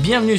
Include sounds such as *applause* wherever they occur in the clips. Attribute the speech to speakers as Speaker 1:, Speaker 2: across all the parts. Speaker 1: Bienvenue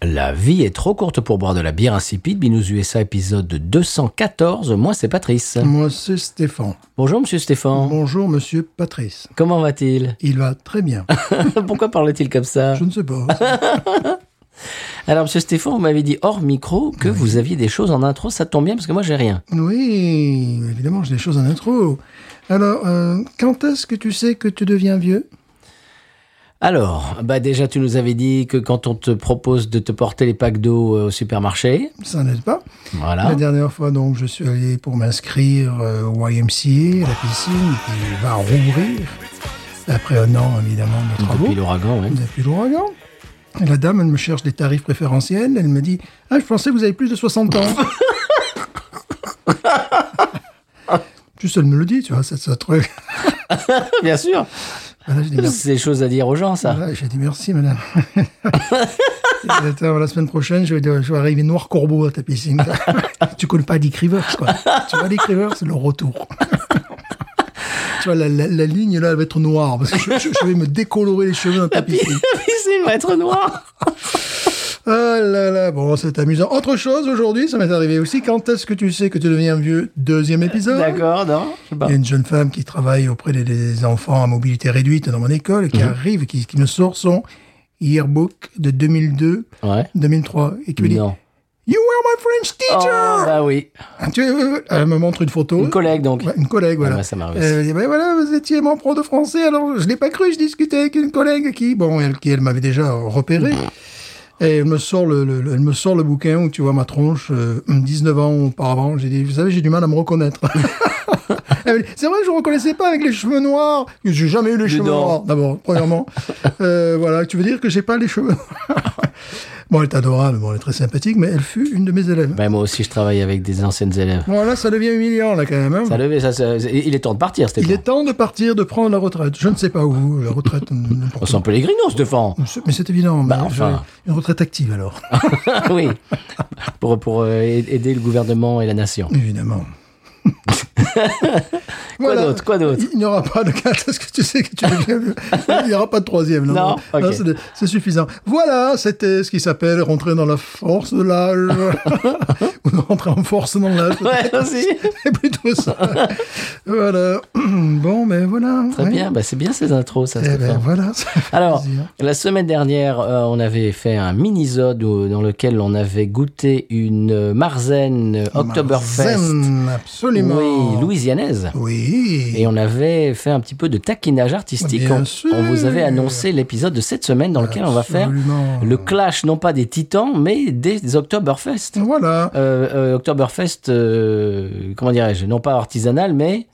Speaker 1: La vie est trop courte pour boire de la bière insipide. Binous USA épisode 214. Moi, c'est Patrice.
Speaker 2: Moi, c'est Stéphane.
Speaker 1: Bonjour, monsieur Stéphane.
Speaker 2: Bonjour, monsieur Patrice.
Speaker 1: Comment va-t-il
Speaker 2: Il va très bien.
Speaker 1: *laughs* Pourquoi parle-t-il comme ça
Speaker 2: Je ne sais pas. C'est-
Speaker 1: Alors, monsieur Stéphane, vous m'avez dit hors micro que vous aviez des choses en intro. Ça tombe bien parce que moi, j'ai rien.
Speaker 2: Oui, évidemment, j'ai des choses en intro. Alors, euh, quand est-ce que tu sais que tu deviens vieux
Speaker 1: Alors, bah déjà, tu nous avais dit que quand on te propose de te porter les packs d'eau euh, au supermarché,
Speaker 2: Ça n'aide pas.
Speaker 1: voilà.
Speaker 2: La dernière fois, donc, je suis allé pour m'inscrire euh, au YMCA, la piscine, qui va rouvrir après un an, évidemment, de travaux.
Speaker 1: Depuis l'ouragan,
Speaker 2: *laughs*
Speaker 1: ouais.
Speaker 2: depuis l'ouragan. Et la dame, elle me cherche des tarifs préférentiels. Elle me dit Ah, je pensais que vous avez plus de 60 ans. *laughs* Juste, elle me le dit, tu vois, c'est ce truc.
Speaker 1: Bien sûr.
Speaker 2: Voilà, j'ai dit merci.
Speaker 1: C'est des choses à dire aux gens, ça.
Speaker 2: Voilà, j'ai dit merci, madame. *laughs* Et attends, la semaine prochaine, je vais, je vais arriver noir corbeau à ta piscine. *laughs* tu connais pas Dick Rivers, quoi. Tu vois, Dick Rivers, c'est le retour. *laughs* tu vois, la, la- la ligne, là, elle va être noire. Parce que je, je- je vais me décolorer les cheveux dans
Speaker 1: *laughs*
Speaker 2: ta piscine.
Speaker 1: C'est va être noir.
Speaker 2: Ah là là, bon, c'est amusant. Autre chose aujourd'hui, ça m'est arrivé aussi. Quand est-ce que tu sais que tu deviens vieux Deuxième épisode.
Speaker 1: D'accord, non Je sais pas.
Speaker 2: Il y a une jeune femme qui travaille auprès des, des enfants à mobilité réduite dans mon école et qui
Speaker 1: Mhm.
Speaker 2: arrive, qui, qui nous sort son yearbook de 2002-2003
Speaker 1: Ouais.
Speaker 2: et qui me dit
Speaker 1: Non.
Speaker 2: You were my French
Speaker 1: Oh,
Speaker 2: teacher
Speaker 1: bah oui.
Speaker 2: Tu- euh, Elle me montre une photo.
Speaker 1: Une collègue, donc.
Speaker 2: Ouais, une collègue, voilà.
Speaker 1: bah, ça m'arrive
Speaker 2: Elle me dit, Ben voilà, vous étiez mon prof de français, alors je l'ai pas cru, je discutais avec une collègue qui, bon, elle, qui, elle m'avait déjà repéré. Et elle me sort le, le- le- elle me sort le bouquin où tu vois ma tronche, euh, 19 ans auparavant. J'ai dit, vous savez, j'ai du mal à me reconnaître. *laughs* Elle me dit, C'est vrai, je ne reconnaissais pas avec les cheveux noirs. J'ai jamais eu les cheveux
Speaker 1: non.
Speaker 2: noirs, d'abord, premièrement. Euh, voilà, tu veux dire que j'ai pas les cheveux noirs. Bon, elle est adorable, bon, elle est très sympathique, mais elle fut une de mes élèves.
Speaker 1: Bah, moi aussi, je travaille avec des anciennes élèves.
Speaker 2: Bon, là, ça devient humiliant, là, quand même. hein.
Speaker 1: Ça levait, ça, ça- il est temps de partir,
Speaker 2: Il
Speaker 1: Stéphane.
Speaker 2: est temps de partir, de prendre la retraite. Je ne sais pas où, la retraite,
Speaker 1: On
Speaker 2: n'importe
Speaker 1: sent Pellegrino,
Speaker 2: *laughs*
Speaker 1: Stéphane.
Speaker 2: où. Mais c'est évident.
Speaker 1: Bah,
Speaker 2: mais
Speaker 1: enfin. Ah.
Speaker 2: je- Une retraite active, alors.
Speaker 1: oui. Pour, pour euh, aider le gouvernement et la nation. *laughs*
Speaker 2: évidemment.
Speaker 1: Quoi d'autre Quoi d'autre
Speaker 2: Il n'y aura pas de quatre, parce que tu sais que tu deviens vieux.
Speaker 1: *laughs*
Speaker 2: Il n'y aura pas de troisième. Non,
Speaker 1: Non, ok.
Speaker 2: c'est de- c'est suffisant. Voilà, c'était ce qui s'appelle rentrer dans la force
Speaker 1: *laughs*
Speaker 2: de l'âge. *laughs* Ou rentrer en force dans l'âge.
Speaker 1: Ouais, aussi.
Speaker 2: C'est
Speaker 1: *laughs*
Speaker 2: plutôt ça. voilà. *clears throat* Bon, mais voilà.
Speaker 1: Très
Speaker 2: Oui.
Speaker 1: bien, bah, c'est bien ces intros, ça,
Speaker 2: Eh
Speaker 1: Stéphane.
Speaker 2: ben voilà. ça fait
Speaker 1: Alors,
Speaker 2: plaisir.
Speaker 1: la semaine dernière, euh, on avait fait un mini-zode où- dans lequel on avait goûté une euh, Marzen euh, Oktoberfest.
Speaker 2: Zen, absolument.
Speaker 1: Oui, louisianaise.
Speaker 2: Oui.
Speaker 1: Et on avait fait un petit peu de taquinage artistique.
Speaker 2: Bien
Speaker 1: on,
Speaker 2: sûr.
Speaker 1: on vous avait annoncé l'épisode de cette semaine dans lequel on va faire
Speaker 2: Absolument.
Speaker 1: le clash, non pas des titans, mais des, des Oktoberfest.
Speaker 2: Voilà.
Speaker 1: Euh, euh, Oktoberfest, euh, comment dirais-je, non pas artisanal, mais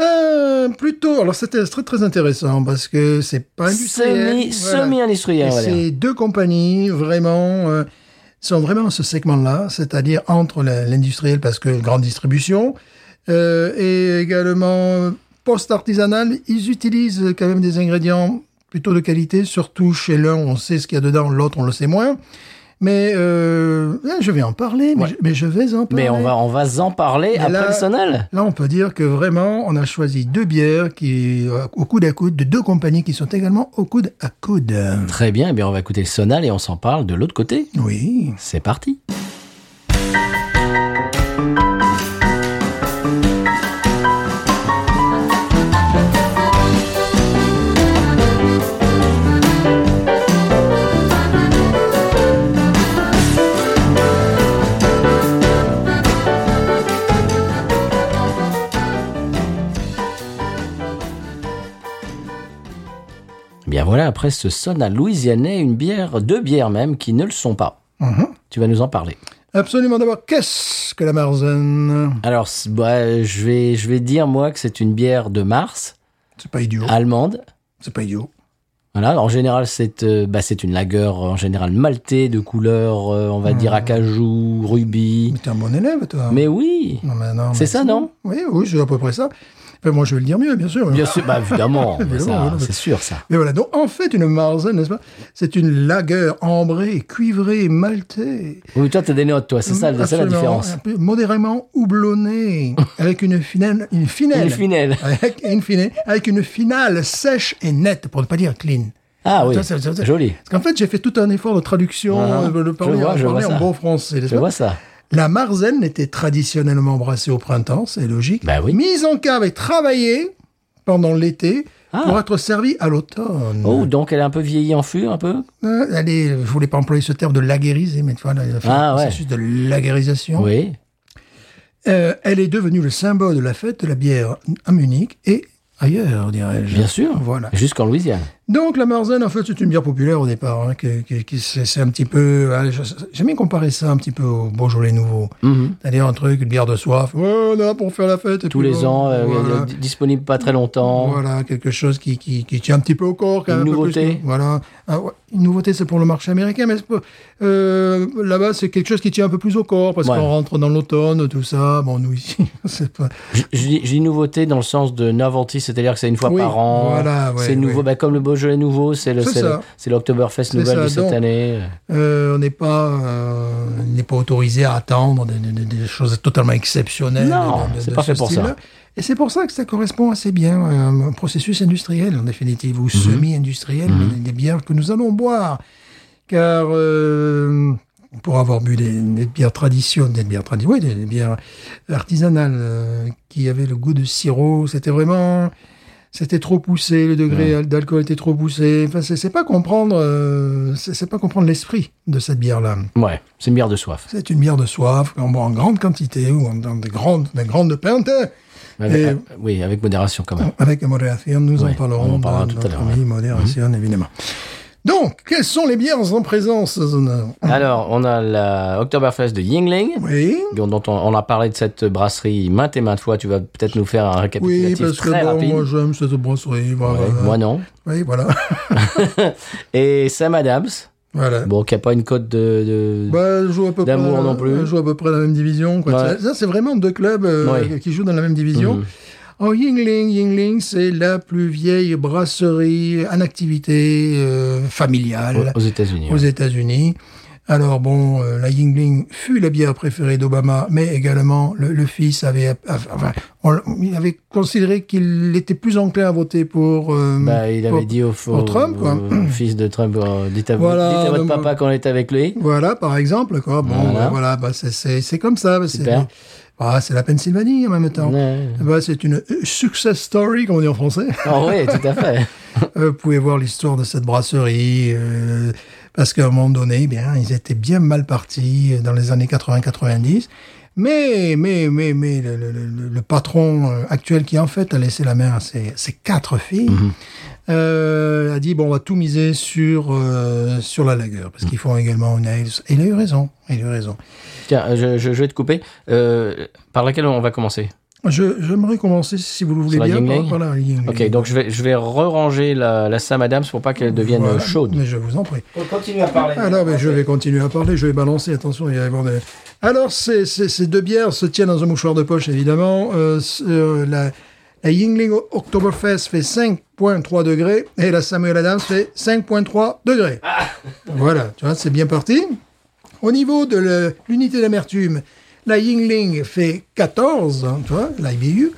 Speaker 2: Euh, plutôt, alors c'était très très intéressant parce que c'est pas industriel.
Speaker 1: semi-
Speaker 2: voilà.
Speaker 1: semi-industriel.
Speaker 2: Et
Speaker 1: voilà.
Speaker 2: ces deux compagnies vraiment euh, sont vraiment à ce segment-là, c'est-à-dire entre la- l'industriel parce que grande distribution euh, et également euh, post-artisanal, ils utilisent quand même des ingrédients plutôt de qualité, surtout chez l'un on sait ce qu'il y a dedans, l'autre on le sait moins. Mais euh, là, je vais en parler, mais,
Speaker 1: Ouais.
Speaker 2: je, mais je vais en parler.
Speaker 1: Mais on va, on va en parler après
Speaker 2: là-
Speaker 1: le sonal.
Speaker 2: Là, on peut dire que vraiment, on a choisi deux bières qui, euh, au coude à coude, de deux compagnies qui sont également au coude à coude.
Speaker 1: Très bien, eh bien on va écouter le sonal et on s'en parle de l'autre côté.
Speaker 2: Oui.
Speaker 1: C'est parti. Eh Bien voilà, après ce sonal louisianais, une bière, deux bières même, qui ne le sont pas.
Speaker 2: Mhm.
Speaker 1: Tu vas nous en parler.
Speaker 2: Absolument. D'abord, qu'est-ce que la Marzen
Speaker 1: Alors, c- bah, je, vais, je vais dire, moi, que c'est une bière de Mars, Ah.
Speaker 2: C'est pas idiot.
Speaker 1: allemande,
Speaker 2: C'est pas idiot.
Speaker 1: Voilà, en général, c'est euh, bah, c'est une lagueur en général maltais de couleur, euh, on va
Speaker 2: Hmm.
Speaker 1: dire acajou, rubis.
Speaker 2: Mais t'es un bon élève, toi.
Speaker 1: Mais oui,
Speaker 2: Non, mais non,
Speaker 1: c'est
Speaker 2: mais-
Speaker 1: ça, non
Speaker 2: Oui, oui, c'est à peu près ça. Enfin, moi, je vais le dire mieux, bien sûr.
Speaker 1: Bien sûr, bah, évidemment, mais
Speaker 2: *laughs* Évidemment,
Speaker 1: ça,
Speaker 2: oui, oui.
Speaker 1: c'est sûr ça.
Speaker 2: Mais voilà, donc en fait, une marzen, n'est-ce pas C'est une lagueur ambrée, cuivrée, maltée.
Speaker 1: Oui, toi, t'as des notes, toi, c'est ça, c'est ça la
Speaker 2: Absolument,
Speaker 1: différence.
Speaker 2: un peu modérément
Speaker 1: *laughs*
Speaker 2: houblonnée, avec une finale. Une finale.
Speaker 1: Une finale.
Speaker 2: Avec, in fine, avec une finale sèche et nette, pour ne pas dire clean.
Speaker 1: Ah oui,
Speaker 2: Toi, ça- ça- ça-
Speaker 1: joli.
Speaker 2: Parce qu'en fait, j'ai fait tout un effort de traduction,
Speaker 1: Ah,
Speaker 2: euh, de le
Speaker 1: je
Speaker 2: parler,
Speaker 1: vois,
Speaker 2: en
Speaker 1: je vois
Speaker 2: parler
Speaker 1: ça.
Speaker 2: en bon français. n'est-ce
Speaker 1: Je
Speaker 2: pas
Speaker 1: vois ça.
Speaker 2: La marzen était traditionnellement brassée au printemps, c'est logique.
Speaker 1: Bah oui.
Speaker 2: Mise en cave et travaillée pendant l'été
Speaker 1: Ah.
Speaker 2: pour être servie à l'automne.
Speaker 1: Oh, donc elle est un peu vieillie en fût, un peu
Speaker 2: Euh, elle est- je voulais pas employer ce terme de laguériser, mais tu vois, là, il a fait
Speaker 1: Ah,
Speaker 2: un
Speaker 1: ouais.
Speaker 2: processus de laguérisation.
Speaker 1: Oui.
Speaker 2: Euh, elle est devenue le symbole de la fête de la bière à Munich et ailleurs, dirais-je.
Speaker 1: Bien sûr.
Speaker 2: Voilà.
Speaker 1: Jusqu'en Louisiane.
Speaker 2: Donc la Marzen, en fait, c'est une bière populaire au départ, hein, qui, qui- qui- c'est c'est un petit peu... allez, je- J'aime bien comparer ça un petit peu au Beaujolais nouveau.
Speaker 1: Mhm.
Speaker 2: C'est-à-dire un truc, une bière de soif, ouais, on est là pour faire la fête. et
Speaker 1: Tous
Speaker 2: puis
Speaker 1: les
Speaker 2: bon,
Speaker 1: ans, euh,
Speaker 2: voilà.
Speaker 1: d- disponible pas très longtemps.
Speaker 2: Voilà, quelque chose qui, qui, qui tient un petit peu au corps. Quand
Speaker 1: Une
Speaker 2: même, un peu
Speaker 1: nouveauté.
Speaker 2: plus. voilà. Ah ouais, une nouveauté, c'est pour le marché américain, mais c'est pour- euh, là-bas, c'est quelque chose qui tient un peu plus au corps, parce
Speaker 1: Ouais.
Speaker 2: qu'on rentre dans l'automne, tout ça. Bon, nous, ici, *laughs* c'est pas...
Speaker 1: J- Je dis- je dis nouveauté dans le sens de novelty, c'est-à-dire que c'est une fois
Speaker 2: Oui,
Speaker 1: par an.
Speaker 2: voilà, ouais,
Speaker 1: c'est nouveau,
Speaker 2: ouais.
Speaker 1: bah, comme le Beaujolais nouveau, c'est le-
Speaker 2: C'est
Speaker 1: c'est le-
Speaker 2: ça.
Speaker 1: c'est l'Oktoberfest
Speaker 2: C'est
Speaker 1: nouvelle
Speaker 2: ça,
Speaker 1: de cette
Speaker 2: donc.
Speaker 1: année.
Speaker 2: Euh, on n'est pas, euh, on n'est pas autorisé à attendre des, des- des- des choses totalement exceptionnelles.
Speaker 1: Non, c'est pas
Speaker 2: ce
Speaker 1: fait pour ça.
Speaker 2: style-là. Et c'est pour ça que ça correspond assez bien à un processus industriel, en définitive,
Speaker 1: Mhm.
Speaker 2: ou semi-industriel, des- des bières que nous allons boire. Car euh, pour avoir bu des, des bières traditionnelles, des bières, tradi- oui, des, des bières artisanales euh, qui avaient le goût de sirop, c'était vraiment... C'était trop poussé, le degré d'alcool était trop poussé. Enfin, c'est c'est pas comprendre, euh, c'est c'est pas comprendre l'esprit de cette bière-là.
Speaker 1: Ouais, c'est une bière de soif.
Speaker 2: C'est une bière de soif qu'on boit en grande quantité ou en- dans de grandes, de grandes pintes.
Speaker 1: Avec-
Speaker 2: Et-
Speaker 1: euh, oui, avec modération quand même.
Speaker 2: Avec modération, nous
Speaker 1: Ouais,
Speaker 2: en parlerons
Speaker 1: on en parlera
Speaker 2: dans
Speaker 1: tout à l'heure, Mhm.
Speaker 2: notre ami modération, évidemment. Donc, quelles sont les bières en présence
Speaker 1: Alors, on a la Oktoberfest de Yingling.
Speaker 2: Oui,
Speaker 1: dont- dont on, on a parlé de cette brasserie maintes et maintes fois. Tu vas peut-être nous faire un
Speaker 2: oui,
Speaker 1: récapitulatif
Speaker 2: parce que
Speaker 1: très
Speaker 2: bon,
Speaker 1: rapide.
Speaker 2: moi j'aime cette brasserie. Voilà.
Speaker 1: Ouais, moi non.
Speaker 2: Oui, voilà. *laughs*
Speaker 1: Et Sam Adams,
Speaker 2: voilà.
Speaker 1: bon, qui a pas une cote de, de-
Speaker 2: Bah, je joue à peu près,
Speaker 1: D'amour non plus.
Speaker 2: je joue à peu près la même division. quoi.
Speaker 1: Ouais.
Speaker 2: Ça, ça, c'est vraiment deux clubs euh,
Speaker 1: Ouais.
Speaker 2: qui jouent dans la même division.
Speaker 1: Mhm.
Speaker 2: Oh, Yingling, Yingling, c'est la plus vieille brasserie en activité euh, familiale
Speaker 1: aux États-Unis.
Speaker 2: aux
Speaker 1: ouais.
Speaker 2: États-Unis. Alors bon, euh, la Yingling fut la bière préférée d'Obama, mais également le, le fils avait, enfin, on- il avait considéré qu'il était plus enclin à voter pour. euh,
Speaker 1: Bah, il avait
Speaker 2: pour-
Speaker 1: dit au, au-
Speaker 2: au Trump, quoi. *clears throat*
Speaker 1: au fils de Trump, euh, dites à, vous-
Speaker 2: Voilà,
Speaker 1: dites à votre
Speaker 2: donc, euh,
Speaker 1: papa qu'on est avec lui.
Speaker 2: Voilà, par exemple, quoi. Bon, ouais,
Speaker 1: Voilà.
Speaker 2: voilà, bah, c'est- c'est c'est comme ça. bah, c'est
Speaker 1: Super. Mmh.
Speaker 2: bah, c'est la Pennsylvanie en même temps.
Speaker 1: Ouais.
Speaker 2: Bah, c'est une euh, success story, comme on dit en français.
Speaker 1: Ah
Speaker 2: *laughs*
Speaker 1: oui, tout à fait.
Speaker 2: Euh, vous pouvez voir l'histoire de cette brasserie, euh, parce qu'à un moment donné, eh bien, ils étaient bien mal partis euh, dans les années 80-90. Mais, mais, mais, mais, le, le- le- le patron euh, actuel qui, en fait, a laissé la main à ses, ses quatre filles,
Speaker 1: Mhm.
Speaker 2: euh, a dit, bon, on va tout miser sur, euh, sur la lagueur, parce qu'ils font également une ale. Et il a eu raison, il a eu raison.
Speaker 1: Tiens, je, je- je vais te couper. Euh, par laquelle on va commencer
Speaker 2: Je, j'aimerais commencer, si vous le voulez
Speaker 1: Sur la
Speaker 2: bien,
Speaker 1: Yingling
Speaker 2: par, par la Yingling.
Speaker 1: Ok, donc je vais, je vais re-ranger la, la Sam Adams pour pas qu'elle devienne
Speaker 2: Voilà.
Speaker 1: euh, chaude.
Speaker 2: Mais je vous en prie.
Speaker 1: Continue à parler.
Speaker 2: Alors, mais je vais continuer à parler, je vais balancer, attention, il y a vraiment des- Alors, ces, ces- ces deux bières se tiennent dans un mouchoir de poche, évidemment. Euh, c- euh, la, la Yingling Oktoberfest fait 5,3 degrés et la Samuel Adams fait 5,3 degrés.
Speaker 1: Ah.
Speaker 2: *laughs* Voilà, tu vois, c'est bien parti. Au niveau de le- l'unité d'amertume, la Yingling fait 14, hein, tu vois, la IBU,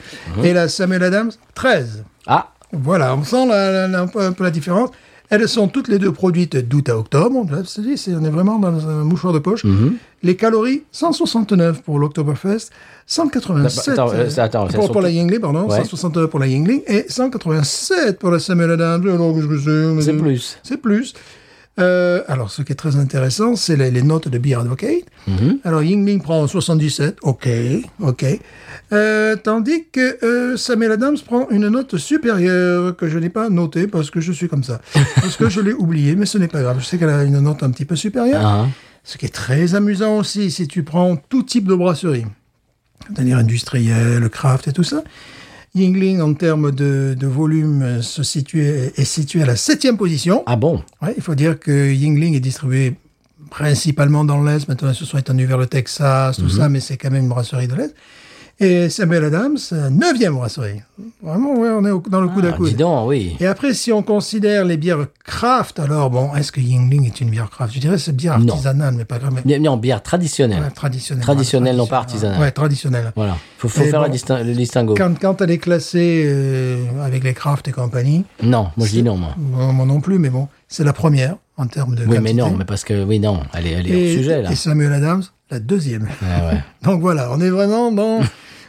Speaker 2: et la Samuel Adams 13.
Speaker 1: Ah,
Speaker 2: Voilà, on sent la, la- la- un, peu, un peu la différence. Elles sont toutes les deux produites d'août à octobre. Là, c'est dit, c'est- on est vraiment dans un mouchoir de poche.
Speaker 1: Mhm.
Speaker 2: Les calories, 169 pour l'Oktoberfest, 187
Speaker 1: Bah, Attends, euh, attends,
Speaker 2: pour,
Speaker 1: elles
Speaker 2: pour la
Speaker 1: sont-
Speaker 2: Yingling, pardon,
Speaker 1: Ouais.
Speaker 2: 169 pour la Yingling et 187 pour la Samuel Adams. Alors, qu'est-ce que
Speaker 1: c'est
Speaker 2: Mm.
Speaker 1: plus.
Speaker 2: c'est plus. Euh, alors, ce qui est très intéressant, c'est les, les notes de Beer Advocate. Alors, Yingling prend 77, ok, ok. Euh, tandis que euh, Samuel Adams prend une note supérieure que je n'ai pas notée parce que je suis comme ça. Parce que je l'ai oublié, mais ce n'est pas grave. Je sais qu'elle a une note un petit peu supérieure.
Speaker 1: Ah,
Speaker 2: Ce qui est très amusant aussi, si tu prends tout type de brasserie, c'est-à-dire industrielle, craft et tout ça, Yingling, en termes de, de volume, euh, se situe, est situé à la septième position.
Speaker 1: Ah bon
Speaker 2: Ouais, il faut dire que Yingling est distribué principalement dans l'Est. Maintenant, ils se sont étendus vers le Texas,
Speaker 1: Mhm.
Speaker 2: tout ça, mais c'est quand même une brasserie de l'Est. Et Samuel Adams, euh, neuvième brasserie. Vraiment, ouais, on est au- dans le coup d'à
Speaker 1: Ah, Dis
Speaker 2: coude.
Speaker 1: donc, oui.
Speaker 2: Et après, si on considère les bières craft, alors bon, est-ce que Yingling est une bière craft Je dirais que c'est bière
Speaker 1: Non.
Speaker 2: artisanale, mais pas quand même.
Speaker 1: Bien, bien, bière traditionnelle.
Speaker 2: Ouais, traditionnelle.
Speaker 1: Traditionnelle, non pas Oh. artisanale.
Speaker 2: Ouais, traditionnelle.
Speaker 1: Voilà. Faut, faut
Speaker 2: Et
Speaker 1: faire
Speaker 2: bon.
Speaker 1: la distin- le distinguo.
Speaker 2: Quand, quand elle est classée euh, avec les craft et compagnie,
Speaker 1: Non, moi je dis non, moi.
Speaker 2: bon, moi non plus, mais bon, c'est la première en termes de
Speaker 1: Oui, mais
Speaker 2: quantité.
Speaker 1: non, mais parce que, oui, non, elle est, elle est hors sujet, là.
Speaker 2: et Samuel Adams, la deuxième.
Speaker 1: Ah ouais.
Speaker 2: Donc voilà, on est vraiment
Speaker 1: *laughs*
Speaker 2: dans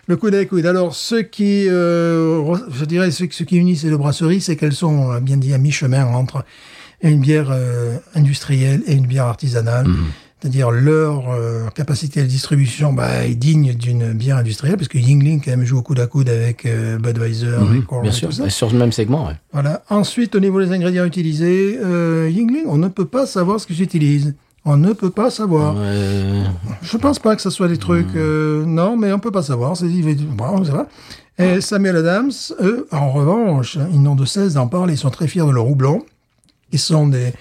Speaker 2: le coup d'œil coude. Alors, ce qui, euh, re- je dirais, ce, ce qui unit ces deux brasseries, c'est qu'elles sont, on l'a bien dit, à mi-chemin entre une bière euh, industrielle et une bière artisanale.
Speaker 1: Mhm.
Speaker 2: C'est-à-dire leur euh, capacité de distribution bah, est digne d'une bière industrielle, parce que Yingling quand même joue au coude à coude avec euh, Budweiser, Corona,
Speaker 1: Mhm. Bien
Speaker 2: tout
Speaker 1: sûr,
Speaker 2: ça.
Speaker 1: et sur le même segment, ouais.
Speaker 2: Voilà. Ensuite, au niveau des ingrédients utilisés, euh, Yingling, on ne peut pas savoir ce qu'ils utilisent. On ne peut pas savoir.
Speaker 1: Euh,
Speaker 2: Je pense pas que ce
Speaker 1: Hmm.
Speaker 2: soit des trucs. euh, non, mais on peut pas savoir. C'est bon, ça va.
Speaker 1: Ah.
Speaker 2: Et Samuel Adams, eux, en revanche, ils n'ont de cesse d'en parler. Ils sont très fiers de leur houblon. Ils sont des,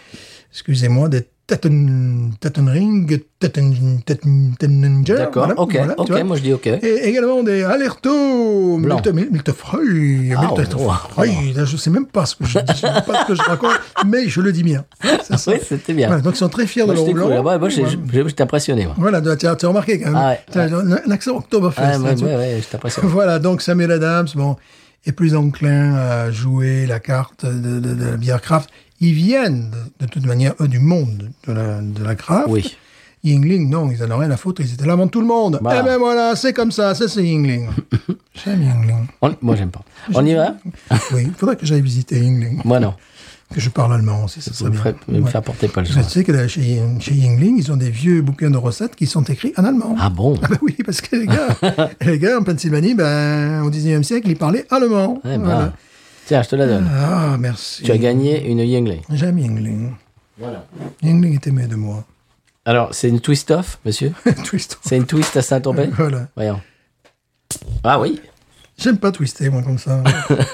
Speaker 2: excusez-moi, des Tetten, Tettenring, Tetten, Tetten, Tettinger.
Speaker 1: D'accord,
Speaker 2: Voilà,
Speaker 1: ok,
Speaker 2: voilà, tu
Speaker 1: ok,
Speaker 2: vois.
Speaker 1: moi je dis ok.
Speaker 2: Et également des Alerto,
Speaker 1: Blanc.
Speaker 2: Milte- Mil- Miltefreuille,
Speaker 1: Ah, oh, *laughs*
Speaker 2: Miltefreuille. Là, Je sais même pas ce que je dis, je sais même pas ce que je raconte, mais je le
Speaker 1: *laughs*
Speaker 2: dis bien. C'est ça.
Speaker 1: Oui, c'était bien.
Speaker 2: Voilà, donc ils sont très fiers
Speaker 1: Moi
Speaker 2: de leur
Speaker 1: j'étais cool.
Speaker 2: houblon.
Speaker 1: Ah, ouais, moi, j'ai-
Speaker 2: Ouais.
Speaker 1: j'ai- j'étais impressionné, moi.
Speaker 2: Voilà, tu as, tu as remarqué quand même.
Speaker 1: Ah ouais,
Speaker 2: T'as L'accent Oktoberfest.
Speaker 1: Ah,
Speaker 2: hein,
Speaker 1: ouais,
Speaker 2: tu
Speaker 1: ouais,
Speaker 2: vois.
Speaker 1: ouais, j'étais
Speaker 2: *laughs*
Speaker 1: impressionné.
Speaker 2: Voilà, donc Samuel Adams bon, est plus enclin à jouer la carte de, de- de la bière craft. Ils viennent, de, de toute manière, eux, du monde de la, de la craft.
Speaker 1: Oui.
Speaker 2: Yingling, non, ils en ont rien à foutre, ils étaient là avant tout le monde.
Speaker 1: Voilà.
Speaker 2: Eh ben voilà, c'est comme ça, ça
Speaker 1: *laughs*
Speaker 2: c'est Yingling. J'aime Yingling.
Speaker 1: On- moi j'aime pas. On y va
Speaker 2: Oui, il faudrait que j'aille visiter Yingling.
Speaker 1: Moi non.
Speaker 2: Que je parle allemand aussi, ça
Speaker 1: Vous
Speaker 2: serait
Speaker 1: me,
Speaker 2: bien.
Speaker 1: ferez- vous me
Speaker 2: Ouais.
Speaker 1: faire porter pas le
Speaker 2: Je
Speaker 1: choix.
Speaker 2: sais que là, chez, chez Yingling, ils ont des vieux bouquins de recettes qui sont écrits en allemand.
Speaker 1: Ah
Speaker 2: *laughs*
Speaker 1: bon
Speaker 2: Ah bah oui, parce que
Speaker 1: *laughs*
Speaker 2: les gars, les gars en Pennsylvanie, ben, au 19e siècle, ils parlaient allemand.
Speaker 1: Eh ben,
Speaker 2: Voilà.
Speaker 1: Tiens, je te la donne.
Speaker 2: Ah, merci.
Speaker 1: Tu as gagné une Yingling.
Speaker 2: J'aime Yingling.
Speaker 1: Voilà.
Speaker 2: Yingling est aimé de moi. *laughs*
Speaker 1: Alors, c'est une twist off, monsieur
Speaker 2: Twist.
Speaker 1: C'est une twist à Saint-Tropez
Speaker 2: *laughs* Voilà.
Speaker 1: Voyons. Ah oui
Speaker 2: J'aime pas twister, moi, comme
Speaker 1: *laughs*
Speaker 2: ça.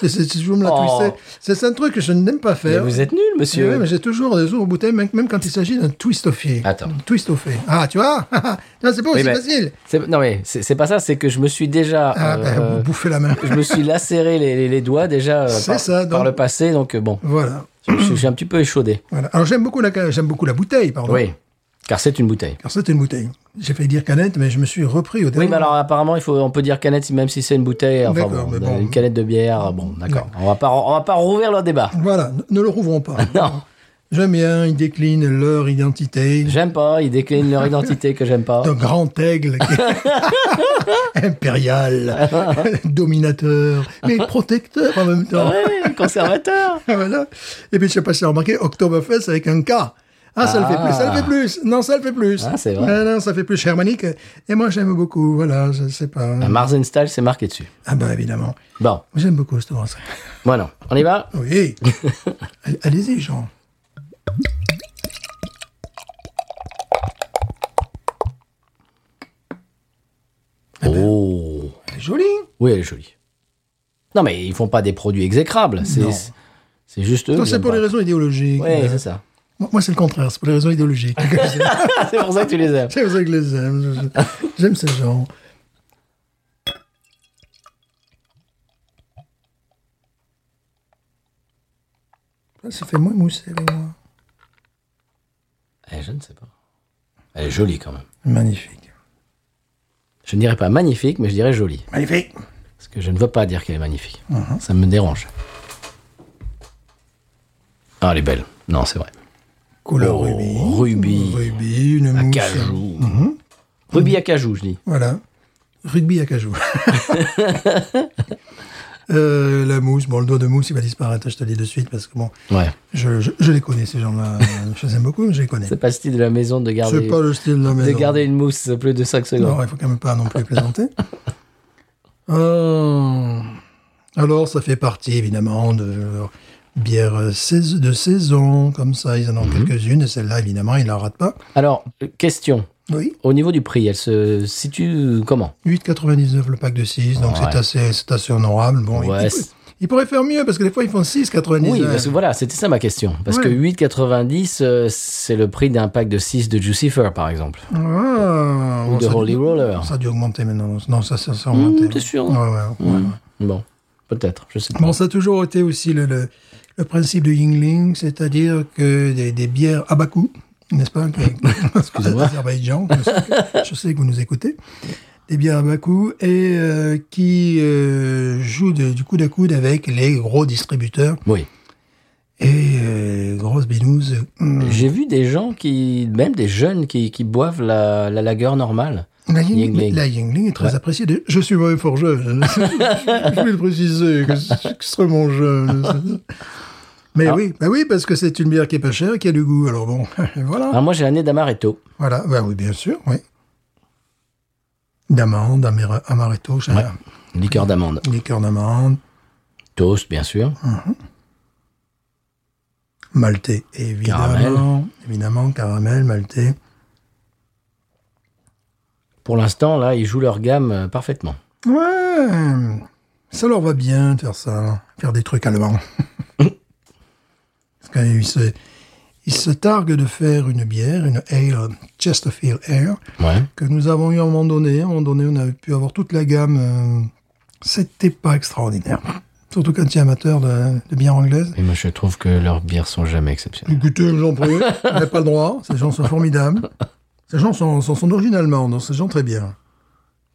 Speaker 2: c'est, c'est- c'est toujours me la
Speaker 1: Oh.
Speaker 2: twister. C'est, c'est un truc que je n'aime pas
Speaker 1: Mais
Speaker 2: faire.
Speaker 1: vous êtes nul,
Speaker 2: Eh ouais,
Speaker 1: monsieur
Speaker 2: mais j'ai toujours des jours au bouteille, même, même quand il s'agit d'un twist offier.
Speaker 1: Attends.
Speaker 2: Twist offier. Ah, tu vois *laughs* Non, C'est pas aussi
Speaker 1: Oui, mais-
Speaker 2: facile.
Speaker 1: C'est- Non, mais c'est c'est pas ça, c'est que je me suis déjà.
Speaker 2: Ah, ben,
Speaker 1: euh,
Speaker 2: vous bouffez la main.
Speaker 1: je me suis lacéré les, les- les doigts déjà euh,
Speaker 2: C'est
Speaker 1: par,
Speaker 2: ça, donc.
Speaker 1: par le passé, donc euh, bon,
Speaker 2: Voilà.
Speaker 1: je, je suis un petit peu échaudé.
Speaker 2: voilà. Alors, j'aime beaucoup la, ca- j'aime beaucoup la bouteille, pardon.
Speaker 1: Oui, car c'est une bouteille.
Speaker 2: Car c'est une bouteille. J'ai failli dire canette, mais je me suis repris au dernier
Speaker 1: Oui, mais alors apparemment, il faut, on peut dire canette, si- même si c'est une bouteille, enfin
Speaker 2: D'accord,
Speaker 1: bon,
Speaker 2: mais bon.
Speaker 1: une canette de bière, bon, d'accord. On va pas, on va pas rouvrir le débat.
Speaker 2: Voilà, ne- ne le rouvrons pas.
Speaker 1: *laughs* Non.
Speaker 2: J'aime bien, ils déclinent leur identité.
Speaker 1: J'aime pas, ils déclinent leur identité que j'aime pas.
Speaker 2: D'un grand aigle qui- *laughs*
Speaker 1: *laughs*
Speaker 2: impérial, dominateur, mais protecteur en même temps.
Speaker 1: Ouais, conservateur.
Speaker 2: *laughs* Voilà. Et puis, je sais pas si vous avez remarqué, Oktoberfest avec un K. Ah, ça le fait plus, ça le fait plus. Non, ça le fait plus.
Speaker 1: Ah, c'est vrai.
Speaker 2: Ah, non, ça fait plus germanique. Et moi, j'aime beaucoup. Voilà, je sais pas.
Speaker 1: Un Marzenstall, c'est marqué dessus.
Speaker 2: Ah, bah, évidemment.
Speaker 1: Bon,
Speaker 2: J'aime beaucoup cette brasserie.
Speaker 1: voilà. On y va *laughs*
Speaker 2: Oui. Allez- Allez-y, Jean. Eh ben.
Speaker 1: Oh.
Speaker 2: Elle est jolie.
Speaker 1: Oui, elle est jolie. Non, mais ils font pas des produits exécrables. C'est, c'est juste eux.
Speaker 2: Ça,
Speaker 1: que
Speaker 2: c'est
Speaker 1: j'aime
Speaker 2: pour
Speaker 1: pas.
Speaker 2: les raisons idéologiques.
Speaker 1: Ouais,
Speaker 2: Euh,
Speaker 1: c'est ça. *laughs*
Speaker 2: Moi, moi, c'est le contraire, c'est pour les raisons idéologiques. *laughs*
Speaker 1: c'est pour ça que tu les aimes.
Speaker 2: c'est pour ça que je les aime. Je- je- J'aime ces gens. Ah, Ça fait moins mousser, les moi.
Speaker 1: Eh, je ne sais pas. Elle est jolie quand même.
Speaker 2: Magnifique.
Speaker 1: Je ne dirais pas magnifique, mais je dirais jolie.
Speaker 2: Magnifique.
Speaker 1: Parce que je ne veux pas dire qu'elle est magnifique.
Speaker 2: Mhm.
Speaker 1: Ça me dérange. Ah, elle est belle. Non, c'est vrai.
Speaker 2: Couleur
Speaker 1: Oh,
Speaker 2: rubis.
Speaker 1: rubis.
Speaker 2: Rubis, une mousse. Mhm.
Speaker 1: Acajou. Rubis acajou, je dis.
Speaker 2: Voilà. Rugby
Speaker 1: *laughs*
Speaker 2: à cajou. Euh, la mousse, bon, le doigt de mousse, il va disparaître, je te le dis de suite, parce que bon,
Speaker 1: Ouais.
Speaker 2: je, je- je les connais, ces gens-là. je les aime beaucoup, mais je les connais.
Speaker 1: C'est pas le style de la maison de garder,
Speaker 2: C'est pas le style de la
Speaker 1: de
Speaker 2: maison.
Speaker 1: garder une mousse plus de 5 secondes.
Speaker 2: Non, il faut quand même pas non
Speaker 1: *laughs*
Speaker 2: plus plaisanter. Euh, Alors, ça fait partie évidemment de leur bière euh, sais-
Speaker 1: Mhm.
Speaker 2: de saison, comme ça, ils en ont quelques-unes, et celle-là, évidemment, ils la ratent pas.
Speaker 1: Alors, euh, question.
Speaker 2: Oui.
Speaker 1: Au niveau du prix, elle se situe comment
Speaker 2: 8,99 le pack de 6, donc
Speaker 1: Ouais.
Speaker 2: c'est assez, c'est assez honorable. Bon, il-
Speaker 1: Ouais,
Speaker 2: il,
Speaker 1: c'est-
Speaker 2: il pourrait faire mieux parce que des fois ils font 6,99.
Speaker 1: Oui, parce que voilà, c'était ça ma question. Parce
Speaker 2: Ouais.
Speaker 1: que 8,90, euh, c'est le prix d'un pack de 6 de Jucifer, par exemple.
Speaker 2: Ah,
Speaker 1: Ou de
Speaker 2: ça-
Speaker 1: Holy Roller. Hmm, Mmh,
Speaker 2: Ça a dû augmenter maintenant. Non, ça, ça, ça a augmenté.
Speaker 1: t'es sûr Mmh.
Speaker 2: Ouais, ouais, ouais, ouais.
Speaker 1: Bon, peut-être, je sais pas.
Speaker 2: Bon, ça a toujours été aussi le, le, le principe de Yingling, c'est-à-dire que des, des bières à bas coût, n'est-ce pas Excusez-moi. *laughs* Azerbaïdjan, je sais, que, je sais que vous nous écoutez. Des bières à bas coût et euh, qui euh, jouent de- du coude à coude avec les gros distributeurs
Speaker 1: Oui.
Speaker 2: et euh, grosses binouses. Hum,
Speaker 1: J'ai vu des gens qui, même des jeunes qui, qui boivent la, la lagueur normale.
Speaker 2: La Yingling,
Speaker 1: Yingling.
Speaker 2: la Yingling est très
Speaker 1: Ouais.
Speaker 2: appréciée. de- Je suis mauvais forgeur.
Speaker 1: *laughs*
Speaker 2: Je, je voulais le préciser, que c'est extrêmement
Speaker 1: *laughs*
Speaker 2: jeune. Mais
Speaker 1: Ah.
Speaker 2: oui, bah oui, parce que c'est une bière qui est pas chère et qui a du goût. Alors bon, *laughs* voilà.
Speaker 1: Alors Ah, moi j'ai l'année d'Amaretto.
Speaker 2: Voilà, bah oui, bien sûr, oui. D'amande, amare- amaretto, ça,
Speaker 1: Liqueur d'amande.
Speaker 2: liqueur d'amande,
Speaker 1: Toast, bien sûr.
Speaker 2: maltais, évidemment.
Speaker 1: Caramel.
Speaker 2: Évidemment, caramel, maltais.
Speaker 1: Pour l'instant, là, ils jouent leur gamme euh, parfaitement.
Speaker 2: Ouais, ça leur va bien de faire ça, faire des trucs allemands. Parce qu'ils se, ils se targuent de faire une bière, une ale, Chesterfield Ale,
Speaker 1: Ouais.
Speaker 2: que nous avons eu à un moment donné. À un moment donné, on avait pu avoir toute la gamme. euh, C'était pas extraordinaire. Surtout quand tu es amateur de, de bière anglaise.
Speaker 1: Et moi je trouve que leurs bières sont jamais exceptionnelles.
Speaker 2: Écoutez, j'en prie, on n'a pas le droit. Ces gens sont formidables. Ces gens sont, sont, sont d'origine allemande, donc ces gens très bien.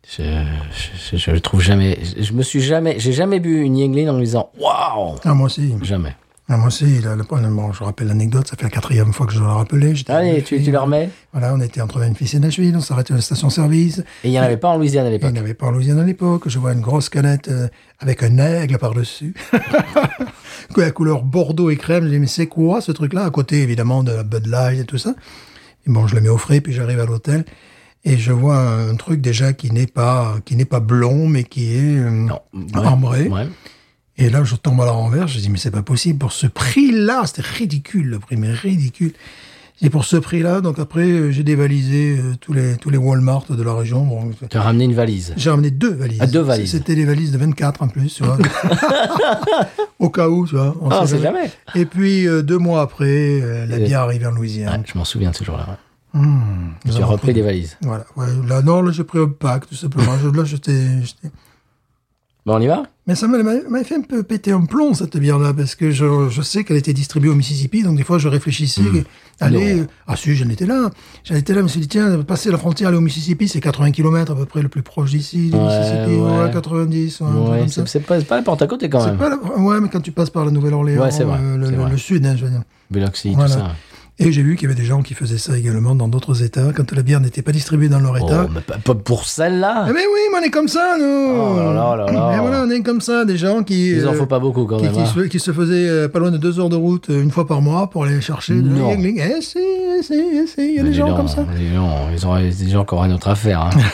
Speaker 1: Je, je, je- je le trouve jamais. Je, je me suis jamais. J'ai jamais bu une Yingling en me disant waouh.
Speaker 2: Ah, moi aussi.
Speaker 1: Jamais.
Speaker 2: Ah, moi aussi, la- la- bon, je rappelle l'anecdote, ça fait la quatrième fois que je dois la rappeler. J'étais à
Speaker 1: Allez, tu, tu
Speaker 2: Memphis.
Speaker 1: la remets.
Speaker 2: Voilà, on était entre Memphis et Nashville, on s'arrêtait à la station-service.
Speaker 1: Et il n'y en avait pas en Louisiane à
Speaker 2: Il
Speaker 1: l'époque.
Speaker 2: n'y avait pas en Louisiane à l'époque. Je vois une grosse canette euh, avec un aigle par-dessus. *laughs* Quoi, la couleur bordeaux et crème. Je dis, mais c'est quoi ce truc-là À côté, évidemment, de la Bud Light et tout ça. Et bon, je le mets au frais, puis j'arrive à l'hôtel. Et je vois un truc déjà qui n'est pas, qui n'est pas blond, mais qui est euh,
Speaker 1: Non. Ah, Ouais.
Speaker 2: ambré.
Speaker 1: Ouais.
Speaker 2: Et là, je tombe à la renverse. Je dis, mais c'est pas possible. Pour ce prix-là, c'était ridicule, le prix, mais ridicule. Et pour ce prix-là, donc après, euh, j'ai dévalisé euh, tous les, tous les Walmart de la région. Bon,
Speaker 1: Tu as ramené une valise.
Speaker 2: j'ai ramené deux valises.
Speaker 1: Ah, deux valises.
Speaker 2: C'était des valises de 24 en plus,
Speaker 1: *laughs*
Speaker 2: tu vois. Au cas où, tu vois. on
Speaker 1: Ah, on
Speaker 2: sait
Speaker 1: sait jamais.
Speaker 2: Et puis, euh, deux mois après, euh, la
Speaker 1: Et-
Speaker 2: bière arrivée en
Speaker 1: Ouais,
Speaker 2: Louisiane.
Speaker 1: je m'en souviens de ce jour-là. ouais.
Speaker 2: Hmm, nous
Speaker 1: J'ai
Speaker 2: avons
Speaker 1: repris des valises.
Speaker 2: Voilà. Ouais, là, non, là, j'ai pris un pack, tout simplement. Je- là, j'étais. j'étais-
Speaker 1: Bon, Bah, on y va
Speaker 2: Mais ça m'a- m'a m'a fait un peu péter un plomb, cette bière-là, parce que je, je sais qu'elle était distribuée au Mississippi, donc des fois je réfléchissais, allez,
Speaker 1: Hmm. Non.
Speaker 2: euh, ah si, j'en étais là, j'en étais là, je me suis dit, tiens, passer la frontière, aller au Mississippi, c'est 80 km à peu près le plus proche d'ici, du
Speaker 1: Ouais,
Speaker 2: Mississippi, ouais,
Speaker 1: ouais.
Speaker 2: 90, ouais, un truc
Speaker 1: Ouais,
Speaker 2: comme ça.
Speaker 1: c'est c'est pas, c'est pas la porte à côté quand
Speaker 2: C'est
Speaker 1: même.
Speaker 2: pas la- Ouais, mais quand tu passes par la Nouvelle-Orléans,
Speaker 1: Ouais, c'est vrai,
Speaker 2: euh, le,
Speaker 1: c'est
Speaker 2: le-
Speaker 1: vrai.
Speaker 2: le sud, hein, je veux dire.
Speaker 1: Biloxi,
Speaker 2: Voilà.
Speaker 1: tout ça.
Speaker 2: Et j'ai vu qu'il y avait des gens qui faisaient ça également dans d'autres États, quand la bière n'était pas distribuée dans leur État.
Speaker 1: Oh, mais pas, pas pour
Speaker 2: Ah,
Speaker 1: celle-là.
Speaker 2: mais oui, mais on est comme ça, nous
Speaker 1: Oh là là là là.
Speaker 2: Mais voilà, on est comme ça, des gens qui...
Speaker 1: Il en
Speaker 2: euh,
Speaker 1: faut pas beaucoup quand
Speaker 2: qui,
Speaker 1: même.
Speaker 2: qui
Speaker 1: hein.
Speaker 2: se, qui se faisait euh, pas loin de deux heures de route euh, une fois par mois pour aller chercher de
Speaker 1: Non.
Speaker 2: la Yingling. Eh si, eh si, eh si, il y
Speaker 1: Mais
Speaker 2: a des
Speaker 1: dis
Speaker 2: gens
Speaker 1: donc,
Speaker 2: comme ça.
Speaker 1: dis donc, ils auraient- des gens qui auraient notre affaire.
Speaker 2: *laughs*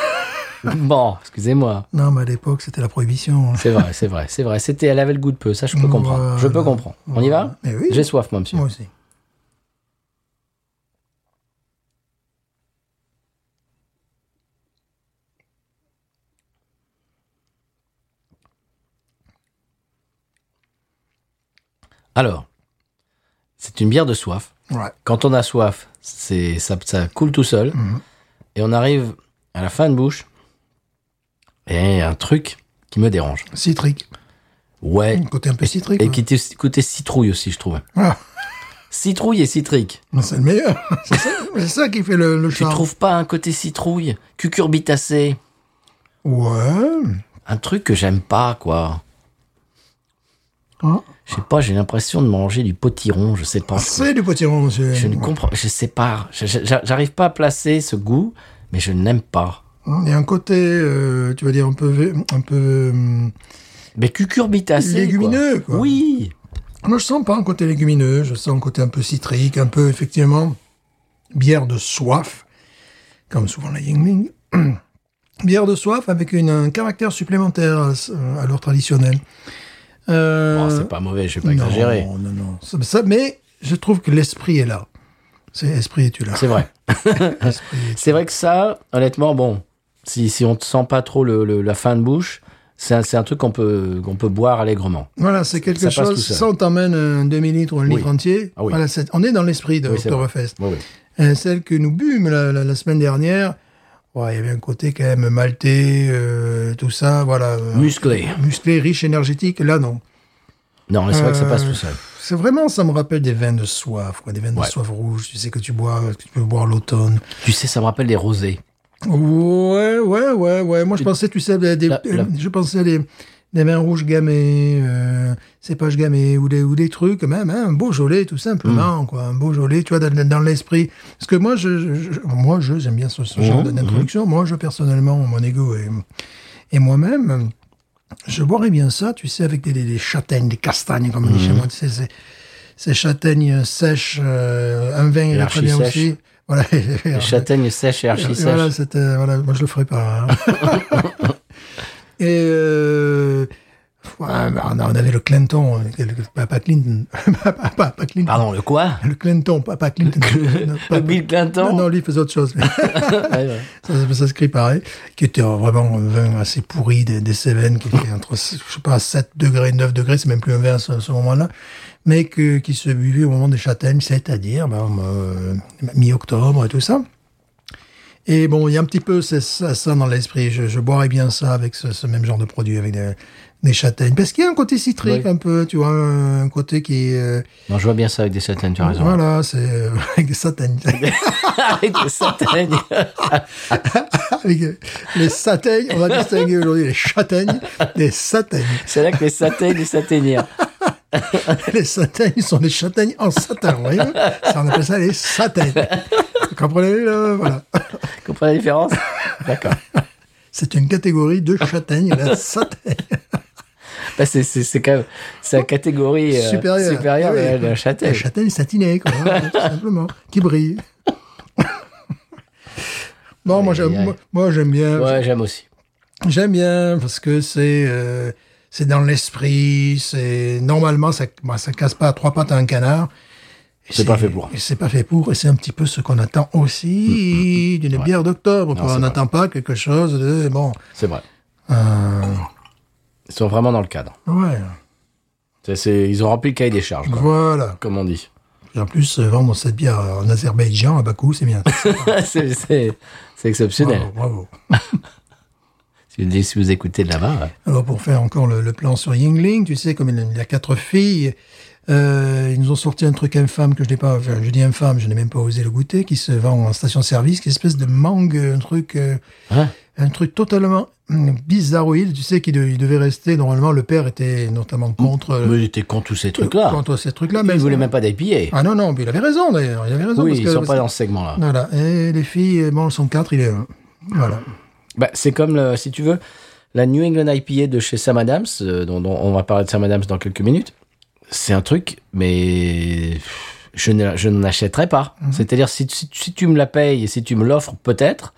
Speaker 1: hein. bon, excusez-moi.
Speaker 2: Non, mais à l'époque, c'était la prohibition. hein.
Speaker 1: C'est vrai, c'est vrai, c'est vrai. C'était, elle avait le goût de peu. Ça, je peux
Speaker 2: Voilà.
Speaker 1: comprendre. Je peux comprendre. On y va
Speaker 2: Mais oui,
Speaker 1: J'ai soif, moi, monsieur.
Speaker 2: moi aussi.
Speaker 1: Alors, c'est une bière de soif.
Speaker 2: Ouais.
Speaker 1: Quand on a soif, c'est ça, ça coule tout seul.
Speaker 2: Mhm.
Speaker 1: Et on arrive à la fin de bouche. Et un truc qui me dérange.
Speaker 2: Citrique.
Speaker 1: Ouais.
Speaker 2: Un Côté un peu citrique.
Speaker 1: Et
Speaker 2: ouais.
Speaker 1: qui était côté citrouille aussi, je trouve.
Speaker 2: Ah,
Speaker 1: Citrouille et citrique.
Speaker 2: mais c'est le meilleur. *laughs* c'est ça, c'est ça qui fait le, le
Speaker 1: Tu
Speaker 2: charme.
Speaker 1: trouves pas un côté citrouille Cucurbitacé
Speaker 2: Ouais.
Speaker 1: Un truc que j'aime pas, quoi.
Speaker 2: Hein
Speaker 1: Je sais pas, j'ai l'impression de manger du potiron, je sais pas.
Speaker 2: Ah, c'est du potiron, monsieur.
Speaker 1: Je ne comprends, je sais pas. Je- je- j'a- J'arrive pas à placer ce goût, mais je n'aime pas.
Speaker 2: Il y a un côté, euh, tu vas dire, un peu, vé- un peu euh,
Speaker 1: Mais cucurbitacé.
Speaker 2: légumineux.
Speaker 1: quoi.
Speaker 2: Quoi.
Speaker 1: Oui
Speaker 2: Moi, je sens pas un côté légumineux, je sens un côté un peu citrique, un peu, effectivement, bière de soif, comme souvent la Yingling. *clears throat* bière de soif avec une, un caractère supplémentaire à, s- à l'heure traditionnelle. Euh,
Speaker 1: Oh, C'est pas mauvais, je vais pas
Speaker 2: non,
Speaker 1: exagérer.
Speaker 2: Non, non, Ça- ça- mais je trouve que l'esprit est là. C'est esprit, tu l'as.
Speaker 1: C'est vrai. c'est vrai que ça, honnêtement, bon, si, si on ne sent pas trop le, le- la fin de bouche, c'est un, c'est un truc qu'on peut, qu'on peut boire allègrement.
Speaker 2: Voilà, c'est quelque
Speaker 1: Ça passe tout
Speaker 2: chose.
Speaker 1: seul.
Speaker 2: Ça, on t'emmène euh, un demi-litre ou un
Speaker 1: Oui.
Speaker 2: litre entier.
Speaker 1: Ah oui.
Speaker 2: Voilà, c'est- on est dans l'esprit de
Speaker 1: Oui, c'est vrai.
Speaker 2: Oktoberfest.
Speaker 1: Oui, oui.
Speaker 2: Euh, celle que nous bûmes la, la- la semaine dernière, ouais, il y avait un côté quand même maltais, euh, tout ça, voilà. euh,
Speaker 1: Musclé.
Speaker 2: musclé, riche, énergétique. Là, non.
Speaker 1: Non, mais c'est vrai que ça passe
Speaker 2: Euh,
Speaker 1: tout seul.
Speaker 2: C'est vraiment, ça me rappelle des vins de soif, quoi, des vins
Speaker 1: Ouais.
Speaker 2: de soif rouge, tu sais, que tu bois, que tu peux boire l'automne.
Speaker 1: Tu sais, ça me rappelle les rosés.
Speaker 2: Ouais, ouais, ouais, ouais. Moi, je pensais, tu sais, des, des-
Speaker 1: La- la-
Speaker 2: euh, je pensais à des, des vins rouges gamés, euh, cépages gamés, ou des, ou des trucs, même, hein, un Beaujolais, tout
Speaker 1: Mm.
Speaker 2: simplement, quoi. Un Beaujolais, tu vois, dans, dans l'esprit. Parce que moi, je, je- je- moi, je, j'aime bien ce, ce genre
Speaker 1: Mhm,
Speaker 2: d'introduction. Moi, je, personnellement, mon ego et, et moi-même, je boirais bien ça, tu sais, avec des, des- des châtaignes, des castagnes, comme on dit
Speaker 1: Mm.
Speaker 2: chez moi, tu sais, c'est- ces châtaignes sèches, euh, un vin, il est très bien
Speaker 1: archi-sèches.
Speaker 2: aussi. Voilà. *laughs*
Speaker 1: Les châtaignes sèches et archi
Speaker 2: Ah, Et Voilà,
Speaker 1: sèches.
Speaker 2: c'était, voilà, moi je le
Speaker 1: *laughs*
Speaker 2: ferai pas. hein. et euh, ouais, bah, on a- on avait le Clinton, euh, le- le- pas, pas Clinton, *laughs* pas, pas- pas- pas Clinton.
Speaker 1: Pardon, le
Speaker 2: *laughs*
Speaker 1: quoi
Speaker 2: Le Clinton, pas, pas Clinton. Non, pas-
Speaker 1: Le Bill
Speaker 2: non,
Speaker 1: Clinton
Speaker 2: non, lui il faisait autre chose.
Speaker 1: *laughs* Ouais, ouais.
Speaker 2: ça, ça s'inscrit pareil. Qui était euh, vraiment un vin assez pourri des, des Cévennes, qui était entre, je sais pas, 7 degrés, 9 degrés, c'est même plus un vin à ce, ce moment-là. Mais que, qui se buvait au moment des châtaignes, c'est-à-dire, ben, euh, mi-octobre et tout ça. Et bon, il y a un petit peu c'est ça, ça dans l'esprit. Je, je boirais bien ça avec ce, ce même genre de produit, avec des, des châtaignes. Parce qu'il y a un côté citrique
Speaker 1: Oui.
Speaker 2: un peu, tu vois, un côté qui... euh,
Speaker 1: Non, je vois bien ça avec des châtaignes, tu as raison.
Speaker 2: voilà, c'est... euh, *laughs* avec des châtaignes.
Speaker 1: *laughs* avec des châtaignes.
Speaker 2: Avec euh, les châtaignes, on va distinguer aujourd'hui les châtaignes des châtaignes.
Speaker 1: C'est là que les châtaignes et châtaignières.
Speaker 2: Les châtaignes sont des châtaignes en satin, vous voyez ça, On appelle ça les châtaignes. Vous comprenez là Voilà.
Speaker 1: Comprenez la différence D'accord.
Speaker 2: C'est une catégorie de châtaignes, la châtaigne.
Speaker 1: Bah, c'est- c'est c'est quand même. C'est la catégorie euh,
Speaker 2: supérieure.
Speaker 1: supérieure
Speaker 2: Ah oui.
Speaker 1: de la- de la châtaigne.
Speaker 2: La châtaigne satinée, quoi, hein, tout simplement, qui brille. Bon, moi,
Speaker 1: Aïe,
Speaker 2: j'aime,
Speaker 1: aïe, aïe.
Speaker 2: moi, moi, j'aime bien.
Speaker 1: Ouais, j'aime aussi.
Speaker 2: J'aime bien parce que c'est euh, c'est dans l'esprit, c'est normalement ça bah, ça casse pas à trois pattes à un canard. Et
Speaker 1: C'est pas fait pour. Mm,
Speaker 2: et C'est pas fait pour et c'est un petit peu ce qu'on attend aussi d'une bière d'octobre. quoi.
Speaker 1: c'est
Speaker 2: On
Speaker 1: vrai.
Speaker 2: n'attend pas quelque chose de bon.
Speaker 1: C'est vrai.
Speaker 2: euh,
Speaker 1: Ils sont vraiment dans le cadre.
Speaker 2: ouais,
Speaker 1: C'est- c'est- ils ont rempli le cahier des charges, quoi,
Speaker 2: voilà.
Speaker 1: comme on dit.
Speaker 2: Et En plus euh, vendre cette bière en Azerbaïdjan à Bakou,
Speaker 1: *laughs*
Speaker 2: c'est bien.
Speaker 1: c'est c'est- c'est exceptionnel.
Speaker 2: bravo, bravo.
Speaker 1: Si vous- Si vous écoutez de là-bas, ouais.
Speaker 2: Alors pour faire encore le, le plan sur Yingling, tu sais, comme il, il a quatre filles, euh, ils nous ont sorti un truc infâme que je n'ai pas, enfin, je dis infâme, je n'ai même pas osé le goûter, qui se vend en station-service, qui est une espèce de mangue, un truc, euh,
Speaker 1: Hein
Speaker 2: un truc totalement hum, bizarroïde, tu sais, qu'il de- il devait rester, normalement le père était notamment contre, euh,
Speaker 1: Mais ils étaient contre tous ces trucs-là.
Speaker 2: contre ces trucs-là.
Speaker 1: Ils
Speaker 2: Ah, mais-
Speaker 1: voulaient même pas d'épiller.
Speaker 2: Ah non, non, mais il avait raison d'ailleurs, il avait raison.
Speaker 1: Oui,
Speaker 2: parce
Speaker 1: ils
Speaker 2: que-
Speaker 1: sont pas dans ce segment-là.
Speaker 2: Voilà, et les filles, bon, elles sont quatre, il est un. Voilà.
Speaker 1: Bah, c'est comme, le- si tu veux, la New England IPA de chez Sam Adams, euh, dont, dont on va parler de Sam Adams dans quelques minutes. C'est un truc, mais je ne je n'en achèterai pas.
Speaker 2: Mhm.
Speaker 1: C'est-à-dire, si, si, si tu me la payes et si tu me l'offres, peut-être,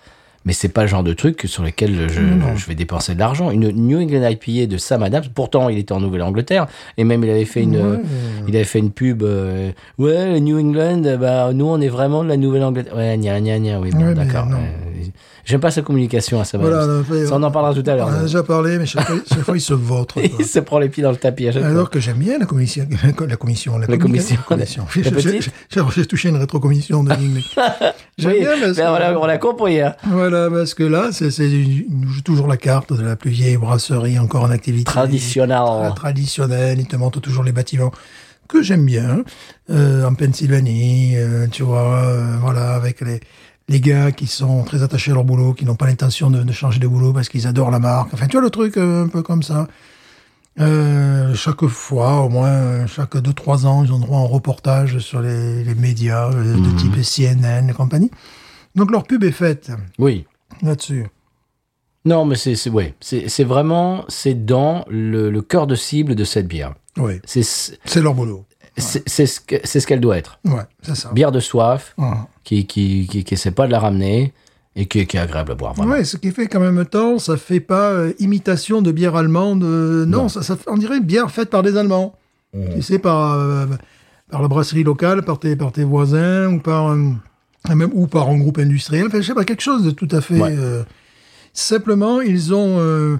Speaker 1: mais c'est pas le genre de truc sur lequel je, je vais dépenser de l'argent. Une New England IPA de Sam Adams, pourtant, il était en Nouvelle-Angleterre, et même il avait fait une,
Speaker 2: Ouais.
Speaker 1: Mm. il avait fait une pub. euh, ouais, le New England, euh, bah, nous, on est vraiment de la Nouvelle-Angleterre. Ouais, gna gna gna, oui, bon,
Speaker 2: Ouais, mais
Speaker 1: d'accord.
Speaker 2: non.
Speaker 1: ouais. J'aime pas sa communication à Sam
Speaker 2: Voilà,
Speaker 1: Adams. *laughs*
Speaker 2: non, fait-
Speaker 1: Ça, on en parlera tout à l'heure.
Speaker 2: On en a déjà parlé, mais chaque fois, chaque fois, ils se
Speaker 1: *laughs*
Speaker 2: vautrent. quoi.
Speaker 1: Il se prend les pieds dans le tapis à chaque
Speaker 2: Alors que j'aime bien la commission, *laughs* la commission, la,
Speaker 1: La commission,
Speaker 2: communication, commission.
Speaker 1: la- la
Speaker 2: J'ai-
Speaker 1: petite.
Speaker 2: j'ai- j'ai- J'ai touché une rétrocommission de ligne,
Speaker 1: *laughs*
Speaker 2: mais
Speaker 1: fois.
Speaker 2: J'aime
Speaker 1: Oui,
Speaker 2: bien parce
Speaker 1: ben, on l'a-
Speaker 2: que,
Speaker 1: on l'a compris. hein.
Speaker 2: voilà, parce que là, c'est c'est une- ils jouent toujours la carte de la plus vieille brasserie encore en activité. Tra-
Speaker 1: Traditionnel.
Speaker 2: traditionnelle, ils te montrent toujours les bâtiments que j'aime bien, euh, en Pennsylvanie, euh, tu vois, euh, voilà, avec les les gars qui sont très attachés à leur boulot, qui n'ont pas l'intention de, de changer de boulot parce qu'ils adorent la marque. Enfin, tu vois le truc euh, un peu comme ça. Euh, chaque fois, au moins euh, chaque deux trois ans, ils ont droit à un reportage sur les, les médias euh, de type CNN et compagnie. Donc leur pub est faite
Speaker 1: Oui.
Speaker 2: là-dessus.
Speaker 1: Non, mais c'est c'est- ouais. C'est c'est vraiment c'est dans le, le cœur de cible de cette bière.
Speaker 2: Oui,
Speaker 1: C'est c'est
Speaker 2: c'est leur boulot.
Speaker 1: c'est ce que- c'est ce qu'elle doit être.
Speaker 2: Ouais, c'est ça.
Speaker 1: Bière de soif
Speaker 2: Ouais.
Speaker 1: qui qui qui, qui essaie pas de la ramener et qui, qui est agréable à boire. Vraiment.
Speaker 2: Ouais, ce qui fait qu'en même temps, ça fait pas euh, imitation de bière allemande. euh, non,
Speaker 1: Non. Oh.
Speaker 2: Ça, ça fait- on dirait une bière faite par des Allemands. Tu sais, par, euh, par la brasserie locale, par tes, par tes voisins ou par, un- un même, ou par un groupe industriel. Enfin, je sais pas, quelque chose de tout à fait.
Speaker 1: Ouais.
Speaker 2: euh, simplement, ils ont, euh,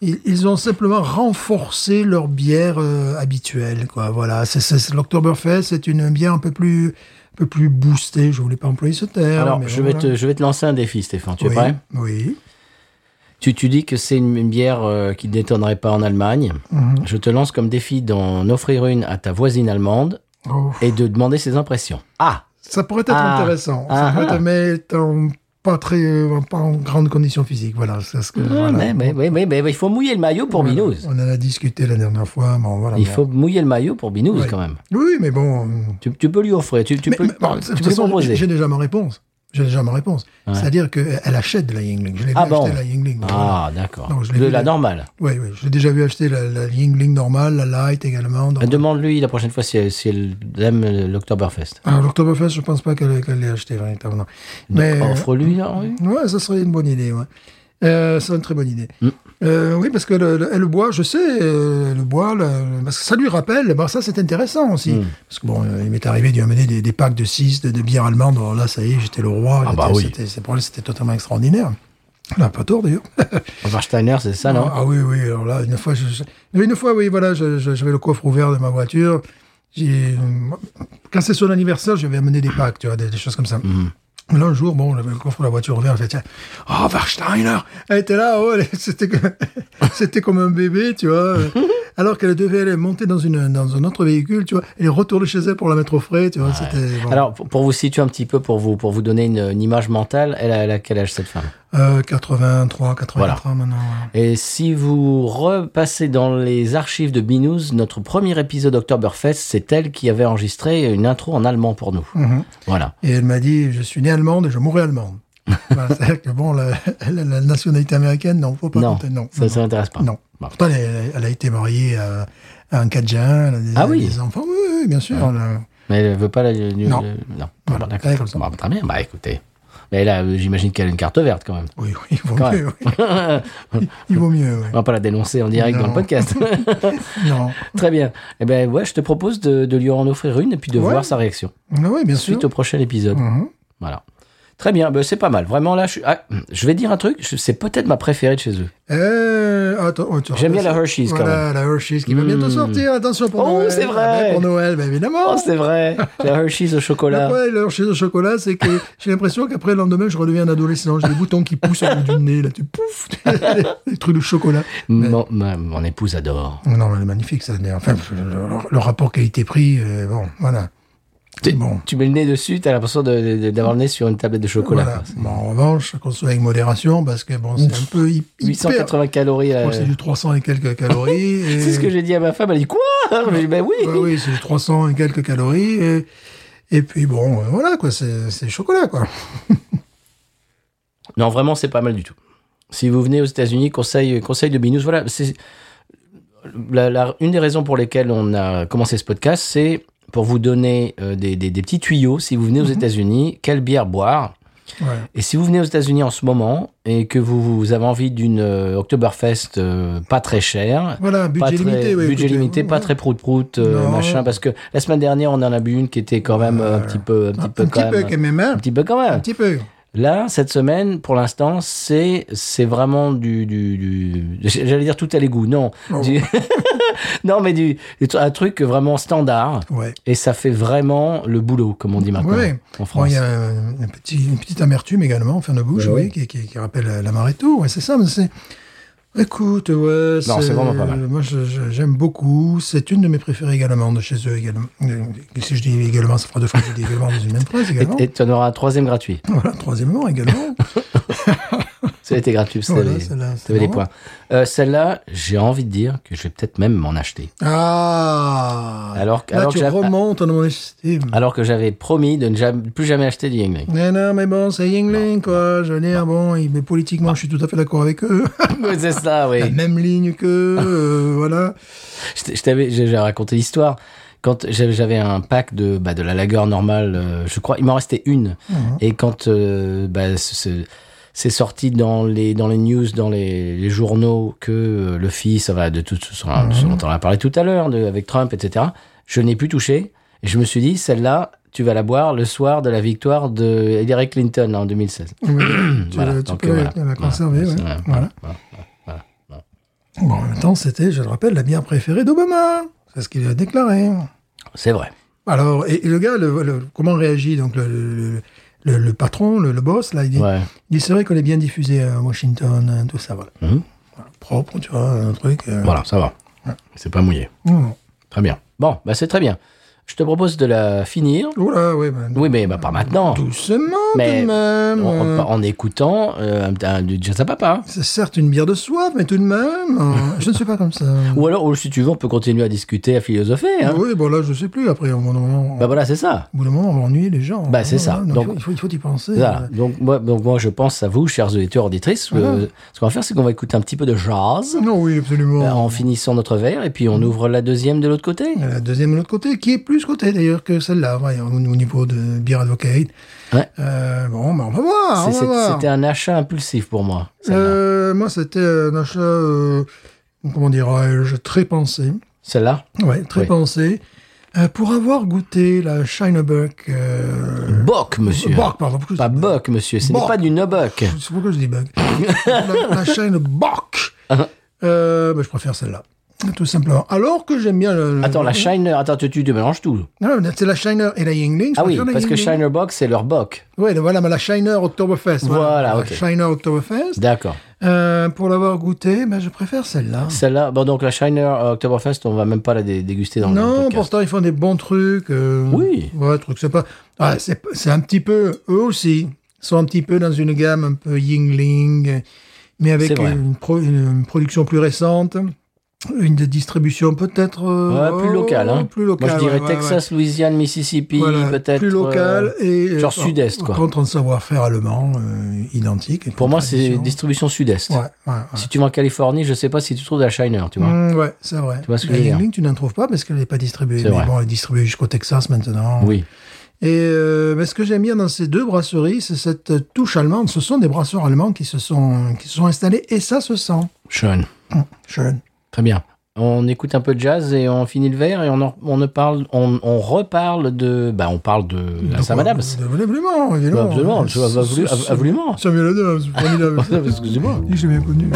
Speaker 2: ils, ils ont simplement renforcé leur bière euh, habituelle. Quoi. Voilà, c'est- c'est c'est- l'Oktoberfest, c'est une bière un peu plus, un peu plus boostée. Je voulais pas employer ce terme.
Speaker 1: Alors,
Speaker 2: mais
Speaker 1: je,
Speaker 2: voilà.
Speaker 1: vais te, je vais te lancer un défi, Stéphane. Tu es
Speaker 2: oui,
Speaker 1: prêt
Speaker 2: Oui.
Speaker 1: tu, tu dis que c'est une bière euh, qui ne détonnerait pas en Allemagne.
Speaker 2: Mhm.
Speaker 1: Je te lance comme défi d'en offrir une à ta voisine allemande
Speaker 2: Oh.
Speaker 1: et de demander ses impressions. Ah
Speaker 2: Ça pourrait être
Speaker 1: Ah.
Speaker 2: intéressant.
Speaker 1: Ah,
Speaker 2: ça pourrait
Speaker 1: ah.
Speaker 2: être, mais en pas très, euh, pas en grande condition physique. Voilà, c'est ce que. voilà.
Speaker 1: mais, mais, mais, mais- mais il faut mouiller le maillot pour
Speaker 2: Voilà.
Speaker 1: Binous.
Speaker 2: On en a discuté la dernière fois. Bon, voilà,
Speaker 1: Il
Speaker 2: bon.
Speaker 1: faut mouiller le maillot pour Binous
Speaker 2: Ouais.
Speaker 1: quand même.
Speaker 2: Oui, oui, mais bon. euh,
Speaker 1: Tu, tu peux lui offrir, tu, tu
Speaker 2: mais-
Speaker 1: peux,
Speaker 2: mais bon, de
Speaker 1: tu
Speaker 2: toute
Speaker 1: peux
Speaker 2: façon,
Speaker 1: proposer.
Speaker 2: J'ai déjà ma réponse. J'ai déjà ma réponse.
Speaker 1: Ouais.
Speaker 2: C'est-à-dire qu'elle achète de la Yingling. Je l'ai
Speaker 1: Ah
Speaker 2: vu
Speaker 1: bon.
Speaker 2: acheter la Yingling.
Speaker 1: Ah, d'accord.
Speaker 2: Non, je l'ai
Speaker 1: De
Speaker 2: vu,
Speaker 1: la
Speaker 2: là.
Speaker 1: normale.
Speaker 2: Oui, oui. J'ai déjà vu acheter la, la Yingling normale, la Light également.
Speaker 1: Ah,
Speaker 2: donc-
Speaker 1: Demande-lui la prochaine fois si elle, si elle aime l'Octoberfest.
Speaker 2: Alors, Ah, l'Octoberfest, je pense pas qu'elle qu'elle l'ait acheté véritablement. Mais. euh,
Speaker 1: Offre-lui. là, oui.
Speaker 2: Ouais, ça serait une bonne idée, ouais. Euh, c'est une très bonne idée.
Speaker 1: Mm.
Speaker 2: Euh, oui, parce que le, le- elle boit, je sais, euh, le bois, le- parce que ça lui rappelle, bah, ça c'est intéressant aussi.
Speaker 1: Mm.
Speaker 2: Parce que bon, euh, il m'est arrivé de lui amener des, des packs de 6, de, de bière allemande, alors là ça y est, j'étais le roi,
Speaker 1: Ah bah
Speaker 2: J'étais-
Speaker 1: oui.
Speaker 2: c'était, c'est- pour elle c'était totalement extraordinaire. Elle n'a pas tort d'ailleurs. *laughs*
Speaker 1: Warsteiner, c'est ça, non
Speaker 2: Ah, oui, oui, alors là, une fois, je- je- une fois oui, voilà, je- je- j'avais le coffre ouvert de ma voiture. J'ai- euh, Quand c'est son anniversaire, je vais amener des packs, tu vois, des, des choses comme ça.
Speaker 1: Mhm.
Speaker 2: Mais Là, un jour, bon, j'avais le coffre de la voiture ouvert, j'ai fait, tiens, oh, Warsteiner Elle était là, oh, elle- *laughs* c'était que- c'était comme un bébé, tu
Speaker 1: *laughs*
Speaker 2: vois. Alors qu'elle devait aller monter dans, une, dans un autre véhicule, tu vois. Elle est retournée chez elle pour la mettre au frais, tu vois. C'était. bon.
Speaker 1: Alors, pour pour vous situer un petit peu, pour vous, pour vous donner une, une image mentale, elle a, elle a quel âge cette femme
Speaker 2: Euh, 83, 84 ans maintenant. ouais.
Speaker 1: Et si vous repassez dans les archives de Binous, notre premier épisode Oktoberfest, c'est elle qui avait enregistré une intro en allemand pour nous.
Speaker 2: Mhm.
Speaker 1: Voilà.
Speaker 2: Et elle m'a dit, je suis née allemande et je
Speaker 1: *laughs*
Speaker 2: mourrai allemande. Voilà, C'est-à-dire que bon, la, la- la nationalité américaine, non, faut pas
Speaker 1: non,
Speaker 2: compter, non.
Speaker 1: ça ne
Speaker 2: non,
Speaker 1: s'intéresse pas.
Speaker 2: non.
Speaker 1: Bon.
Speaker 2: Pourtant, elle, est- elle a été mariée à, à un Cadjan, elle a des,
Speaker 1: Ah oui. Ah.
Speaker 2: des enfants, oui, oui, bien sûr. elle-
Speaker 1: Mais elle veut pas la... le- le-
Speaker 2: Non.
Speaker 1: non.
Speaker 2: Voilà,
Speaker 1: D'accord.
Speaker 2: c'est comme ça.
Speaker 1: Bon, très bien, bah écoutez. Mais là, euh, j'imagine qu'elle a une carte verte quand même.
Speaker 2: oui, oui, il vaut
Speaker 1: Quand
Speaker 2: mieux,
Speaker 1: même.
Speaker 2: oui. *laughs* Il vaut mieux, oui.
Speaker 1: On va pas la dénoncer en direct
Speaker 2: Non.
Speaker 1: dans le podcast. *laughs* Ah.
Speaker 2: Non.
Speaker 1: Très bien. Eh ben ouais, je te propose de, de lui en offrir une et puis de
Speaker 2: Ouais.
Speaker 1: voir sa réaction
Speaker 2: Ah Oui, bien sûr.
Speaker 1: suite au prochain épisode.
Speaker 2: Mhm.
Speaker 1: Voilà. Très bien, ben, c'est pas mal. Vraiment là, je, suis- ah, je vais dire un truc, je- c'est peut-être ma préférée de chez eux.
Speaker 2: Euh, attends, oh, tu
Speaker 1: J'aime bien la
Speaker 2: rappelles-
Speaker 1: Hershey's, quand
Speaker 2: Voilà, la Hershey's qui va
Speaker 1: Mm.
Speaker 2: bientôt sortir. Attention pour
Speaker 1: Oh,
Speaker 2: Noël.
Speaker 1: c'est vrai.
Speaker 2: Ah ben, Pour Noël, ben, évidemment.
Speaker 1: Oh, c'est vrai. La Hershey's au chocolat.
Speaker 2: Après, la Hershey's au chocolat,
Speaker 1: *laughs*
Speaker 2: c'est que j'ai l'impression qu'après le lendemain, je redeviens un adolescent. J'ai des boutons qui poussent au bout du nez, là, tu pouf, *laughs* des trucs de chocolat.
Speaker 1: Mon, ma- mon épouse adore.
Speaker 2: Non, mais elle est magnifique, ça. mais Enfin, le, le- le rapport qualité-prix, euh, bon, voilà.
Speaker 1: Tu,
Speaker 2: Bon.
Speaker 1: tu mets le nez dessus, t'as l'impression de- de- d'avoir le nez sur une tablette de chocolat.
Speaker 2: voilà.
Speaker 1: quoi. C'est
Speaker 2: Bon, en revanche, consommé avec modération, parce que bon, c'est un peu hy- hyper.
Speaker 1: 880 calories. euh,
Speaker 2: Bon, c'est du 300 et quelques calories.
Speaker 1: *laughs*
Speaker 2: et-
Speaker 1: C'est ce que j'ai dit à ma femme. Elle dit quoi Je dis ben oui.
Speaker 2: Ouais, oui, c'est 300 et quelques calories. Et, et puis bon, euh, voilà quoi, c'est c'est chocolat quoi.
Speaker 1: Non, vraiment, c'est pas mal du tout. Si vous venez aux États-Unis, conseil, conseil de Binous, voilà, c'est la- la- une des raisons pour lesquelles on a commencé ce podcast, c'est pour vous donner euh, des, des- des petits tuyaux. Si vous venez aux
Speaker 2: Mhm.
Speaker 1: États-Unis, quelle bière boire
Speaker 2: Ouais.
Speaker 1: Et si vous venez aux États-Unis en ce moment et que vous, vous avez envie d'une euh, Oktoberfest euh, pas très chère,
Speaker 2: Voilà, budget
Speaker 1: pas très-
Speaker 2: limité. oui,
Speaker 1: budget limité, pas
Speaker 2: ouais.
Speaker 1: très prout-prout, euh,
Speaker 2: Non.
Speaker 1: machin, parce que la semaine dernière, on en a bu une qui était quand même euh, un petit peu, un petit
Speaker 2: Un
Speaker 1: peu quand
Speaker 2: petit peu
Speaker 1: même,
Speaker 2: quand même,
Speaker 1: un
Speaker 2: hein.
Speaker 1: petit peu quand
Speaker 2: Un
Speaker 1: même.
Speaker 2: petit peu.
Speaker 1: Là, cette semaine, pour l'instant, c'est c'est vraiment du, du, du- j'allais dire tout à l'égout, non,
Speaker 2: Oh.
Speaker 1: Du- *laughs* non mais du un truc vraiment standard
Speaker 2: Ouais.
Speaker 1: et ça fait vraiment le boulot comme on dit maintenant
Speaker 2: Ouais.
Speaker 1: en
Speaker 2: Bon,
Speaker 1: France.
Speaker 2: il y a un, un petit, une petite amertume également en fin de bouche,
Speaker 1: Ouais,
Speaker 2: oui,
Speaker 1: ouais.
Speaker 2: qui, qui, qui rappelle euh, l'amaretto. Ouais, c'est ça, mais c'est. Écoute, ouais,
Speaker 1: Non, c'est vraiment pas mal.
Speaker 2: Moi, je- je- j'aime beaucoup. C'est une de mes préférées également de chez eux également. Euh, Si je dis également, ça fera deux fois que je dis également dans une même phrase également.
Speaker 1: Et- Et tu en auras un troisième gratuit.
Speaker 2: Voilà, troisièmement également.
Speaker 1: Ça a été gratuit, ça
Speaker 2: Voilà,
Speaker 1: avait-
Speaker 2: celle-là, c'est
Speaker 1: ça avait des
Speaker 2: marrant.
Speaker 1: points. Euh, Celle-là, j'ai envie de dire que je vais peut-être même m'en acheter.
Speaker 2: Ah
Speaker 1: Alors que-
Speaker 2: Là,
Speaker 1: alors que
Speaker 2: tu
Speaker 1: j'a-
Speaker 2: remontes dans mon estime.
Speaker 1: Alors que j'avais promis de ne jamais- plus jamais acheter du
Speaker 2: *laughs*
Speaker 1: Yingling.
Speaker 2: Mais non, mais bon, c'est Yingling, quoi. Je veux dire, bon, il- mais
Speaker 1: Bah.
Speaker 2: politiquement, je suis tout à fait d'accord avec eux.
Speaker 1: Oui, c'est ça, *laughs* oui.
Speaker 2: La même ligne qu'eux,
Speaker 1: *laughs*
Speaker 2: euh, voilà.
Speaker 1: Je t'ai- je t'avais, j'ai j'ai raconté l'histoire. Quand j'avais j'avais un pack de, bah, de la lagueur normale, euh, je crois, il m'en restait une.
Speaker 2: Mhm.
Speaker 1: Et quand euh, bah, ce- ce- c'est sorti dans les, dans les news, dans les, les journaux, que euh,
Speaker 2: Mhm.
Speaker 1: le fils, voilà, de tout ce dont on a parlé tout à l'heure, de- avec Trump, etc., je n'ai plus touché. Et je me suis dit, celle-là, tu vas la boire le soir de la victoire de Hillary Clinton là, en 2016.
Speaker 2: Oui, tu
Speaker 1: Voilà,
Speaker 2: la- tu
Speaker 1: donc,
Speaker 2: peux
Speaker 1: euh,
Speaker 2: la-
Speaker 1: voilà.
Speaker 2: la conserver.
Speaker 1: Voilà,
Speaker 2: ouais.
Speaker 1: voilà,
Speaker 2: Voilà.
Speaker 1: voilà, voilà, voilà.
Speaker 2: Bon, en même temps, c'était, je le rappelle, la bière préférée d'Obama. C'est ce qu'il a déclaré.
Speaker 1: C'est vrai.
Speaker 2: Alors, et, et le gars, le- le- comment réagit donc le, le- le- le patron, le, le boss là Il dit,
Speaker 1: Ouais.
Speaker 2: il dit, c'est vrai qu'on est bien diffusé à Washington, hein, tout ça, voilà.
Speaker 1: Mhm.
Speaker 2: Voilà, Propre, tu vois, un truc. euh, Hum.
Speaker 1: Voilà, ça va. C'est pas mouillé.
Speaker 2: non,
Speaker 1: Très bien. Bon, bah c'est très bien. Je te propose de la finir.
Speaker 2: non. Oula, oui, ben,
Speaker 1: Oui, mais bah, pas maintenant.
Speaker 2: doucement
Speaker 1: Mais
Speaker 2: tout de
Speaker 1: En,
Speaker 2: même.
Speaker 1: en-
Speaker 2: euh,
Speaker 1: en écoutant euh, un- un- du jazz à papa.
Speaker 2: C'est certes une bière de soif, mais tout de même, euh, je ne suis pas comme ça.
Speaker 1: *laughs* Ou alors, ou si tu veux, on peut continuer à discuter, à philosopher. hein.
Speaker 2: Ah Oui, bon là, je sais plus. Après, au bout d'un moment,
Speaker 1: Bah voilà, c'est ça.
Speaker 2: au bout d'un moment, on va ennuyer les gens.
Speaker 1: Bah, c'est ça.
Speaker 2: Voilà,
Speaker 1: Donc-
Speaker 2: donc, il faut, il faut y penser.
Speaker 1: Voilà. Donc, moi, donc moi, je pense à vous, chers auditeurs, auditrices. que-
Speaker 2: Voilà.
Speaker 1: ce qu'on va faire, c'est qu'on va écouter un petit peu de jazz
Speaker 2: Non, oui, absolument.
Speaker 1: euh, en finissant notre verre et
Speaker 2: Mm.
Speaker 1: puis on ouvre la deuxième de l'autre côté.
Speaker 2: Et Euh, La deuxième de l'autre côté, qui est plus côté d'ailleurs que celle-là, voyons, au au niveau de Beer Advocate.
Speaker 1: Ouais.
Speaker 2: Euh, bon, ben, on va
Speaker 1: C'est-
Speaker 2: voir. on va
Speaker 1: c'est-
Speaker 2: voir.
Speaker 1: C'était un achat impulsif pour moi. Celle-là,
Speaker 2: Euh, moi, c'était un achat, euh, comment dirais-je, très pensé.
Speaker 1: Celle-là
Speaker 2: Ouais, très
Speaker 1: Oui.
Speaker 2: pensé. Euh, pour avoir goûté la Shinebuck. Euh...
Speaker 1: Bock, monsieur.
Speaker 2: Bock, pardon. pourquoi je
Speaker 1: Pas
Speaker 2: dis-
Speaker 1: Bock, monsieur. Ce n'est
Speaker 2: Bock.
Speaker 1: pas du no-buck.
Speaker 2: C'est pourquoi je dis bug. la, la chaîne Bock.
Speaker 1: Uh-huh.
Speaker 2: Euh, ben, je préfère celle-là. Tout simplement. Alors que j'aime bien le. le-
Speaker 1: Attends, la Shiner. Attends, tu, tu te mélanges tout.
Speaker 2: Non, non, c'est la Shiner et la Yingling. je
Speaker 1: Ah oui,
Speaker 2: préfère la
Speaker 1: parce que
Speaker 2: Yingling.
Speaker 1: Shiner Bock, c'est leur Bock.
Speaker 2: Oui, donc voilà, mais la Shiner Oktoberfest.
Speaker 1: Voilà,
Speaker 2: La
Speaker 1: ok.
Speaker 2: Shiner Oktoberfest.
Speaker 1: D'accord.
Speaker 2: Euh, pour l'avoir goûté, ben, je préfère celle-là.
Speaker 1: Celle-là, bon, donc la Shiner euh, Oktoberfest, on va même pas la dé- déguster dans le
Speaker 2: Non,
Speaker 1: podcast.
Speaker 2: pourtant, ils font des bons trucs. euh,
Speaker 1: Oui.
Speaker 2: Ouais, trucs sympas. Ah, c'est c'est un petit peu, eux aussi, sont un petit peu dans une gamme un peu Yingling, mais
Speaker 1: C'est
Speaker 2: avec
Speaker 1: vrai.
Speaker 2: une, pro- une production plus récente, une de distribution peut-être... euh,
Speaker 1: Ouais, plus
Speaker 2: oh,
Speaker 1: local, hein.
Speaker 2: Plus locale,
Speaker 1: Moi, je dirais
Speaker 2: ouais, ouais,
Speaker 1: Texas, Louisiane, Mississippi,
Speaker 2: ouais. Voilà,
Speaker 1: peut-être.
Speaker 2: Plus local
Speaker 1: euh,
Speaker 2: et...
Speaker 1: genre sud-est, quoi.
Speaker 2: Contre un savoir-faire allemand euh, identique. et
Speaker 1: pour
Speaker 2: contre
Speaker 1: moi, c'est
Speaker 2: tradition.
Speaker 1: distribution sud-est.
Speaker 2: Ouais, ouais, ouais.
Speaker 1: Si tu vas en Californie, je sais pas si tu trouves de la Shiner, tu vois.
Speaker 2: Mm, ouais, c'est vrai.
Speaker 1: vois ce que je
Speaker 2: La
Speaker 1: veux dire
Speaker 2: Yingling, tu n'en trouves pas parce qu'elle n'est pas distribuée.
Speaker 1: C'est
Speaker 2: Mais
Speaker 1: vrai.
Speaker 2: bon, elle est distribuée jusqu'au Texas maintenant.
Speaker 1: Oui.
Speaker 2: Et euh, ben, ce que j'aime bien dans ces deux brasseries, c'est cette touche allemande. Ce sont des brasseurs allemands qui se sont, qui se sont installés et ça se sent.
Speaker 1: Sean.
Speaker 2: Schön.
Speaker 1: Très bien. On écoute un peu de jazz et on finit le verre et on, en- on ne parle, on, on reparle de, bah, on parle de la
Speaker 2: Donc,
Speaker 1: Sam Adams.
Speaker 2: euh, Absolument, évidemment.
Speaker 1: Bah, absolument,
Speaker 2: Euh,
Speaker 1: je- bah, voulu-
Speaker 2: ce- ce-
Speaker 1: absolument.
Speaker 2: Samuel
Speaker 1: *laughs*
Speaker 2: Adams, formidable.
Speaker 1: Excusez-moi.
Speaker 2: Oui, Je l'ai bien connu.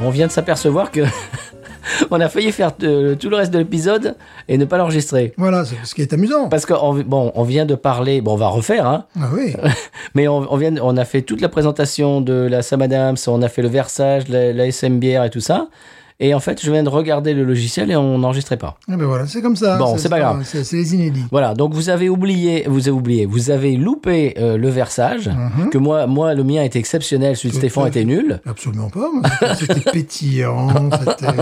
Speaker 1: On vient de s'apercevoir que *laughs* on a failli faire euh, tout le reste de l'épisode et ne pas l'enregistrer.
Speaker 2: Voilà, c'est ce qui est amusant.
Speaker 1: Parce qu'on bon, on vient de parler, bon, on va refaire, hein,
Speaker 2: Ah oui.
Speaker 1: mais on, on, vient, de- on a fait toute la présentation de la Sam Adams, on a fait le versage, la, la SMBR et tout ça. Et en fait, je viens de regarder le logiciel et on n'enregistrait pas.
Speaker 2: Eh ben voilà, c'est comme ça.
Speaker 1: Bon, c'est pas grave.
Speaker 2: C'est c'est les inédits.
Speaker 1: Voilà, donc vous avez oublié, vous avez oublié, vous avez loupé euh, le versage, que moi, moi, le mien était exceptionnel, celui de
Speaker 2: Mhm. Tout
Speaker 1: Stéphane
Speaker 2: à fait.
Speaker 1: était nul.
Speaker 2: Absolument pas. moi,
Speaker 1: *laughs*
Speaker 2: c'était- C'était pétillant. C'était.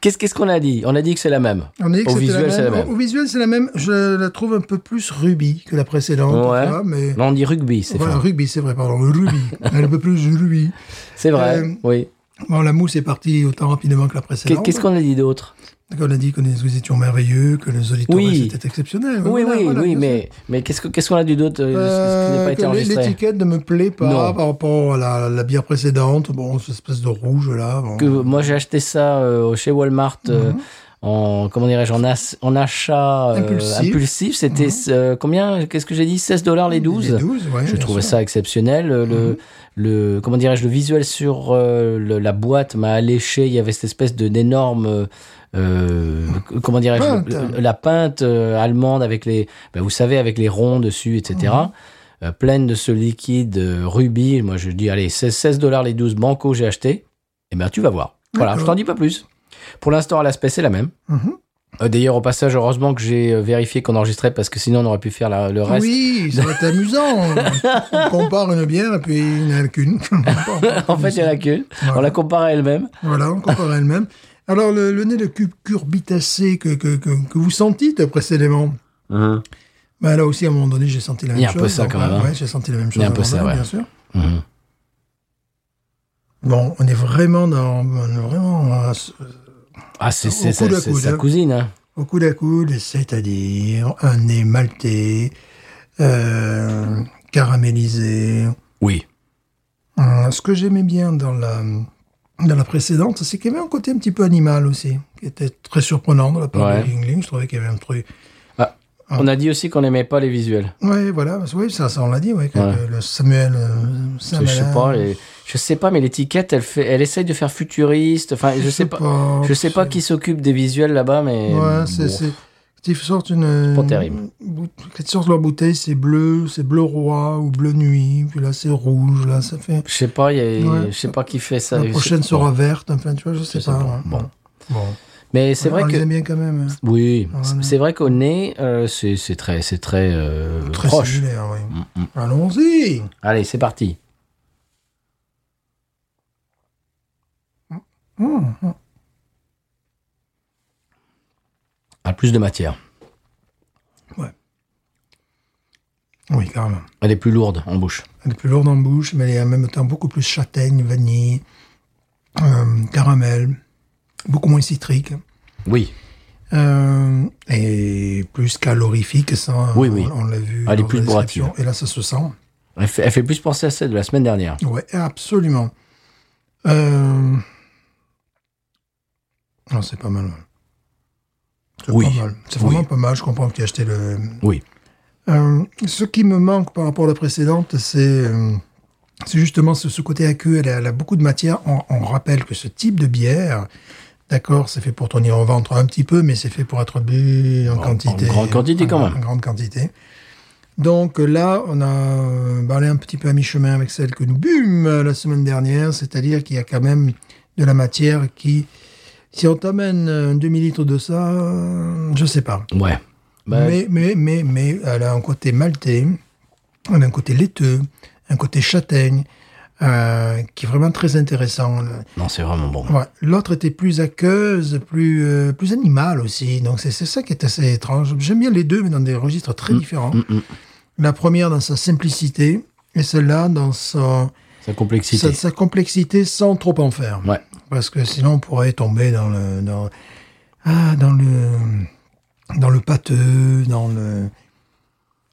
Speaker 1: Qu'est-ce qu'est-ce qu'on a dit On a dit que c'est la même.
Speaker 2: On a dit que
Speaker 1: Au
Speaker 2: c'était
Speaker 1: visuel,
Speaker 2: la
Speaker 1: c'est la
Speaker 2: même.
Speaker 1: même.
Speaker 2: Au visuel, c'est la même. Je la trouve un peu plus rubis que la précédente.
Speaker 1: Ouais.
Speaker 2: tu vois, mais...
Speaker 1: Non, on dit rugby, c'est
Speaker 2: Voilà,
Speaker 1: vrai.
Speaker 2: rugby, c'est vrai, pardon.
Speaker 1: *laughs*
Speaker 2: Rubis. un peu plus rubis.
Speaker 1: C'est vrai,
Speaker 2: Euh,
Speaker 1: oui.
Speaker 2: Bon, la mousse est partie autant rapidement que la
Speaker 1: Qu'est-
Speaker 2: précédente.
Speaker 1: Qu'est-ce qu'on a dit d'autre
Speaker 2: Qu'on a dit que nous étions merveilleux, que les auditeurs
Speaker 1: Oui.
Speaker 2: c'était exceptionnel.
Speaker 1: Oui,
Speaker 2: Euh, Voilà,
Speaker 1: oui,
Speaker 2: voilà,
Speaker 1: oui,
Speaker 2: bien sûr.
Speaker 1: mais, mais qu'est-ce que- qu'est-ce qu'on a dit d'autre euh, ce qui n'a
Speaker 2: Euh,
Speaker 1: pas
Speaker 2: que
Speaker 1: été
Speaker 2: l'é-
Speaker 1: enregistré
Speaker 2: L'étiquette ne me plaît pas
Speaker 1: Non.
Speaker 2: par rapport à la, la bière précédente. Bon, cette espèce de rouge là. bon. Mhm.
Speaker 1: que Moi, j'ai acheté ça euh, chez Walmart. euh, En, comment dirais-je, en, as- en achat euh,
Speaker 2: Impulsif. Mhm.
Speaker 1: impulsif, c'était euh, combien Qu'est-ce que j'ai dit 16 dollars les 12
Speaker 2: Les 12, ouais,
Speaker 1: Je
Speaker 2: bien
Speaker 1: trouvais
Speaker 2: sûr. Mhm.
Speaker 1: ça exceptionnel. Euh, Le, le comment dirais-je, le visuel sur euh, le- la boîte m'a alléché. Il y avait cette espèce de d'énorme euh, comment dirais-je,
Speaker 2: Peinte.
Speaker 1: le- le- la peinte euh, allemande avec les, ben, vous savez, avec les ronds dessus, etc.
Speaker 2: Mhm.
Speaker 1: Euh, pleine de ce liquide euh, rubis. Moi, je dis, allez, 16 16 dollars les 12 banco, j'ai acheté. Eh ben, tu vas voir. Voilà,
Speaker 2: D'accord.
Speaker 1: je t'en dis pas plus. Pour l'instant, à l'aspect, c'est la même.
Speaker 2: Mhm.
Speaker 1: Euh, D'ailleurs, au passage, heureusement que j'ai euh, vérifié qu'on enregistrait parce que sinon on aurait pu faire la- le reste.
Speaker 2: Oui, ça va
Speaker 1: *laughs*
Speaker 2: être amusant. On compare une bière et puis il n'y en a qu'une.
Speaker 1: en fait, il y en a qu'une. On la compare à elle-même.
Speaker 2: Voilà, on compare elle-même. Alors, le, le nez de cu- curbitacé que, que, que, que vous sentites précédemment, bah, là aussi, à un moment donné, j'ai senti la
Speaker 1: Mmh. Il
Speaker 2: même
Speaker 1: y a
Speaker 2: chose.
Speaker 1: un peu ça,
Speaker 2: Donc,
Speaker 1: quand
Speaker 2: ouais,
Speaker 1: même, hein.
Speaker 2: ouais, j'ai senti la même
Speaker 1: Il
Speaker 2: chose.
Speaker 1: y a un peu
Speaker 2: avant
Speaker 1: ça,
Speaker 2: même,
Speaker 1: ouais.
Speaker 2: bien sûr.
Speaker 1: Mhm.
Speaker 2: Bon, on est vraiment dans, on est vraiment euh,
Speaker 1: Ah, c'est
Speaker 2: Au
Speaker 1: c'est-
Speaker 2: coude
Speaker 1: c'est-
Speaker 2: à
Speaker 1: c'est
Speaker 2: coude,
Speaker 1: sa
Speaker 2: hein.
Speaker 1: cousine. hein.
Speaker 2: au coude à coude, c'est-à-dire un nez maltais, euh, caramélisé.
Speaker 1: Oui.
Speaker 2: Hum, ce que j'aimais bien dans la, dans la précédente, c'est qu'il y avait un côté un petit peu animal aussi, qui était très surprenant de la part
Speaker 1: Ouais.
Speaker 2: de Yingling. Je trouvais qu'il y avait un truc. Ah.
Speaker 1: On a dit aussi qu'on n'aimait pas les visuels.
Speaker 2: Oui, voilà, parce que oui, ça, ça on l'a dit, ouais, que
Speaker 1: Ouais.
Speaker 2: Le, le Samuel. euh,
Speaker 1: Je
Speaker 2: Samuel
Speaker 1: sais pas, les- je sais pas, mais l'étiquette, elle fait, elle essaye de faire futuriste. Enfin, je sais pas, je sais pas qui s'occupe des visuels là-bas, mais
Speaker 2: Ouais, c'est.
Speaker 1: bon.
Speaker 2: c'est- Qu'ils sortent une.
Speaker 1: Pas terrible.
Speaker 2: une- Qu'ils sortent leur bouteille, c'est bleu, c'est bleu roi ou bleu nuit, puis là c'est rouge, là ça fait.
Speaker 1: je sais pas, il y a-
Speaker 2: Ouais.
Speaker 1: je sais pas qui fait ça.
Speaker 2: la
Speaker 1: Je
Speaker 2: prochaine
Speaker 1: sais-
Speaker 2: sera verte, enfin tu vois, je
Speaker 1: je
Speaker 2: sais
Speaker 1: sais
Speaker 2: pas.
Speaker 1: pas.
Speaker 2: ouais.
Speaker 1: Bon.
Speaker 2: Bon.
Speaker 1: Mais c'est
Speaker 2: On- on
Speaker 1: vrai
Speaker 2: les aime
Speaker 1: que
Speaker 2: bien quand même. hein.
Speaker 1: oui, c'est-
Speaker 2: Voilà.
Speaker 1: c'est vrai qu'au nez, euh, c'est c'est très, c'est très, euh,
Speaker 2: Très
Speaker 1: proche. Mm,
Speaker 2: similaire, oui. Allons-y.
Speaker 1: Allez, c'est parti.
Speaker 2: Hum, hum.
Speaker 1: À plus de matière.
Speaker 2: Oui, carrément.
Speaker 1: Elle est plus lourde en bouche.
Speaker 2: Elle est plus lourde en bouche, mais elle est en même temps beaucoup plus châtaigne, vanille, euh, caramel, beaucoup moins citrique.
Speaker 1: Oui.
Speaker 2: Euh, et plus calorifique, ça,
Speaker 1: Oui,
Speaker 2: on,
Speaker 1: oui.
Speaker 2: on l'a vu.
Speaker 1: Elle est
Speaker 2: dans
Speaker 1: plus
Speaker 2: la description.
Speaker 1: bourrative.
Speaker 2: Et là, ça se sent.
Speaker 1: Elle fait, elle fait plus penser à celle de la semaine dernière.
Speaker 2: Ouais, absolument. Euh... Non, c'est pas mal. ouais. C'est
Speaker 1: Oui.
Speaker 2: pas mal. C'est vraiment
Speaker 1: Oui.
Speaker 2: pas mal. Je comprends que tu as acheté le.
Speaker 1: Oui.
Speaker 2: Euh, ce qui me manque par rapport à la précédente, c'est euh, c'est justement ce, ce côté aqueux. Elle a, elle a beaucoup de matière. On, on rappelle que ce type de bière, d'accord, c'est fait pour tourner au ventre un petit peu, mais c'est fait pour être bu en,
Speaker 1: En- en
Speaker 2: quantité.
Speaker 1: grande quantité, quand
Speaker 2: En-
Speaker 1: même.
Speaker 2: En grande quantité. Donc euh, là, on a euh, bah, on est un petit peu à mi-chemin avec celle que nous bûmes euh, la semaine dernière, c'est-à-dire qu'il y a quand même de la matière qui, si on t'amène euh, un demi-litre de ça, euh, je sais pas.
Speaker 1: Ouais. Bah,
Speaker 2: Mais, mais, mais, mais, elle a un côté maltais, elle a un côté laiteux, un côté châtaigne, euh, qui est vraiment très intéressant.
Speaker 1: Non, c'est vraiment bon.
Speaker 2: Ouais. L'autre était plus aqueuse, plus, euh, plus animale aussi. Donc c'est c'est ça qui est assez étrange. J'aime bien les deux, mais dans des registres très différents.
Speaker 1: mm.
Speaker 2: La première dans sa simplicité, et celle-là dans son-
Speaker 1: Sa complexité.
Speaker 2: sa, sa complexité sans trop en faire.
Speaker 1: Ouais.
Speaker 2: Parce que sinon on pourrait tomber dans le... Dans, ah, dans le... Dans le pâteux, dans le...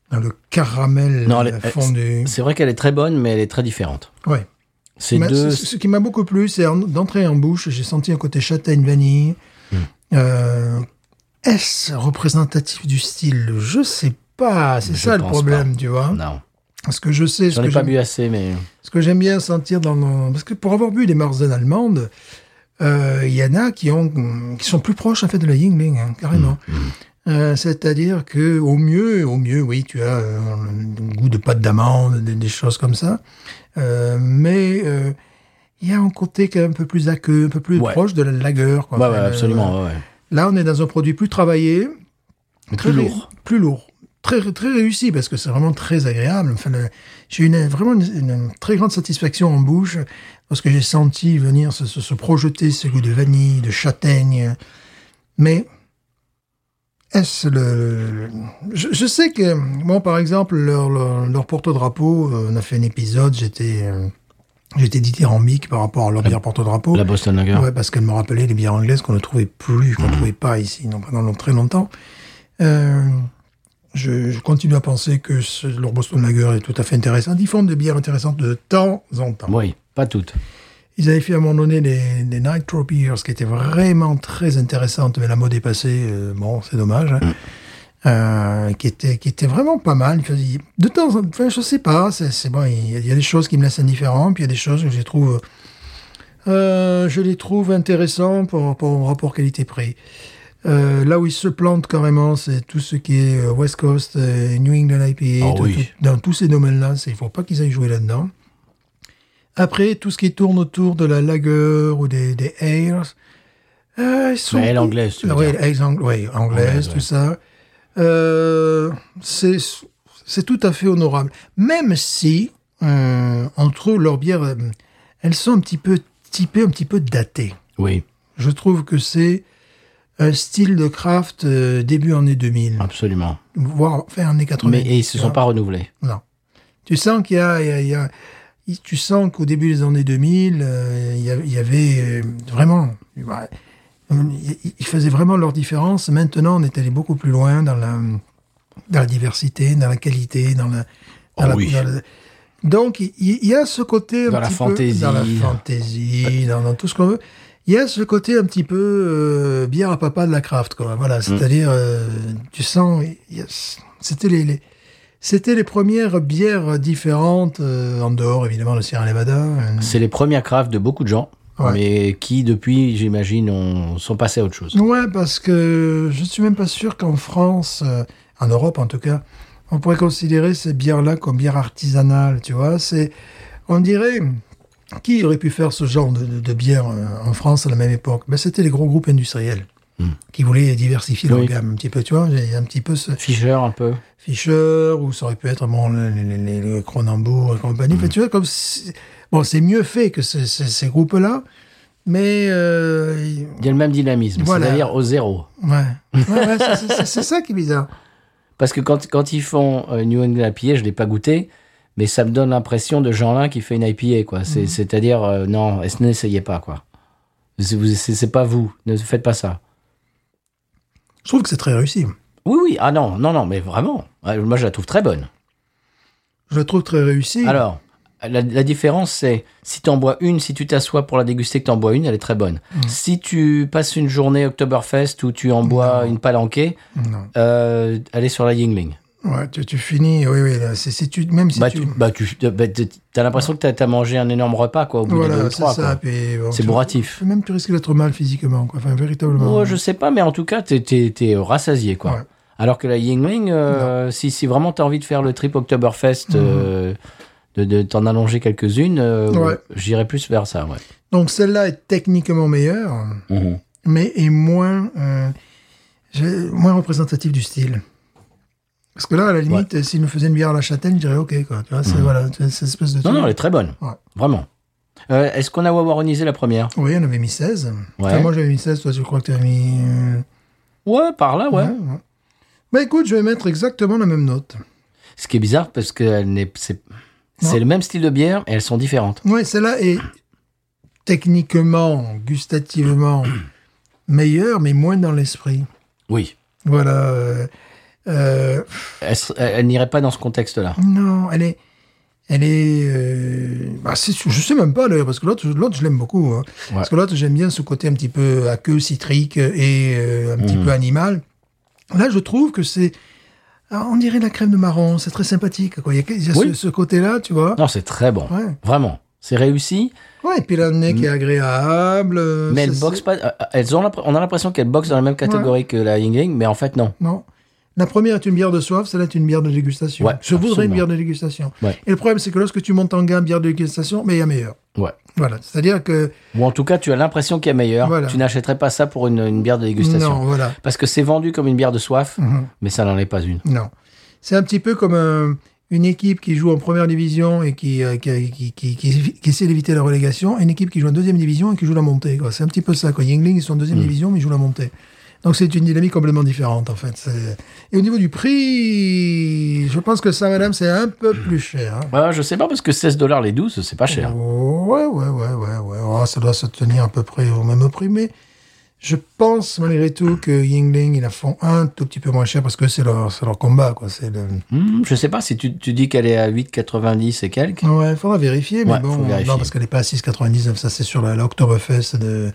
Speaker 2: Dans le caramel
Speaker 1: Non, elle- elle-
Speaker 2: fondu.
Speaker 1: C'est vrai qu'elle est très bonne, mais elle est très différente.
Speaker 2: Ouais.
Speaker 1: C'est
Speaker 2: Mais
Speaker 1: deux.
Speaker 2: ce- Ce qui m'a beaucoup plu, c'est en- d'entrer en bouche, j'ai senti un côté châtaigne vanille.
Speaker 1: Hmm.
Speaker 2: Euh, Est-ce représentatif du style Je sais pas. C'est
Speaker 1: Je
Speaker 2: ça le
Speaker 1: pense
Speaker 2: problème, tu vois.
Speaker 1: Non.
Speaker 2: Ce que je sais, ce
Speaker 1: J'en
Speaker 2: que
Speaker 1: ai pas
Speaker 2: j'aime-
Speaker 1: bu assez, mais.
Speaker 2: ce que j'aime bien sentir dans mon... parce que pour avoir bu des marzen allemandes, euh, il y en a qui ont qui sont plus proches en fait de la Yingling, hein, carrément.
Speaker 1: Mm,
Speaker 2: Euh, C'est-à-dire que au mieux, au mieux, oui, tu as euh, un goût de pâte d'amande, des, des choses comme ça, Euh, mais euh, il y a un côté quand même un peu plus aqueux, un peu plus
Speaker 1: Ouais.
Speaker 2: proche de la lagueur. Quoi.
Speaker 1: Ouais,
Speaker 2: Enfin,
Speaker 1: ouais,
Speaker 2: le-
Speaker 1: absolument.
Speaker 2: euh,
Speaker 1: ouais, ouais.
Speaker 2: Là, on est dans un produit plus travaillé,
Speaker 1: Mais
Speaker 2: Très
Speaker 1: plus
Speaker 2: ré-
Speaker 1: lourd.
Speaker 2: Plus lourd. Très, très réussi parce que c'est vraiment très agréable. Enfin, le- j'ai eu une, vraiment une, une très grande satisfaction en bouche parce que j'ai senti venir se, se- se projeter ce goût de vanille, de châtaigne. Mais est-ce le. le- Je, je sais que, moi, par exemple, leur, leur, leur porte-drapeau, euh, on a fait un épisode, j'étais euh, j'étais dithyrambique par rapport à leur
Speaker 1: Ah,
Speaker 2: bière porte-drapeau.
Speaker 1: La Boston Lager.
Speaker 2: Ouais, parce qu'elle me rappelait les bières anglaises qu'on ne trouvait plus, qu'on ne trouvait pas ici donc pendant long- très longtemps. Euh, je, je continue à penser que ce, leur Boston Lager est tout à fait intéressant. Ils font des bières intéressantes de temps en temps.
Speaker 1: Oui, pas toutes.
Speaker 2: Ils avaient fait à un moment donné des, des Nitro Beers qui étaient vraiment très intéressantes, mais la mode est passée, euh, bon, c'est dommage, hein. Euh, qui, étaient, qui étaient vraiment pas mal. Ils faisaient- De temps en temps, je sais pas, c'est c'est bon, il y, a- il y a des choses qui me laissent indifférent, puis il y a des choses que je les trouve, euh, je les trouve intéressantes pour, pour rapport qualité-prix. Euh, là où ils se plantent carrément, c'est tout ce qui est euh, West Coast, euh, New England IPA,
Speaker 1: Ah
Speaker 2: tout-
Speaker 1: oui.
Speaker 2: tout- dans tous ces domaines-là, c'est- il faut pas qu'ils aillent jouer là-dedans. Après, tout ce qui tourne autour de la lager ou des, des airs, Euh, ils sont-
Speaker 1: Mais elle anglaise, tu veux
Speaker 2: oui,
Speaker 1: dire.
Speaker 2: ex -ang... oui, anglaise,
Speaker 1: Anglaise,
Speaker 2: tout
Speaker 1: ouais.
Speaker 2: ça. Euh, c'est c'est tout à fait honorable. Même si, euh, entre eux, leurs bières, euh, elles sont un petit peu typées, un petit peu datées.
Speaker 1: Oui,
Speaker 2: Je trouve que c'est un style de craft euh, début années 2000,
Speaker 1: absolument.
Speaker 2: voire fin hein. années 80.
Speaker 1: Mais et ils se
Speaker 2: tu
Speaker 1: sont
Speaker 2: vois.
Speaker 1: pas renouvelés.
Speaker 2: Non. Tu sens qu'il y a, il y a- il y a- il- tu sens qu'au début des années 2000, euh, il y a- il y avait euh, vraiment, ouais, hum, ils ils faisaient vraiment leur différence. Maintenant, on est allé beaucoup plus loin dans la, dans la diversité, dans la qualité, dans la,
Speaker 1: Oh
Speaker 2: dans la-
Speaker 1: oui.
Speaker 2: dans la- donc il il y a ce côté un
Speaker 1: Dans la
Speaker 2: petit peu-
Speaker 1: fantaisie.
Speaker 2: dans la fantaisie, dans, dans tout ce qu'on veut. Il y a ce côté un petit peu euh, bière à papa de la craft, quoi.
Speaker 1: Mm.
Speaker 2: Voilà, c'est-à-dire euh, tu sens, il y a- c'était les, les- c'était les premières bières différentes euh, en dehors évidemment de Sierra Nevada. Euh,
Speaker 1: Mmh. C'est les premiers crafts de beaucoup de gens,
Speaker 2: Ouais.
Speaker 1: mais qui, depuis, j'imagine, ont- sont passés à autre chose.
Speaker 2: Ouais, parce que je suis même pas sûr qu'en France, euh, en Europe en tout cas, on pourrait considérer ces bières-là comme bières artisanales, tu vois. C'est, on dirait, qui aurait pu faire ce genre de, de- de bière euh, en France à la même époque ben, C'était les gros groupes industriels qui voulaient diversifier leur
Speaker 1: Hmm. Oui.
Speaker 2: gamme un petit peu, tu vois. Il y a un petit peu ce
Speaker 1: Fischer, un peu.
Speaker 2: Fischer, ou ça aurait pu être bon, les, les- les- les Cronenbourg et
Speaker 1: Mm.
Speaker 2: compagnie. Enfin, tu vois, comme si- bon, c'est mieux fait que ces- ces- ces groupes-là, mais euh, ils-
Speaker 1: Il y a le même dynamisme,
Speaker 2: Voilà.
Speaker 1: c'est-à-dire au zéro.
Speaker 2: Ouais, Ouais, ouais, c'est- c'est- c'est- c'est ça qui est bizarre.
Speaker 1: Parce que quand, quand ils font euh, New England IPA, je ne l'ai pas goûté, mais ça me donne l'impression de Jeanlin qui fait une IPA, quoi.
Speaker 2: Mmh.
Speaker 1: C'est- C'est-à-dire, euh, non, est- n'essayez pas, quoi. C'est vous- c'est- c'est pas vous, ne faites pas ça.
Speaker 2: Je trouve que c'est très réussi.
Speaker 1: Oui, oui, ah non, non, non, mais vraiment. Ah, Moi, je la trouve très bonne.
Speaker 2: Je le trouve très réussi.
Speaker 1: Alors, la, la différence, c'est si t'en bois une, si tu t'assois pour la déguster, que t'en bois une, elle est très bonne.
Speaker 2: Mm.
Speaker 1: Si tu passes une journée Oktoberfest où tu en bois une palanquée,
Speaker 2: Non.
Speaker 1: euh, elle est sur la Yingling.
Speaker 2: Ouais, tu, tu finis, oui, oui, là, c'est- c'est tu, même si
Speaker 1: bah,
Speaker 2: tu.
Speaker 1: tu, bah, tu bah, t'as l'impression que t'as as mangé un énorme repas, quoi, au bout de deux ou
Speaker 2: voilà, c'est
Speaker 1: trois.
Speaker 2: ça.
Speaker 1: quoi.
Speaker 2: puis, bon,
Speaker 1: C'est
Speaker 2: tu-
Speaker 1: bourratif.
Speaker 2: Même tu risques d'être mal physiquement, quoi. Enfin, véritablement.
Speaker 1: Oh, je sais pas, mais en tout cas, t'es- t'es t'es euh, rassasié, quoi.
Speaker 2: Ouais.
Speaker 1: Alors que la Yingling, euh, si, si vraiment t'as envie de faire le trip
Speaker 2: Mm.
Speaker 1: Oktoberfest, euh, de, de t'en allonger quelques-unes, euh,
Speaker 2: Ouais.
Speaker 1: j'irais plus vers ça, ouais.
Speaker 2: Donc celle-là est techniquement meilleure, mais est moins, euh, j'ai- moins représentative du style. Parce que là, à la limite, s'il nous faisait une bière à la châtaigne, je dirais OK, quoi. Tu vois, c'est voilà, c'est cette espèce
Speaker 1: Mhm.
Speaker 2: de.
Speaker 1: Non,
Speaker 2: truc.
Speaker 1: non, elle est très bonne.
Speaker 2: Ouais.
Speaker 1: Vraiment. Euh, Est-ce qu'on a wawaronisé la première
Speaker 2: Oui, on avait mis 16. Enfin, moi, j'avais mis 16, toi, je crois que tu avais mis. euh,
Speaker 1: Ouais, par là, ouais.
Speaker 2: Ouais, ouais. Bah écoute, je vais mettre exactement la même note.
Speaker 1: Ce qui est bizarre parce que elle n'est- c'est c'est
Speaker 2: Non.
Speaker 1: le même style de bière et elles sont différentes.
Speaker 2: Ouais, celle-là est techniquement, gustativement meilleure, mais moins dans l'esprit.
Speaker 1: Oui.
Speaker 2: Voilà. euh, euh,
Speaker 1: Elles, s- elles- elles n'iraient pas dans ce contexte-là.
Speaker 2: non, elle est. Elle est. euh, bah, c'est- je sais même pas d'ailleurs, parce que l'autre, l'autre, je l'aime beaucoup. hein. Parce que l'autre, j'aime bien ce côté un petit peu aqueux, citrique et euh, un petit
Speaker 1: Mm.
Speaker 2: peu animal. Là, je trouve que c'est. ah, On dirait de la crème de marron, c'est très sympathique. quoi. Il y a, il y a ce-
Speaker 1: Oui.
Speaker 2: ce, côté-là, tu vois.
Speaker 1: Non, c'est très bon.
Speaker 2: Ouais.
Speaker 1: Vraiment. C'est réussi,
Speaker 2: Ouais, et puis le nez qui est agréable. euh,
Speaker 1: mais
Speaker 2: ça,
Speaker 1: elles boxent pas. euh, Elles ont l'impr- on a l'impression qu'elles boxent dans la même catégorie que la Yingling, mais en fait, non.
Speaker 2: c'est- Non. La première est une bière de soif, celle-là est une bière de dégustation.
Speaker 1: Ouais,
Speaker 2: Je voudrais une
Speaker 1: absolument.
Speaker 2: bière de dégustation.
Speaker 1: Ouais.
Speaker 2: Et le problème, c'est que lorsque tu montes en gamme, bière de dégustation, mais il y a meilleur.
Speaker 1: Ouais.
Speaker 2: Voilà. C'est-à-dire que.
Speaker 1: Ou en tout cas, tu as l'impression qu'il y a meilleur.
Speaker 2: Voilà.
Speaker 1: Tu n'achèterais pas ça pour une, une bière de dégustation.
Speaker 2: Non, Mm. voilà. Mhm.
Speaker 1: Parce que c'est vendu comme une bière de soif, mais ça n'en est pas une.
Speaker 2: Non. C'est un petit peu comme un- une équipe qui joue en première division et qui, euh, qui, qui, qui, qui- qui essaie d'éviter la relégation, et une équipe qui joue en deuxième division et qui joue la montée. quoi. C'est un petit peu ça. Quoi. Yingling, ils sont en deuxième division, mais ils jouent la montée. Donc c'est une dynamique complètement différente, en fait. C'est- Et au niveau du prix, je pense que ça, madame, c'est un peu plus cher. hein.
Speaker 1: Bah, je sais pas, parce que 16 dollars les 12, c'est pas cher.
Speaker 2: Ouais, ouais, ouais, ouais, ouais. Oh, ça doit se tenir à peu près au même prix, mais je pense malgré tout que Yingling, ils la font un tout petit peu moins cher parce que c'est leur, c'est leur combat, quoi. C'est le...
Speaker 1: Hmm, je sais pas si tu, tu dis qu'elle est à 8,90 et quelques.
Speaker 2: Ouais, il faudra vérifier, mais
Speaker 1: Ouais,
Speaker 2: bon,
Speaker 1: faut vérifier.
Speaker 2: non, parce qu'elle n'est pas à 6,99, ça c'est sur la, la Oktoberfest de,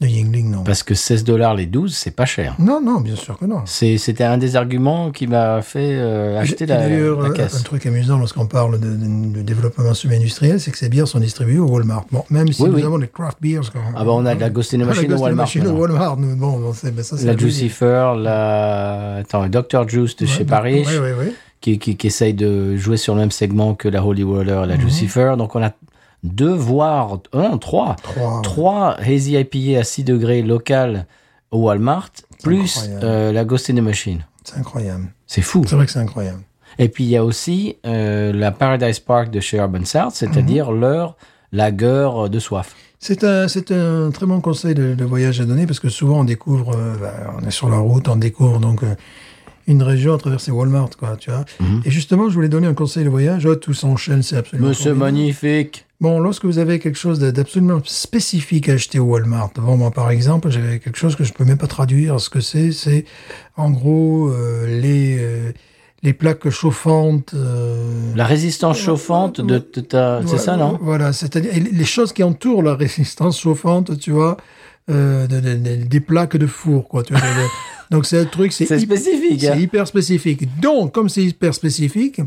Speaker 2: de Yingling, non.
Speaker 1: Parce que 16 dollars les 12, c'est pas cher.
Speaker 2: Non, non, bien sûr que non.
Speaker 1: C'est- C'était un des arguments qui m'a fait euh, acheter
Speaker 2: Et
Speaker 1: la,
Speaker 2: D'ailleurs,
Speaker 1: la
Speaker 2: euh, un
Speaker 1: caisse.
Speaker 2: truc amusant lorsqu'on parle de, de- de développement sub-industriel, c'est que ces bières sont distribuées au Walmart. Bon, même si
Speaker 1: Oui,
Speaker 2: nous
Speaker 1: oui.
Speaker 2: avons des craft beers. quand-
Speaker 1: Ah bah on a de la Ghost in the
Speaker 2: Ah,
Speaker 1: Machine
Speaker 2: Ghost
Speaker 1: au
Speaker 2: in the
Speaker 1: Walmart.
Speaker 2: Machine au
Speaker 1: maintenant.
Speaker 2: Walmart, nous, bon, bon, c'est- ben, ça, c'est
Speaker 1: La
Speaker 2: logique.
Speaker 1: Jucifer, la attends, Dr Juice de
Speaker 2: Ouais,
Speaker 1: chez
Speaker 2: donc,
Speaker 1: Paris,
Speaker 2: ouais, ouais, ouais. Mhm.
Speaker 1: qui, qui, qui essaye de jouer sur le même segment que la Holy Waller et la Jucifer. Donc on a deux, voire non, trois,
Speaker 2: Trois.
Speaker 1: trois Hazy IPA à 6 degrés local au Walmart, plus
Speaker 2: incroyable.
Speaker 1: euh, la Ghost in the Machine.
Speaker 2: C'est incroyable.
Speaker 1: C'est fou.
Speaker 2: C'est vrai que c'est incroyable.
Speaker 1: Et puis il y a aussi euh, la Paradise Park de chez Urban South, c'est-à-dire
Speaker 2: Mhm.
Speaker 1: leur lagueur de soif.
Speaker 2: C'est un, c'est un très bon conseil de, de voyage à donner parce que souvent on découvre, euh, bah, on est sur la route, on découvre donc euh, une région à travers ses Walmart, quoi, tu vois.
Speaker 1: Mhm.
Speaker 2: Et justement, je voulais donner un conseil de voyage. Oh, tout s'enchaîne, c'est absolument.
Speaker 1: Monsieur
Speaker 2: formidable.
Speaker 1: Magnifique
Speaker 2: Bon, lorsque vous avez quelque chose d'absolument spécifique à acheter au Walmart, bon, moi par exemple, j'avais quelque chose que je peux même pas traduire ce que c'est. C'est en gros euh, les euh, les plaques chauffantes. euh,
Speaker 1: La résistance chauffante de, de ta... Ah, C'est
Speaker 2: voilà,
Speaker 1: ça, non
Speaker 2: Voilà, c'est-à-dire et les choses qui entourent la résistance chauffante, tu vois, euh, de- de- de- des plaques de four, quoi. Tu
Speaker 1: *laughs*
Speaker 2: vois, de- de- donc c'est un truc, c'est
Speaker 1: C'est
Speaker 2: hy-
Speaker 1: spécifique. hein.
Speaker 2: c'est hyper spécifique. Donc, comme c'est hyper spécifique,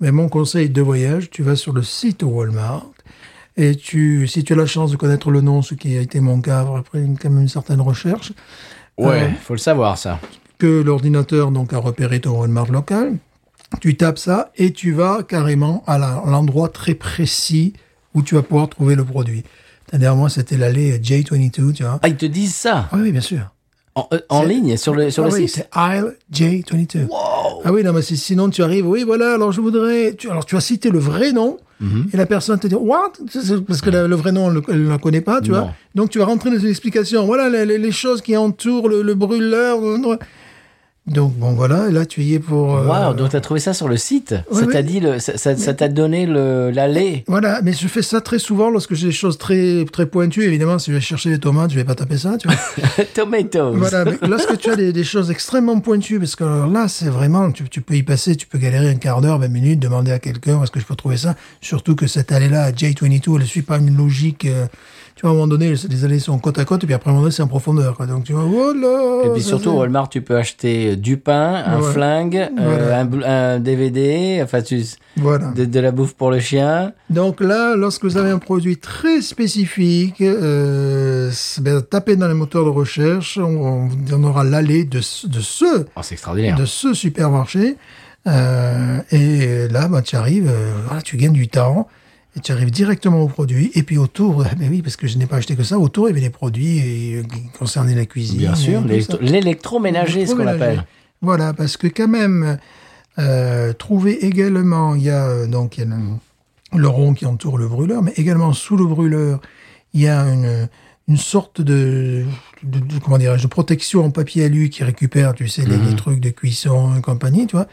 Speaker 2: mais mon conseil de voyage, tu vas sur le site Walmart et tu, si tu as la chance de connaître le nom, ce qui a été mon cas après une, quand même une certaine recherche,
Speaker 1: Ouais,
Speaker 2: Euh,
Speaker 1: faut le savoir ça.
Speaker 2: que l'ordinateur donc a repéré ton Walmart local. Tu tapes ça et tu vas carrément à la- à l'endroit très précis où tu vas pouvoir trouver le produit. C'est-à-dire, moi, c'était l'allée J22, tu vois.
Speaker 1: Ah, ils te disent ça
Speaker 2: Ah oui, bien sûr.
Speaker 1: en, euh, en
Speaker 2: C'est-
Speaker 1: ligne sur le sur
Speaker 2: Ah
Speaker 1: le
Speaker 2: oui,
Speaker 1: site.
Speaker 2: c'est aisle J22. Ah oui, non, mais si- sinon tu arrives, oui, voilà, alors je voudrais. Tu, alors tu as cité le vrai nom,
Speaker 1: Mhm.
Speaker 2: et la personne te dit, what C'est- c'est Parce que la- le vrai nom, on le- elle ne la connaît pas, tu
Speaker 1: Non.
Speaker 2: vois. Donc tu vas rentrer dans une explication. Voilà les, les- les choses qui entourent le, le brûleur. Donc bon, voilà, et là tu y es pour. euh,
Speaker 1: Waouh, donc t'as trouvé ça sur le site Ça
Speaker 2: ouais.
Speaker 1: t'a dit le, ça ça- ça t'a donné le
Speaker 2: *laughs*
Speaker 1: l'allée
Speaker 2: Voilà, mais je fais ça très souvent lorsque j'ai des choses très très pointues. Évidemment, si je vais chercher des tomates, je vais pas taper ça, tu vois.
Speaker 1: Tomatoes.
Speaker 2: voilà, mais
Speaker 1: *laughs*
Speaker 2: lorsque tu as des, des choses extrêmement pointues, parce que alors là, c'est vraiment, tu, tu peux y passer, tu peux galérer un quart d'heure, 20 minutes, demander à quelqu'un où est-ce que je peux trouver ça. Surtout que cette allée-là, à J22, elle ne suit pas une logique. euh, tu vois, à un moment donné, les allées sont côte à côte, et puis après, à un moment donné, c'est en profondeur. quoi. Donc tu vois, oh là
Speaker 1: Et puis
Speaker 2: ça,
Speaker 1: surtout, au
Speaker 2: c'est-
Speaker 1: Walmart, tu peux acheter euh, du pain, un
Speaker 2: Ouais. Ah.
Speaker 1: flingue, euh,
Speaker 2: Voilà.
Speaker 1: un, bl- un DVD, enfin, tu,
Speaker 2: Voilà.
Speaker 1: de, de la bouffe pour le chien.
Speaker 2: Donc là, lorsque vous avez un produit très spécifique, euh, c'est- ben, tapez dans les moteurs de recherche, on, on vous donnera l'allée de, ce- de ce
Speaker 1: Oh, c'est extraordinaire.
Speaker 2: de ce supermarché. Euh, et là, bah, tu arrives, euh, voilà, tu gagnes du temps et tu arrives directement au produit. Et puis autour, *laughs* ah, ben oui, parce que je n'ai pas acheté que ça, autour, il y avait les produits et, euh, qui concernaient la cuisine.
Speaker 1: Bien
Speaker 2: et
Speaker 1: sûr,
Speaker 2: tout
Speaker 1: l'électro-
Speaker 2: ça.
Speaker 1: l'électroménager, ce qu'on
Speaker 2: Électroménager.
Speaker 1: appelle.
Speaker 2: Voilà, parce que quand même, euh, trouver également, il y a euh, donc il y a le, le rond qui entoure le brûleur, mais également sous le brûleur, il y a une, une sorte de, de- de- comment dirais-je, de protection en papier alu qui récupère, tu sais, les,
Speaker 1: Mhm.
Speaker 2: les trucs de cuisson et compagnie, tu vois.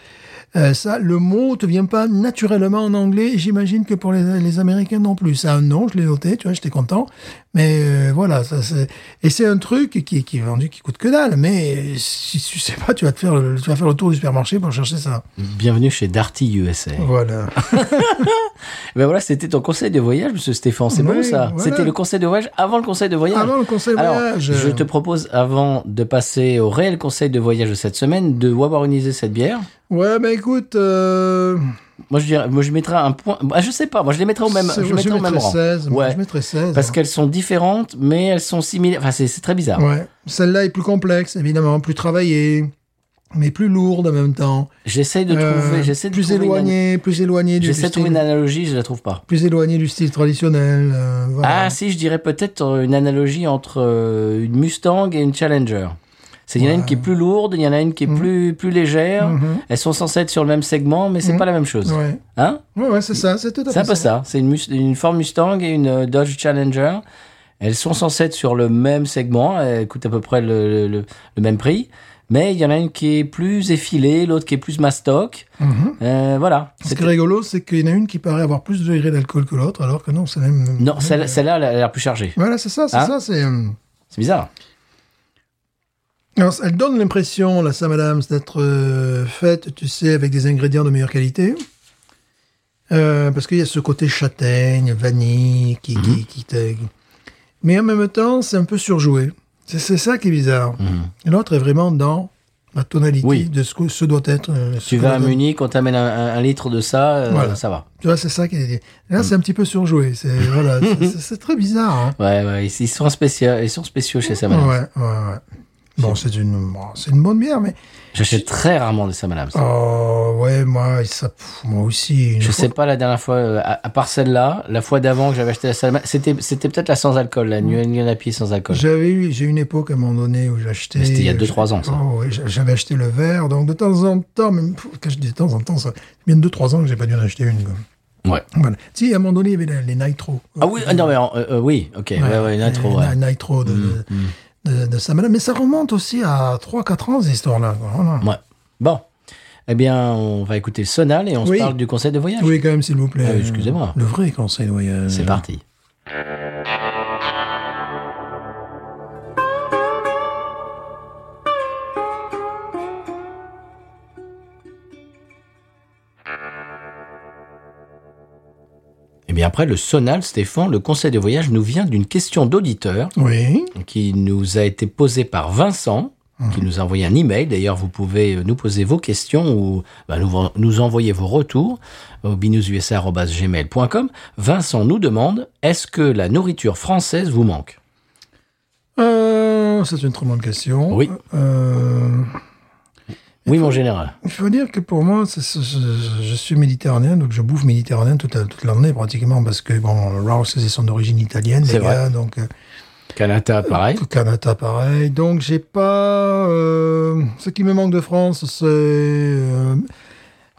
Speaker 2: Euh, ça, le mot te vient pas naturellement en anglais. et J'imagine que pour les, les Américains non plus. Ça, non, je l'ai noté, tu vois, j'étais content. Mais euh, voilà, ça, c'est- et c'est un truc qui, qui est vendu, qui coûte que dalle. Mais si tu sais pas, tu vas te faire, le- tu vas faire le tour du supermarché pour chercher ça.
Speaker 1: Bienvenue chez Darty USA.
Speaker 2: Voilà.
Speaker 1: Ben voilà, c'était ton conseil de voyage, monsieur Stéphane. C'est bon
Speaker 2: Oui,
Speaker 1: ça
Speaker 2: voilà.
Speaker 1: C'était le conseil de voyage avant le conseil de voyage.
Speaker 2: Avant le conseil de
Speaker 1: Alors,
Speaker 2: voyage.
Speaker 1: je te propose, avant de passer au réel conseil de voyage de cette semaine, de wabaroniser cette bière.
Speaker 2: Ouais, bah écoute, euh,
Speaker 1: Moi, je, dirais, moi, je mettrais un point. Ah, je sais pas, moi, je les mettrais au même,
Speaker 2: c'est-
Speaker 1: je mettrais au même rang.
Speaker 2: 16. moi,
Speaker 1: Ouais.
Speaker 2: Je mettrais hein. 16.
Speaker 1: Parce qu'elles sont différentes, mais elles sont similaires. Enfin, c'est c'est très bizarre.
Speaker 2: Ouais. Celle-là est plus complexe, évidemment, plus travaillée, mais plus lourde en même temps.
Speaker 1: J'essaie de
Speaker 2: Euh,
Speaker 1: trouver. J'essaie de
Speaker 2: plus
Speaker 1: trouver une an-
Speaker 2: éloignée, plus éloignée du, du
Speaker 1: J'essaie de trouver une
Speaker 2: style,
Speaker 1: analogie, je la trouve pas.
Speaker 2: plus éloignée du style traditionnel. euh, voilà.
Speaker 1: Ah, si, je dirais peut-être euh, une analogie entre euh, une Mustang et une Challenger. C'est- Il y en a une qui est plus lourde, il y en a une qui est
Speaker 2: Mm.
Speaker 1: plus, plus légère.
Speaker 2: Mhm.
Speaker 1: Elles sont censées être sur le même segment, mais c'est
Speaker 2: Mhm.
Speaker 1: pas la même chose.
Speaker 2: Ouais,
Speaker 1: Hein
Speaker 2: ouais, ouais, c'est ça, c'est tout à fait
Speaker 1: C'est un peu ça. C'est une, Mus- une Ford Mustang et une euh, Dodge Challenger. Elles sont censées être sur le même segment, elles coûtent à peu près le, le- le même prix. Mais il y en a une qui est plus effilée, l'autre qui est plus mastoc.
Speaker 2: Mhm.
Speaker 1: Euh, voilà.
Speaker 2: Ce qui
Speaker 1: C'était-
Speaker 2: est rigolo, c'est qu'il y en a une qui paraît avoir plus de degrés d'alcool que l'autre, alors que non, c'est la même.
Speaker 1: Non, celle- celle-là, elle a l'air plus chargée.
Speaker 2: Voilà, c'est ça, c'est
Speaker 1: Hein
Speaker 2: ça, c'est. euh,
Speaker 1: C'est bizarre.
Speaker 2: Alors, elle donne l'impression, la Sam Adams, d'être euh, faite, tu sais, avec des ingrédients de meilleure qualité. Euh, parce qu'il y a ce côté châtaigne, vanille, qui,
Speaker 1: Mhm.
Speaker 2: qui, qui te- Mais en même temps, c'est un peu surjoué. C'est, c'est ça qui est bizarre. L'autre est vraiment dans la tonalité
Speaker 1: Mhm. Oui.
Speaker 2: de ce que ce doit être. euh, ce
Speaker 1: Tu
Speaker 2: que
Speaker 1: vas à
Speaker 2: doit être-
Speaker 1: Munich, on t'amène un, un- un litre de ça, euh,
Speaker 2: Voilà.
Speaker 1: ça va.
Speaker 2: Tu vois, c'est ça qui est... Là,
Speaker 1: Mhm.
Speaker 2: c'est un petit peu surjoué.
Speaker 1: *laughs*
Speaker 2: C'est, voilà, c'est, c'est- c'est très bizarre. hein.
Speaker 1: Ouais, ouais, ils, ils sont spéciaux, ils sont spéciaux chez Sam Adams.
Speaker 2: Ouais, ouais, ouais. Bon, c'est une, bon, c'est une bonne bière, mais.
Speaker 1: J'achète très rarement des Sam Adams.
Speaker 2: Oh, ouais, moi, ça, pff, moi aussi. une
Speaker 1: Je
Speaker 2: fois-
Speaker 1: sais pas la dernière fois, euh, à, à part celle-là, la fois d'avant que j'avais acheté la Sam c'était c'était peut-être la sans alcool, la New England IPA sans alcool.
Speaker 2: J'avais eu, j'ai eu une époque à un moment donné où j'achetais.
Speaker 1: Mais c'était il y a deux, trois ans, ça.
Speaker 2: Oh, ouais, j'a- j'avais acheté le verre, donc de temps en temps, même pff, quand je dis de temps en temps, ça fait bien deux, trois ans que j'ai pas dû en acheter une. quoi. Oh.
Speaker 1: Ouais.
Speaker 2: Voilà. Si, à un moment donné, il y avait la- les Nitro.
Speaker 1: Ah oui, ah non mais en- euh, euh, oui, ok, ouais, ouais, une intro, ouais. Mm,
Speaker 2: La Nitro de, de, de- de Samana. Mais ça remonte aussi à 3-4 ans, cette histoire-là. quoi. Voilà.
Speaker 1: Ouais. Bon, eh bien, on va écouter Sonal et on
Speaker 2: Oui.
Speaker 1: se parle du conseil de voyage.
Speaker 2: Oui, quand même, s'il vous plaît.
Speaker 1: Ah, excusez-moi.
Speaker 2: Le vrai conseil de voyage.
Speaker 1: C'est parti. Et Eh bien après le sonal, Stéphane, le conseil de voyage nous vient d'une question d'auditeur
Speaker 2: Oui.
Speaker 1: qui nous a été posée par Vincent, qui nous a envoyé un email. D'ailleurs, vous pouvez euh, nous poser vos questions ou bah, nous, nous envoyer vos retours au binoususa.gmail.com. Vincent nous demande est-ce que la nourriture française vous manque
Speaker 2: Euh, c'est une très bonne question.
Speaker 1: Oui.
Speaker 2: Euh,
Speaker 1: Oui, mon général.
Speaker 2: Il faut dire que pour moi, c'est- c'est- je, je suis méditerranéen, donc je bouffe méditerranéen toute, la- toute l'année pratiquement, parce que bon, Rouse, ils sont d'origine italienne, les
Speaker 1: C'est vrai.
Speaker 2: gars, donc euh,
Speaker 1: Canada, pareil.
Speaker 2: Canada pareil. Donc j'ai pas. euh, ce qui me manque de France, c'est euh,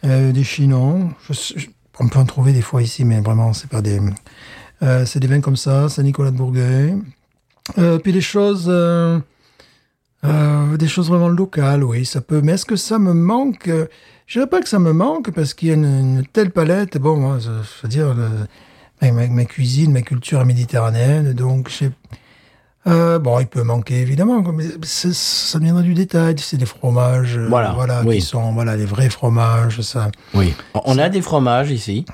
Speaker 2: euh, des chinons. Je sais- je- on peut en trouver des fois ici, mais vraiment, c'est pas des. euh, c'est des vins comme ça, Saint-Nicolas de Bourgueil. Euh, puis des choses. euh, euh, des choses vraiment locales, oui, ça peut. Mais est-ce que ça me manque Euh, Je dirais pas que ça me manque parce qu'il y a une, une telle palette. Bon, moi, je, je veux dire, le- ma, ma- ma cuisine, ma culture est méditerranéenne, donc j'ai euh, bon, il peut manquer évidemment, quoi, mais c'est- ça viendra du détail. C'est des fromages, euh,
Speaker 1: Voilà, oui.
Speaker 2: qui sont voilà les vrais fromages, ça.
Speaker 1: Oui. On a des fromages ici,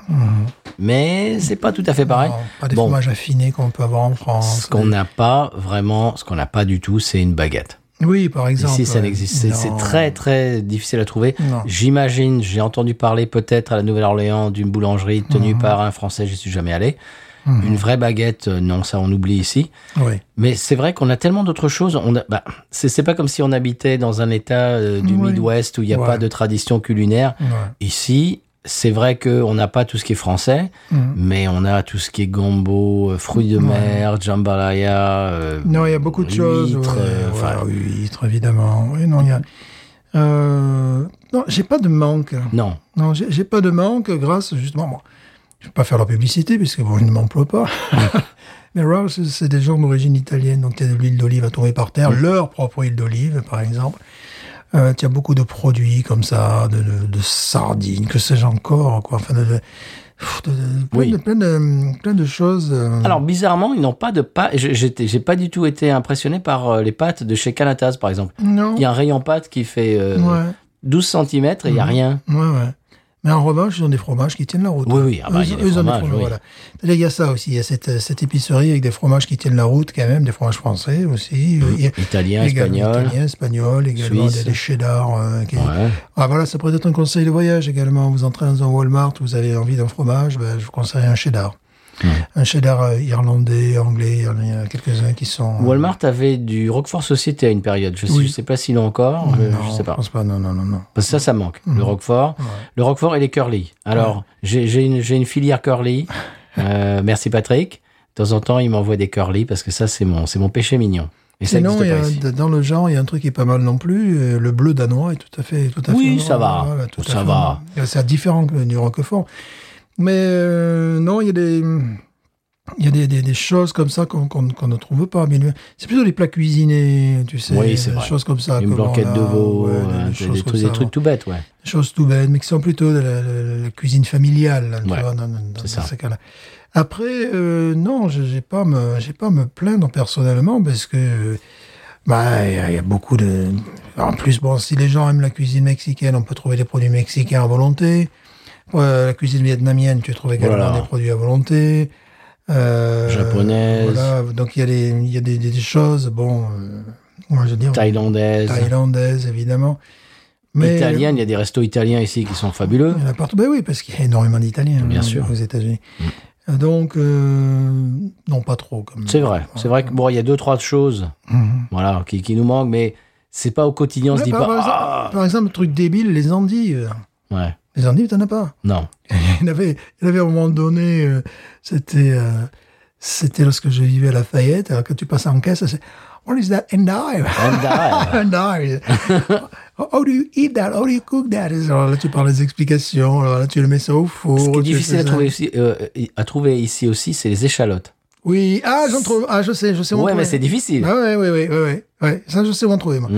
Speaker 1: mais c'est pas tout à fait pareil.
Speaker 2: Non, pas des
Speaker 1: Bon.
Speaker 2: fromages affinés qu'on peut avoir en France.
Speaker 1: Ce qu'on n'a pas vraiment, ce qu'on n'a pas du tout, c'est une baguette.
Speaker 2: Oui, par exemple.
Speaker 1: Ici, ça
Speaker 2: ouais.
Speaker 1: n'existe. C'est- C'est
Speaker 2: Non.
Speaker 1: très, très difficile à trouver.
Speaker 2: Non.
Speaker 1: J'imagine, j'ai entendu parler peut-être à la Nouvelle-Orléans d'une boulangerie
Speaker 2: Mhm.
Speaker 1: tenue par un Français, j'y suis jamais allé. Une vraie baguette, euh, non, ça on oublie ici.
Speaker 2: Hum. Oui.
Speaker 1: Mais c'est vrai qu'on a tellement d'autres choses. On a, bah, c'est c'est pas comme si on habitait dans un état euh, du
Speaker 2: Oui.
Speaker 1: Midwest où il n'y a
Speaker 2: Ouais.
Speaker 1: pas de tradition culinaire.
Speaker 2: Ouais.
Speaker 1: Ici, c'est vrai qu'on n'a pas tout ce qui est français,
Speaker 2: Mhm.
Speaker 1: mais on a tout ce qui est gombo, euh, fruits de mer, jambalaya. euh,
Speaker 2: Non, il y a beaucoup de
Speaker 1: huîtres,
Speaker 2: choses. ouais,
Speaker 1: euh,
Speaker 2: ouais,
Speaker 1: enfin,
Speaker 2: huîtres, évidemment. Oui, non, il y a. Euh, non, j'ai pas de manque.
Speaker 1: Non.
Speaker 2: Non, j'ai j'ai pas de manque grâce justement. bon, je vais pas faire leur publicité puisque bon, ils ne m'emploient *laughs* pas. Mais Rouse, c'est des gens d'origine italienne, donc tu as de l'huile d'olive à tomber par terre, leur propre huile d'olive, par exemple. Euh, tu as beaucoup de produits comme ça, de, de- de sardines, que sais-je encore, quoi. Enfin, de, de- pff, de- de- plein,
Speaker 1: Oui.
Speaker 2: de, plein, de, plein de choses. euh,
Speaker 1: Alors bizarrement, ils n'ont pas de pâtes. Je- J'étais, j'ai pas du tout été impressionné par euh, les pâtes de chez Canataz, par exemple.
Speaker 2: non.
Speaker 1: Il y a un rayon pâtes qui fait euh,
Speaker 2: Ouais, Mm.
Speaker 1: 12 cm et il y a rien.
Speaker 2: ouais, ouais. Mais en revanche, ils ont des fromages qui tiennent la route.
Speaker 1: Oui, oui. Ah bah, il y a des
Speaker 2: ont
Speaker 1: fromages, oui.
Speaker 2: voilà. C'est-à-dire, il y a ça aussi. Il y a cette, euh, cette épicerie avec des fromages qui tiennent la route, quand même, des fromages français aussi. Il y a
Speaker 1: Mmh. Italien,
Speaker 2: également
Speaker 1: espagnol.
Speaker 2: Italien, espagnol, également
Speaker 1: Suisse.
Speaker 2: des, des cheddar. euh, qui-
Speaker 1: Ouais.
Speaker 2: Ah, voilà, ça pourrait être un conseil de voyage également. Vous entrez dans un Walmart, vous avez envie d'un fromage, ben, je vous conseille un cheddar.
Speaker 1: Mmh.
Speaker 2: Un cheddar euh, irlandais, anglais, il y en a- il y en a quelques-uns qui sont. euh,
Speaker 1: Walmart avait du Roquefort Société à une période. Je, sais-
Speaker 2: Oui. Mm.
Speaker 1: je sais pas s'ils l'ont encore.
Speaker 2: Non,
Speaker 1: je- je sais
Speaker 2: Je
Speaker 1: pas.
Speaker 2: pense Mm. pas, non, non, non, non.
Speaker 1: Parce que ça, ça manque. Le Roquefort, le Roquefort et les curly. Alors, j'ai, j'ai une, j'ai une filière
Speaker 2: *laughs*
Speaker 1: curly. Euh, merci Patrick. De temps en temps, il m'envoie des curly parce que ça, c'est mon, c'est mon péché mignon. Et ça
Speaker 2: Sinon,
Speaker 1: n'existe
Speaker 2: il y
Speaker 1: pas
Speaker 2: a-
Speaker 1: ici.
Speaker 2: dans le genre, il y a un truc qui est pas mal non plus. euh, Le bleu danois est tout à fait. Tout à
Speaker 1: Oui,
Speaker 2: fait
Speaker 1: ça va.
Speaker 2: tout à
Speaker 1: Ça va.
Speaker 2: Euh, C'est différent que du Roquefort. Mais euh, non, il y a des. Il y a des, des- des choses comme ça qu'on qu'on- qu'on ne trouve pas. Mais le- c'est plutôt des plats cuisinés, tu sais.
Speaker 1: Oui, c'est
Speaker 2: des
Speaker 1: vrai.
Speaker 2: choses comme ça.
Speaker 1: Une
Speaker 2: comme
Speaker 1: blanquette
Speaker 2: on a,
Speaker 1: de veau,
Speaker 2: ouais, des-
Speaker 1: euh,
Speaker 2: des,
Speaker 1: des,
Speaker 2: choses
Speaker 1: des
Speaker 2: comme
Speaker 1: trucs,
Speaker 2: ça,
Speaker 1: des trucs tout bêtes, ouais.
Speaker 2: des choses tout bêtes, mais qui sont plutôt de la, la- la cuisine familiale, là, tu
Speaker 1: Ouais,
Speaker 2: vois, dans, dans- dans
Speaker 1: c'est ça.
Speaker 2: ces cas-là. Après, euh, non, je n'ai pas, à me- j'ai pas à me plaindre personnellement parce que euh, bah, il y a- il y, a beaucoup de. En plus, bon, si les gens aiment la cuisine mexicaine, on peut trouver des produits mexicains à volonté. Euh, la cuisine vietnamienne, tu trouves également
Speaker 1: Voilà.
Speaker 2: des produits à volonté. Euh,
Speaker 1: Japonaise.
Speaker 2: Voilà, donc il y a, les- il y a des, des- des choses, bon, euh, moi je veux dire,
Speaker 1: Thaïlandaise,
Speaker 2: thaïlandaises évidemment. Mais,
Speaker 1: italienne. Il y a des restos italiens ici qui sont fabuleux.
Speaker 2: il y en a partout. Ben oui, parce qu'il y a énormément d'Italiens
Speaker 1: Bien
Speaker 2: hein,
Speaker 1: sûr. Mm.
Speaker 2: aux États-Unis. Donc, euh, non, pas trop. Comme... Mm.
Speaker 1: C'est vrai. C'est vrai que bon, il y a deux trois choses, voilà, qui, qui nous manquent, mais C'est pas au quotidien, on se
Speaker 2: Ouais, bah,
Speaker 1: dit pas.
Speaker 2: par, par exemple-
Speaker 1: Ah
Speaker 2: par exemple, truc débile, les endives.
Speaker 1: Ouais.
Speaker 2: Les endives, t'en
Speaker 1: *laughs*
Speaker 2: as pas. *laughs*
Speaker 1: Non.
Speaker 2: Il y en avait, il y en avait à un moment donné, euh, c'était, euh, c'était lorsque je vivais à Lafayette, alors quand tu passes en caisse, c'est What is that endive?
Speaker 1: Oh
Speaker 2: *laughs*
Speaker 1: Endive. *laughs*
Speaker 2: Endive. How do you eat that? How do you cook that? Alors là, tu parles des explications, alors là, tu le mets ça au four.
Speaker 1: Ce qui est
Speaker 2: tu
Speaker 1: difficile
Speaker 2: fais
Speaker 1: à
Speaker 2: ça.
Speaker 1: trouver, aussi, euh, à trouver ici aussi, c'est les échalotes.
Speaker 2: Oui, ah, j'en trouve, ah, je sais, je sais où en
Speaker 1: Ouais, mais
Speaker 2: trouver.
Speaker 1: c'est difficile.
Speaker 2: Ah, ouais, ouais, ouais, ouais, ouais, ouais. Ça, je sais où en trouver, moi.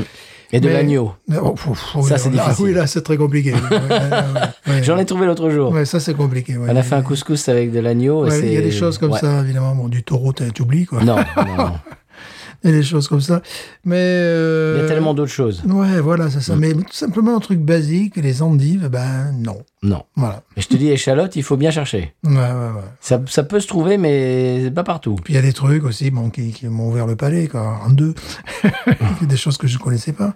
Speaker 1: Et de
Speaker 2: Mais-
Speaker 1: l'agneau.
Speaker 2: Mais, oh, pff, pff, oui,
Speaker 1: Ça, c'est
Speaker 2: là, ah,
Speaker 1: difficile.
Speaker 2: oui, là, c'est très compliqué. Ouais, ouais, ouais,
Speaker 1: J'en ai trouvé l'autre jour.
Speaker 2: Ouais, ça, c'est compliqué. ouais.
Speaker 1: On a fait un couscous avec de l'agneau. et
Speaker 2: Ouais,
Speaker 1: c'est-
Speaker 2: il y a des choses comme
Speaker 1: Ouais.
Speaker 2: ça, évidemment. Bon, du taureau, t'as- t'oublies, quoi.
Speaker 1: Non, non,
Speaker 2: *laughs*
Speaker 1: non.
Speaker 2: Il y a des choses comme ça. Mais.
Speaker 1: Il y a
Speaker 2: euh,
Speaker 1: tellement Mm. d'autres choses.
Speaker 2: Ouais, voilà, c'est ça. Mais tout simplement un truc basique, les endives, ben non.
Speaker 1: Non.
Speaker 2: Voilà.
Speaker 1: Mais je te dis, échalote, il faut bien chercher.
Speaker 2: Ouais, ouais, ouais.
Speaker 1: Ça, ça peut se trouver, mais c'est pas partout.
Speaker 2: Puis il y a des trucs aussi bon, qui, qui m'ont ouvert le palais, quoi,
Speaker 1: *laughs*
Speaker 2: en deux. des choses que je ne connaissais pas.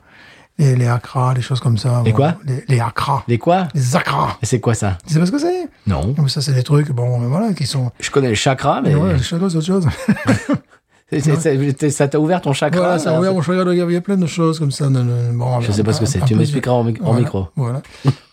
Speaker 2: Les, les acras, les choses comme ça.
Speaker 1: Les
Speaker 2: bon,
Speaker 1: quoi
Speaker 2: les, les acras.
Speaker 1: Les quoi
Speaker 2: Les acras.
Speaker 1: Et C'est quoi ça
Speaker 2: Tu sais pas ce que c'est
Speaker 1: Non.
Speaker 2: Mais Ça, c'est des trucs, bon, euh, voilà, qui sont.
Speaker 1: Je connais le chakra, mais
Speaker 2: Ouais, chaque chose, c'est autre chose.
Speaker 1: *laughs* c'est- c'est- c'est- ça t'a ouvert ton chakra.
Speaker 2: *laughs* Voilà, ça,
Speaker 1: ça,
Speaker 2: oui,
Speaker 1: c'est-
Speaker 2: on regarde, il y a plein de choses comme ça. non, non, bon,
Speaker 1: Je sais
Speaker 2: un-
Speaker 1: pas ce que
Speaker 2: un-
Speaker 1: c'est.
Speaker 2: un
Speaker 1: Tu
Speaker 2: peu-
Speaker 1: m'expliqueras en mic- en
Speaker 2: voilà,
Speaker 1: micro.
Speaker 2: Voilà.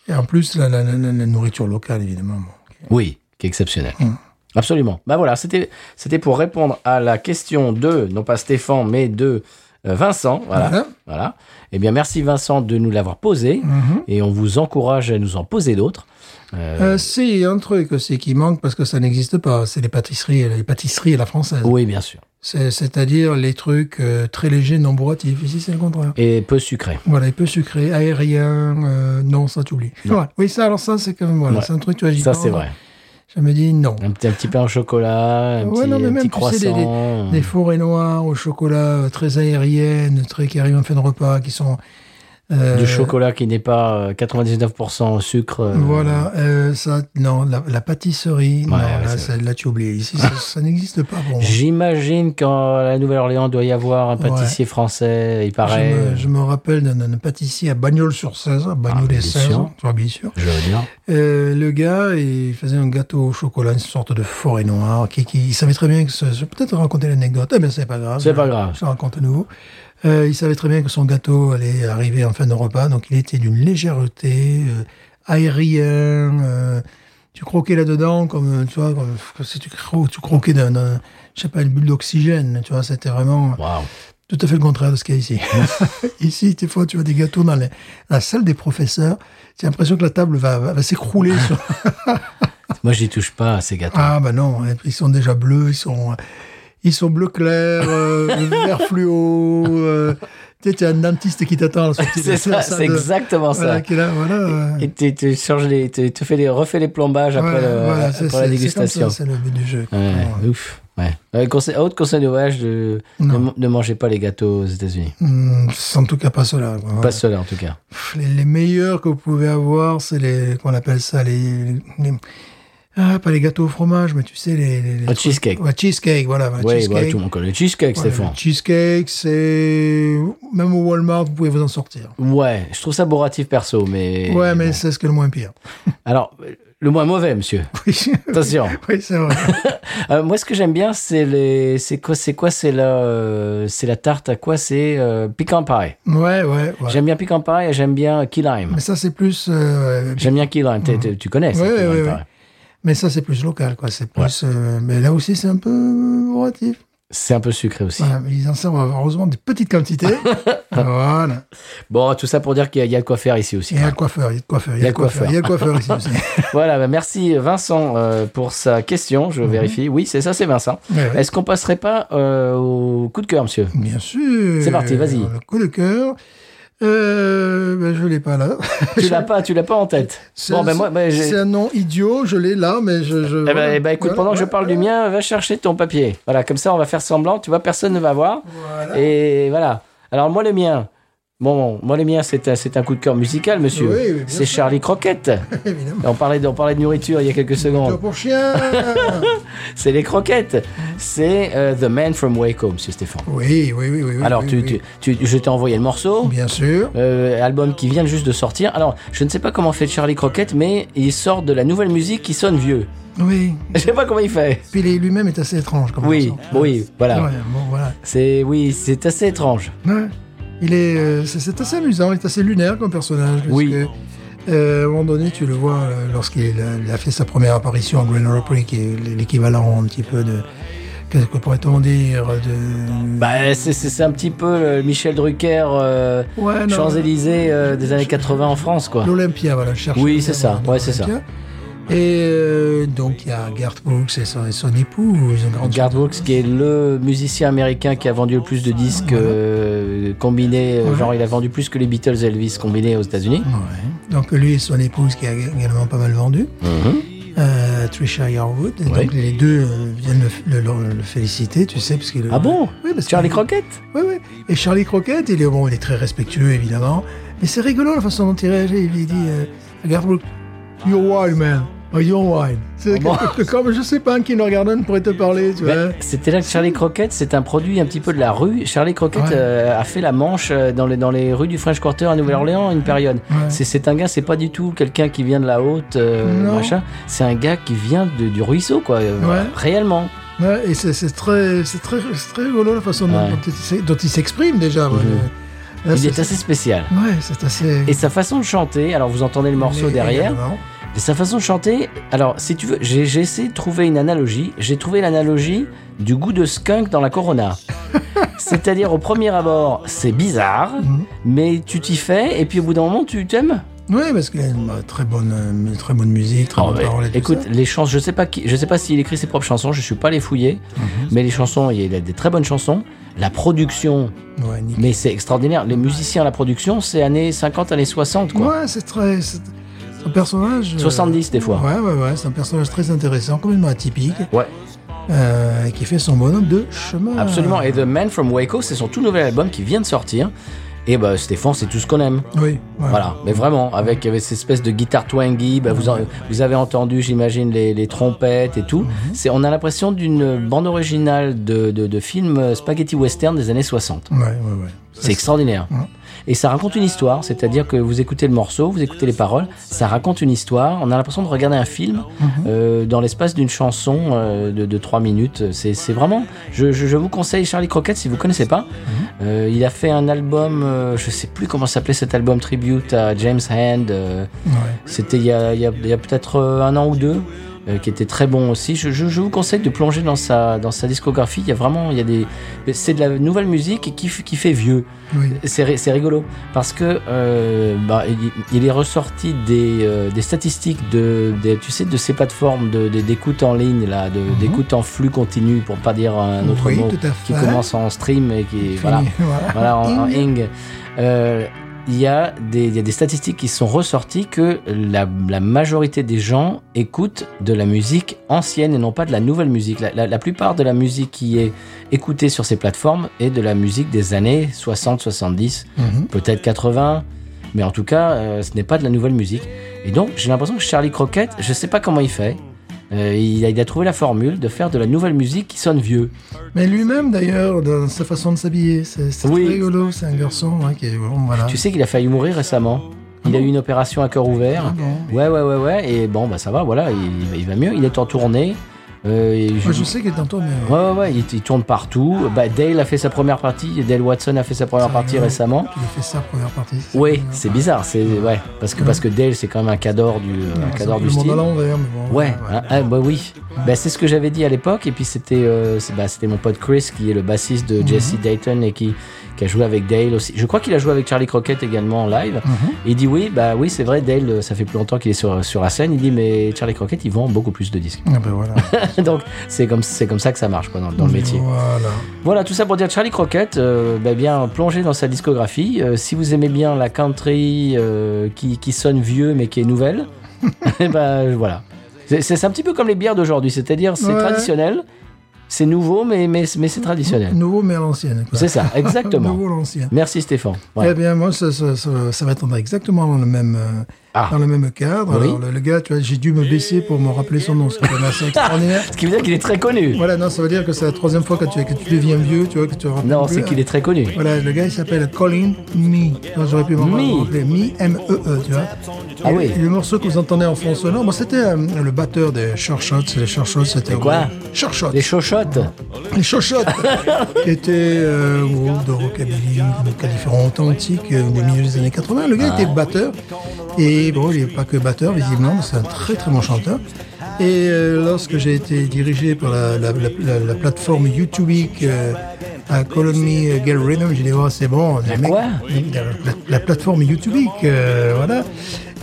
Speaker 2: Et en plus, la, la- la- la- la nourriture locale, évidemment. bon.
Speaker 1: Oui, qui est exceptionnel.
Speaker 2: Mm.
Speaker 1: Absolument. Bah voilà, c'était c'était pour répondre à la question de non pas Stéphane mais de euh, Vincent. Voilà.
Speaker 2: Voilà.
Speaker 1: Voilà. Eh bien, merci Vincent de nous l'avoir posé
Speaker 2: Mhm.
Speaker 1: et on vous encourage à nous en poser d'autres. Euh,
Speaker 2: Euh, si, il y a un truc aussi qui manque parce que ça n'existe pas, c'est les pâtisseries, euh, les pâtisseries à la française.
Speaker 1: oui, bien sûr.
Speaker 2: C'est- C'est-à-dire les trucs euh, très légers, non bourratifs. Ici, c'est le contraire.
Speaker 1: Et peu sucré.
Speaker 2: Voilà, et peu sucré, aérien, euh, non, ça t'oublies. Voilà. Oui, ça, alors ça, c'est quand même, voilà,
Speaker 1: Ouais.
Speaker 2: c'est un truc, tu vois, j'y
Speaker 1: Ça,
Speaker 2: pense,
Speaker 1: c'est vrai.
Speaker 2: Je me dis non.
Speaker 1: Un petit, un petit pain au chocolat, un
Speaker 2: Ouais,
Speaker 1: petit,
Speaker 2: non, mais
Speaker 1: un
Speaker 2: même,
Speaker 1: petit
Speaker 2: tu sais, des-
Speaker 1: croissant.
Speaker 2: Des forêts noires au chocolat euh, très aériennes, très, qui arrivent en fin de repas, qui sont. euh,
Speaker 1: Du chocolat qui n'est pas euh, 99% sucre. euh,
Speaker 2: Voilà, euh, ça, non, la, la pâtisserie, non,
Speaker 1: ouais,
Speaker 2: là,
Speaker 1: c'est
Speaker 2: c'est- là, tu oublies. Ici, ça, ça n'existe pas pour moi.
Speaker 1: J'imagine qu'en à la Nouvelle-Orléans, doit y avoir un pâtissier français, il paraît.
Speaker 2: Je me, je me rappelle d'un- d'un pâtissier à Bagnols-sur-Cèze, à
Speaker 1: Ah, bien
Speaker 2: Bagnols-sur-Cèze,
Speaker 1: sûr.
Speaker 2: tu vois, bien sûr.
Speaker 1: Je veux dire.
Speaker 2: Euh, le gars, il faisait un gâteau au chocolat, une sorte de forêt noire, qui, qui- il savait très bien que ce, je vais peut-être raconter l'anecdote, eh ben c'est pas grave.
Speaker 1: C'est
Speaker 2: je-
Speaker 1: pas grave.
Speaker 2: Je la raconte à nouveau. Euh, il savait très bien que son gâteau allait arriver en fin de repas, donc il était d'une légèreté, euh, aérien, euh, tu croquais là-dedans comme, euh, tu vois, comme, pff, si tu, cro- tu croquais d'un, d'un- je sais pas, une bulle d'oxygène, tu vois, c'était vraiment
Speaker 1: Waouh.
Speaker 2: tout à fait le contraire de ce qu'il y a *laughs* ici. ici, des fois, tu vois des gâteaux dans les- la salle des professeurs, tu as l'impression que la table va, va- va s'écrouler sur,
Speaker 1: Moi, j'y touche pas à ces gâteaux.
Speaker 2: *laughs* Ah bah non, et puis ils sont déjà bleus, ils sont euh, ils sont bleu clair, euh, *laughs* vert fluo. euh, tu sais, tu as un dentiste qui t'attend *laughs* à la sortie.
Speaker 1: *laughs*
Speaker 2: de
Speaker 1: c'est
Speaker 2: la
Speaker 1: ça,
Speaker 2: salle
Speaker 1: c'est
Speaker 2: de-
Speaker 1: exactement
Speaker 2: Voilà,
Speaker 1: ça.
Speaker 2: qui est là, voilà. euh,
Speaker 1: Et tu, tu changes les, tu, tu fais les, refais les plombages après,
Speaker 2: voilà,
Speaker 1: le-
Speaker 2: voilà,
Speaker 1: après
Speaker 2: c'est- c'est-
Speaker 1: la
Speaker 2: c'est
Speaker 1: dégustation.
Speaker 2: comme ça, C'est le but du jeu.
Speaker 1: Ouais,
Speaker 2: Voilà.
Speaker 1: ouf. Ouais. Euh, conseil- autre conseil de voyage, de, ne,
Speaker 2: Non.
Speaker 1: man- ne mangez pas les gâteaux aux États-Unis.
Speaker 2: Hum, c'est en tout cas pas cela. quoi.
Speaker 1: Pas ceux-là, en tout cas.
Speaker 2: Pff, Les, les meilleurs que vous pouvez avoir, c'est les qu'on appelle ça les, les- ah, pas les gâteaux au fromage, mais tu sais les, les- les
Speaker 1: Le
Speaker 2: trucs-
Speaker 1: cheesecake.
Speaker 2: Ouais, cheesecake, voilà. voilà,
Speaker 1: Oui, Ah, ouais,
Speaker 2: cheesecake.
Speaker 1: tout le monde connaît le cheesecake,
Speaker 2: Voilà,
Speaker 1: Stéphane.
Speaker 2: le cheesecake, c'est même au Walmart, vous pouvez vous en sortir.
Speaker 1: Ouais, je trouve ça bourratif perso, mais.
Speaker 2: ouais, mais
Speaker 1: bon.
Speaker 2: c'est ce que le moins pire. *laughs*
Speaker 1: Alors, le moins mauvais, monsieur.
Speaker 2: oui,
Speaker 1: Attention.
Speaker 2: oui, c'est vrai.
Speaker 1: Euh, moi, ce que j'aime bien, c'est les. C'est quoi C'est quoi C'est la. euh, C'est la tarte à quoi C'est euh, pecan pie.
Speaker 2: Ouais, ouais, ouais.
Speaker 1: J'aime bien pecan pie et j'aime bien key lime.
Speaker 2: Mais ça, c'est plus, euh,
Speaker 1: J'aime bien key lime. T'es- t'es- Tu connais ça,
Speaker 2: Ouais,
Speaker 1: key
Speaker 2: ouais,
Speaker 1: lime
Speaker 2: ouais,
Speaker 1: pie.
Speaker 2: mais ça, c'est plus local, quoi. C'est plus, euh, mais là aussi, c'est un peu relatif.
Speaker 1: C'est un peu sucré aussi.
Speaker 2: Voilà, mais ils en servent heureusement des
Speaker 1: *laughs*
Speaker 2: petites quantités. voilà.
Speaker 1: Bon, tout ça pour dire qu'il y, a- il y a de quoi faire ici
Speaker 2: Et
Speaker 1: aussi.
Speaker 2: il y a le coiffeur, il y a le coiffeur, il y a le coiffeur, il y a le coiffeur ici aussi.
Speaker 1: *laughs* voilà, bah, merci Vincent euh, pour sa question. Je vérifie. Oui, c'est ça, c'est Vincent.
Speaker 2: Ouais, Mhm. ouais.
Speaker 1: Est-ce qu'on passerait pas euh, au coup de cœur,
Speaker 2: *laughs*
Speaker 1: monsieur
Speaker 2: Bien sûr.
Speaker 1: C'est parti, vas-y.
Speaker 2: Alors, Le coup de cœur. Euh, ben, je l'ai pas là.
Speaker 1: Tu l'as pas, tu l'as pas en tête.
Speaker 2: C'est-
Speaker 1: Bon, ben moi, ben, j'ai-
Speaker 2: c'est un nom idiot, je l'ai là, mais je. je
Speaker 1: Eh ben, eh ben, écoute, pendant que je parle du mien, va chercher ton papier. Voilà, comme ça, on va faire semblant. Tu vois, personne ne va voir.
Speaker 2: Voilà. *laughs*
Speaker 1: Et voilà. Alors, moi, le mien. Bon, moi, le mien, c'est un, c'est un coup de cœur musical, monsieur.
Speaker 2: Oui, oui, bien
Speaker 1: c'est
Speaker 2: sûr.
Speaker 1: Charlie Croquette.
Speaker 2: Évidemment.
Speaker 1: On parlait, de, on parlait de nourriture il y a quelques
Speaker 2: Toi
Speaker 1: secondes.
Speaker 2: pour chien
Speaker 1: C'est les croquettes. C'est euh, The Man from Waco, monsieur Stéphane.
Speaker 2: Oui, oui, oui, oui. oui,
Speaker 1: Alors,
Speaker 2: oui,
Speaker 1: tu,
Speaker 2: oui.
Speaker 1: tu- tu- je t'ai envoyé le morceau.
Speaker 2: Bien sûr.
Speaker 1: euh, album qui vient juste de sortir. Alors, je ne sais pas comment fait Charlie Croquette, mais il sort de la nouvelle musique qui sonne vieux. *laughs*
Speaker 2: Oui.
Speaker 1: Je sais pas comment il fait.
Speaker 2: Puis il est- lui-même est assez étrange comme
Speaker 1: Oui,
Speaker 2: garçon.
Speaker 1: oui, voilà.
Speaker 2: Ouais, bon, voilà.
Speaker 1: C'est oui, c'est assez étrange.
Speaker 2: Ouais. Il est, euh, c'est- c'est assez amusant, il est assez lunaire comme personnage. parce
Speaker 1: Oui.
Speaker 2: que, euh, à un moment donné, tu le vois euh, lorsqu'il a- il a fait sa première apparition en Grand Prix, qui est l'équivalent un petit peu de, qu'est-ce que pourrait-on dire, de.
Speaker 1: Bah, c'est- c'est c'est un petit peu le Michel Drucker, euh,
Speaker 2: Ouais, Ah non.
Speaker 1: Champs-Élysées euh, des années 80 en France, quoi.
Speaker 2: L'Olympia, voilà, je cherche.
Speaker 1: Oui,
Speaker 2: le
Speaker 1: c'est
Speaker 2: terme
Speaker 1: ça.
Speaker 2: de
Speaker 1: Ouais, c'est ça.
Speaker 2: l'Olympia. Et euh, donc, il y a Garth Brooks et son, et son épouse. une grande-
Speaker 1: Garth Brooks, qui est le musicien américain qui a vendu le plus de disques euh, combinés, euh,
Speaker 2: Ouais.
Speaker 1: genre il a vendu plus que les Beatles et Elvis combinés aux États-Unis.
Speaker 2: Ouais. Donc, lui et son épouse qui a également pas mal vendu. Euh, Trisha Yarwood. Et
Speaker 1: Ouais.
Speaker 2: Donc, les deux euh, viennent le, le- le- le féliciter, tu sais. Parce qu'il
Speaker 1: Ah bon
Speaker 2: Oui, parce que-
Speaker 1: Charlie Crockett
Speaker 2: Oui, oui. Et Charlie Crockett, il est, bon, il est très réspectueux, évidemment. Mais c'est rigolo la façon dont il réagit. Il lui dit euh, à Garth Brooks, You're wild, man. Oh, you're wild. C'est
Speaker 1: Oh,
Speaker 2: quelque- comme, je sais pas, un Kinder Garden pourrait te parler, tu vois.
Speaker 1: Ben, C'était là que Charlie Crockett, c'est un produit un petit peu de la rue. Charlie Crockett
Speaker 2: Ouais.
Speaker 1: euh, a fait la manche euh, dans les, dans les rues du French Quarter à Nouvelle-Orléans une période.
Speaker 2: Ouais.
Speaker 1: C'est- C'est un gars, c'est pas du tout quelqu'un qui vient de la haute, euh,
Speaker 2: Non.
Speaker 1: machin. C'est un gars qui vient de- du ruisseau, quoi, euh,
Speaker 2: Ouais.
Speaker 1: réellement.
Speaker 2: Ouais, et c'est c'est très, c'est très, c'est très rigolo la façon dont,
Speaker 1: Ouais. Mhm.
Speaker 2: dont il s'est- dont il s'exprime déjà. ouais. Là,
Speaker 1: Il
Speaker 2: c'est-
Speaker 1: est assez spécial.
Speaker 2: Ouais, c'est assez.
Speaker 1: Et sa façon de chanter, alors vous entendez le morceau
Speaker 2: Mais
Speaker 1: derrière,
Speaker 2: également.
Speaker 1: Et sa façon de chanter, alors si tu veux, j'ai j'ai essayé de trouver une analogie. J'ai trouvé l'analogie du goût de skunk dans la
Speaker 2: *laughs*
Speaker 1: Corona. C'est-à-dire au premier abord, c'est bizarre,
Speaker 2: Mhm.
Speaker 1: mais tu t'y fais, et puis au bout d'un moment, tu t'aimes.
Speaker 2: Ouais, parce qu'il a une bah, très bonne, euh, très bonne musique, très
Speaker 1: Oh,
Speaker 2: bonne
Speaker 1: mais
Speaker 2: parole. et tout
Speaker 1: écoute,
Speaker 2: ça.
Speaker 1: les chansons, je sais pas qui, je sais pas s'il écrit ses propres chansons, je suis pas les fouiller,
Speaker 2: Mhm.
Speaker 1: mais les chansons, il y a des très bonnes chansons. La production,
Speaker 2: Ouais, nickel.
Speaker 1: mais c'est extraordinaire. Les musiciens, la production, c'est années 50, années 60, quoi.
Speaker 2: Ouais, c'est très. C'est c'est un personnage. euh,
Speaker 1: 70 des fois.
Speaker 2: Ouais, ouais, ouais. C'est un personnage très intéressant, complètement atypique,
Speaker 1: Ouais,
Speaker 2: euh, qui fait son bonhomme de chemin.
Speaker 1: absolument. Et The Man from Waco, c'est son tout nouvel album qui vient de sortir. Et bah, Stéphane, c'est tout ce qu'on aime.
Speaker 2: Oui, ouais.
Speaker 1: Voilà, mais vraiment, avec, avec cette espèce de guitare twangy, bah, vous, en- vous avez entendu, j'imagine, les, les trompettes et tout.
Speaker 2: Mhm.
Speaker 1: C'est, on a l'impression d'une bande originale de, de, de film euh, spaghetti western des années 60.
Speaker 2: Ouais, ouais, ouais.
Speaker 1: C'est extraordinaire.
Speaker 2: Mhm.
Speaker 1: Et ça raconte une histoire, c'est-à-dire que vous écoutez le morceau, vous écoutez les paroles, ça raconte une histoire. On a l'impression de regarder un film
Speaker 2: Mhm.
Speaker 1: euh, dans l'espace d'une chanson euh, de, de 3 minutes. C'est c'est vraiment. Je, je- je vous conseille Charlie Crockett si vous connaissez pas. Euh, il a fait un album, euh, je sais plus comment s'appelait cet album tribute à James Hand. euh,
Speaker 2: Ouais.
Speaker 1: C'était il y a, il y a- il y a peut-être euh, un an ou deux, euh, qui était très bon aussi. Je, je- je vous conseille de plonger dans sa, dans sa discographie. Il y a vraiment, il y a des, c'est de la nouvelle musique qui, f- qui fait vieux.
Speaker 2: Oui.
Speaker 1: C'est ri- c'est rigolo parce que euh, bah, il, il est ressorti des, euh, des statistiques de, des- tu sais, de ces plateformes de- de- d'écoute en ligne là, de- d'écoute en flux continu pour pas dire un autre
Speaker 2: Mhm. Oui,
Speaker 1: mot
Speaker 2: tout à
Speaker 1: qui
Speaker 2: fait.
Speaker 1: commence en stream et qui
Speaker 2: Fini.
Speaker 1: voilà
Speaker 2: voilà.
Speaker 1: voilà, en, en
Speaker 2: Ing.
Speaker 1: ing. Euh, il y, a des, il y a des statistiques qui sont ressorties que la, la majorité des gens écoutent de la musique ancienne et non pas de la nouvelle musique. La, la- la plupart de la musique qui est écoutée sur ces plateformes est de la musique des années 60, 70,
Speaker 2: Mhm.
Speaker 1: peut-être 80, mais en tout cas, euh, ce n'est pas de la nouvelle musique. Et donc, j'ai l'impression que Charlie Crockett, je ne sais pas comment il fait, euh, il, a, il a trouvé la formule de faire de la nouvelle musique qui sonne vieux.
Speaker 2: Mais lui-même, d'ailleurs, dans sa façon de s'habiller, c'est c'est
Speaker 1: Oui.
Speaker 2: très rigolo. C'est un garçon hein, qui est bon, voilà.
Speaker 1: Tu sais qu'il a failli mourir récemment. Il a eu une opération à cœur
Speaker 2: Ah
Speaker 1: ouvert.
Speaker 2: bon.
Speaker 1: Ouais, ouais, ouais, ouais. Et bon, bah ça va, voilà, il, il va mieux. Il est en tournée. Euh, et je-
Speaker 2: Moi, je sais qu'il est en tournée.
Speaker 1: Ouais, ouais, ouais, il, il tourne partout. Bah, Dale a fait sa première partie. Dale Watson a fait sa première
Speaker 2: C'est
Speaker 1: partie
Speaker 2: rigolo.
Speaker 1: récemment.
Speaker 2: Il a fait ça première partie.
Speaker 1: Ouais, c'est bizarre. C'est ouais, parce que parce que Dale c'est quand même un cador du euh, un
Speaker 2: C'est
Speaker 1: cador du
Speaker 2: le monde
Speaker 1: style.
Speaker 2: à l'envers, mais bon,
Speaker 1: Ouais,
Speaker 2: voilà.
Speaker 1: hein, ah, bah oui. Bah, c'est ce que j'avais dit à l'époque. Et puis c'était euh, c'est- bah, c'était mon pote Chris qui est le bassiste de Jesse
Speaker 2: Mhm.
Speaker 1: Dayton et qui, qui a joué avec Dale aussi. Je crois qu'il a joué avec Charlie Crockett également en live.
Speaker 2: Mhm.
Speaker 1: Il dit oui, bah oui, c'est vrai, Dale, euh, ça fait plus longtemps qu'il est sur, sur la scène. Il dit mais Charlie Crockett, il vend beaucoup plus de
Speaker 2: *laughs*
Speaker 1: disques.
Speaker 2: Ah ben
Speaker 1: *laughs*
Speaker 2: voilà.
Speaker 1: Donc c'est comme, c'est comme ça que ça marche quoi, dans, dans le métier.
Speaker 2: Voilà.
Speaker 1: Voilà, tout ça pour dire Charlie Crockett, euh, bah bien plongez dans sa discographie. Euh, si vous aimez bien la country euh, qui, qui sonne vieux mais qui est
Speaker 2: *laughs*
Speaker 1: nouvelle, eh ben voilà. C'est- C'est c'est un petit peu comme les bières d'aujourd'hui, c'est-à-dire c'est
Speaker 2: Ouais.
Speaker 1: traditionnel, c'est nouveau mais, mais, mais c'est traditionnel.
Speaker 2: Nouveau mais à l'ancienne. quoi.
Speaker 1: C'est ça, exactement.
Speaker 2: *laughs* Nouveau à l'ancienne.
Speaker 1: Merci Stéphane. Voilà.
Speaker 2: Eh bien, moi, ça, ça- ça- ça va être exactement le même, euh,
Speaker 1: Ah.
Speaker 2: dans le même cadre.
Speaker 1: Oui.
Speaker 2: Alors, le, le gars, tu vois, j'ai dû me baisser pour me rappeler son nom, ce qui est quand même assez extraordinaire.
Speaker 1: *laughs* Ce qui veut dire qu'il est très connu.
Speaker 2: Voilà, non, ça veut dire que c'est la troisième fois que tu, que tu deviens vieux, tu vois, que tu te rappelles
Speaker 1: Non,
Speaker 2: plus.
Speaker 1: c'est qu'il est très connu.
Speaker 2: Voilà, le gars, il s'appelle Colin Me. Non, J'aurais pu m'en
Speaker 1: Me.
Speaker 2: me rappeler. Me, M-E-E, tu vois.
Speaker 1: Ah oui.
Speaker 2: Et le morceau que vous entendez en France sonore, moi, c'était euh, le batteur des Shortshots. Les Shortshots, c'était...
Speaker 1: quoi
Speaker 2: Shortshots.
Speaker 1: Les chochottes.
Speaker 2: Les Chochottes, qui était euh, un groupe de rockabilly, de Californie authentique, euh, des milieux des années 80. Le gars était batteur. Et bon, il n'est pas que batteur, visiblement, mais c'est un très très bon chanteur. Et euh, lorsque j'ai été dirigé par la, la- la- la- la plateforme YouTube euh, à Colony Girl Rhythm, j'ai dit, oh, c'est bon. les mecs-
Speaker 1: quoi
Speaker 2: la, la- la plateforme YouTube, euh, voilà.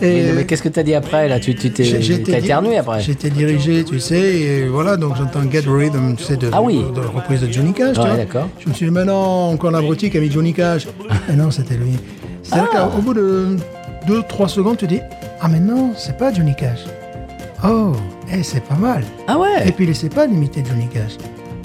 Speaker 1: Mais,
Speaker 2: Et, euh,
Speaker 1: mais qu'est-ce que t'as dit après là Tu tu t'es
Speaker 2: j'ai- j'ai été
Speaker 1: t'as
Speaker 2: di-
Speaker 1: éternué après.
Speaker 2: J'ai été dirigé, tu sais, et voilà, donc j'entends Get Rhythm, tu sais, de,
Speaker 1: Ah oui. Ah
Speaker 2: de la reprise de Johnny Cash. tu
Speaker 1: Ouais,
Speaker 2: vois.
Speaker 1: d'accord.
Speaker 2: Je me suis dit, mais non, encore l'abruti qui a mis Johnny
Speaker 1: *laughs*
Speaker 2: Cash. et non, c'était lui. C'est-à-dire
Speaker 1: Ah.
Speaker 2: qu'au bout de 2-3 secondes, tu dis, ah mais non, c'est pas Johnny Cash. Oh, eh, c'est pas mal.
Speaker 1: Ah
Speaker 2: Et
Speaker 1: ouais
Speaker 2: puis il essaie pas d'imiter Johnny Cash.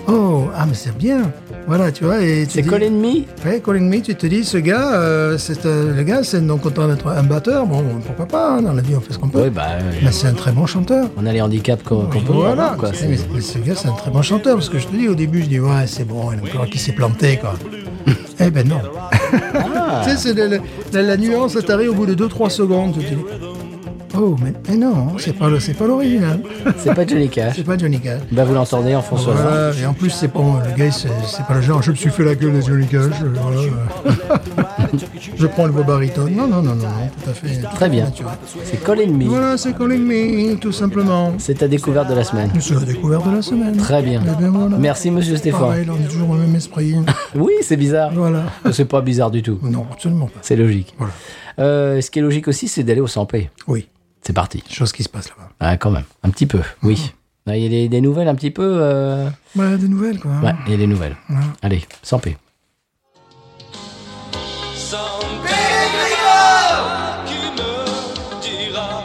Speaker 2: Oh, ah mais c'est bien. Voilà, tu vois. et tu
Speaker 1: C'est
Speaker 2: dis-
Speaker 1: Colin Me
Speaker 2: Ouais, Calling Me, tu te dis, ce gars, euh, c'est euh, le gars, c'est donc content d'être un batteur. Bon, pourquoi pas, hein, dans la vie, on fait ce qu'on peut.
Speaker 1: Oui, bah. euh,
Speaker 2: Mais c'est un très bon chanteur.
Speaker 1: On a les handicaps qu'on qu'on peut
Speaker 2: Voilà,
Speaker 1: avoir, quoi.
Speaker 2: mais, mais ce gars, c'est un très bon chanteur. Parce que je te dis, au début, je dis, ouais, c'est bon, il y en a encore qui s'est planté,
Speaker 1: *laughs*
Speaker 2: quoi. eh ben non.
Speaker 1: Ah.
Speaker 2: *laughs* tu sais, c'est le- le- la, la nuance, ça t'arrive au bout de 2-3 secondes. Tu te dis, oh, mais, mais non, c'est pas, le- c'est pas l'original.
Speaker 1: C'est pas Johnny Cash.
Speaker 2: c'est pas Johnny Cash.
Speaker 1: Bah, vous l'entendez en François.
Speaker 2: Voilà, et en plus, c'est pas le gars, c'est c'est pas le genre, je me suis fait la gueule de Johnny Cash, euh, voilà. *laughs* je prends le voix baritone. Non, non, non, non, non, tout à fait. tout à
Speaker 1: Très
Speaker 2: fait
Speaker 1: bien.
Speaker 2: naturel.
Speaker 1: C'est Colin Me.
Speaker 2: Voilà, c'est Calling Me, tout simplement.
Speaker 1: C'est ta découverte de la semaine.
Speaker 2: C'est la découverte de la semaine.
Speaker 1: Très bien.
Speaker 2: Eh bien, voilà.
Speaker 1: Merci, monsieur Stéphane.
Speaker 2: Pareil, on est toujours au
Speaker 1: *laughs*
Speaker 2: même esprit.
Speaker 1: Oui, c'est bizarre.
Speaker 2: voilà.
Speaker 1: C'est pas bizarre du tout.
Speaker 2: Non, absolument pas.
Speaker 1: C'est logique.
Speaker 2: Voilà.
Speaker 1: Euh, ce qui est logique aussi, c'est d'aller au 100p.
Speaker 2: Oui,
Speaker 1: C'est parti.
Speaker 2: chose qui se passe là-bas.
Speaker 1: Ah, quand même. Un petit peu, oui. Ah, Il y a des, des nouvelles un petit peu. euh,
Speaker 2: Bah, des nouvelles, quoi.
Speaker 1: Ouais, il y a des nouvelles. Allez, 100p.
Speaker 3: Sans Grégoire qui me dira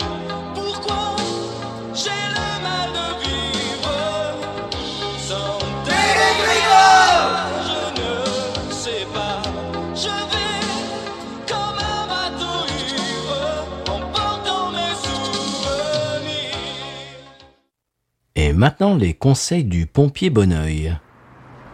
Speaker 3: pourquoi j'ai le mal de vivre. Sans Grégoire, je ne sais pas. Je vais comme un bateau ivre en portant mes souvenirs.
Speaker 1: Et maintenant, les conseils du pompier Bonneuil.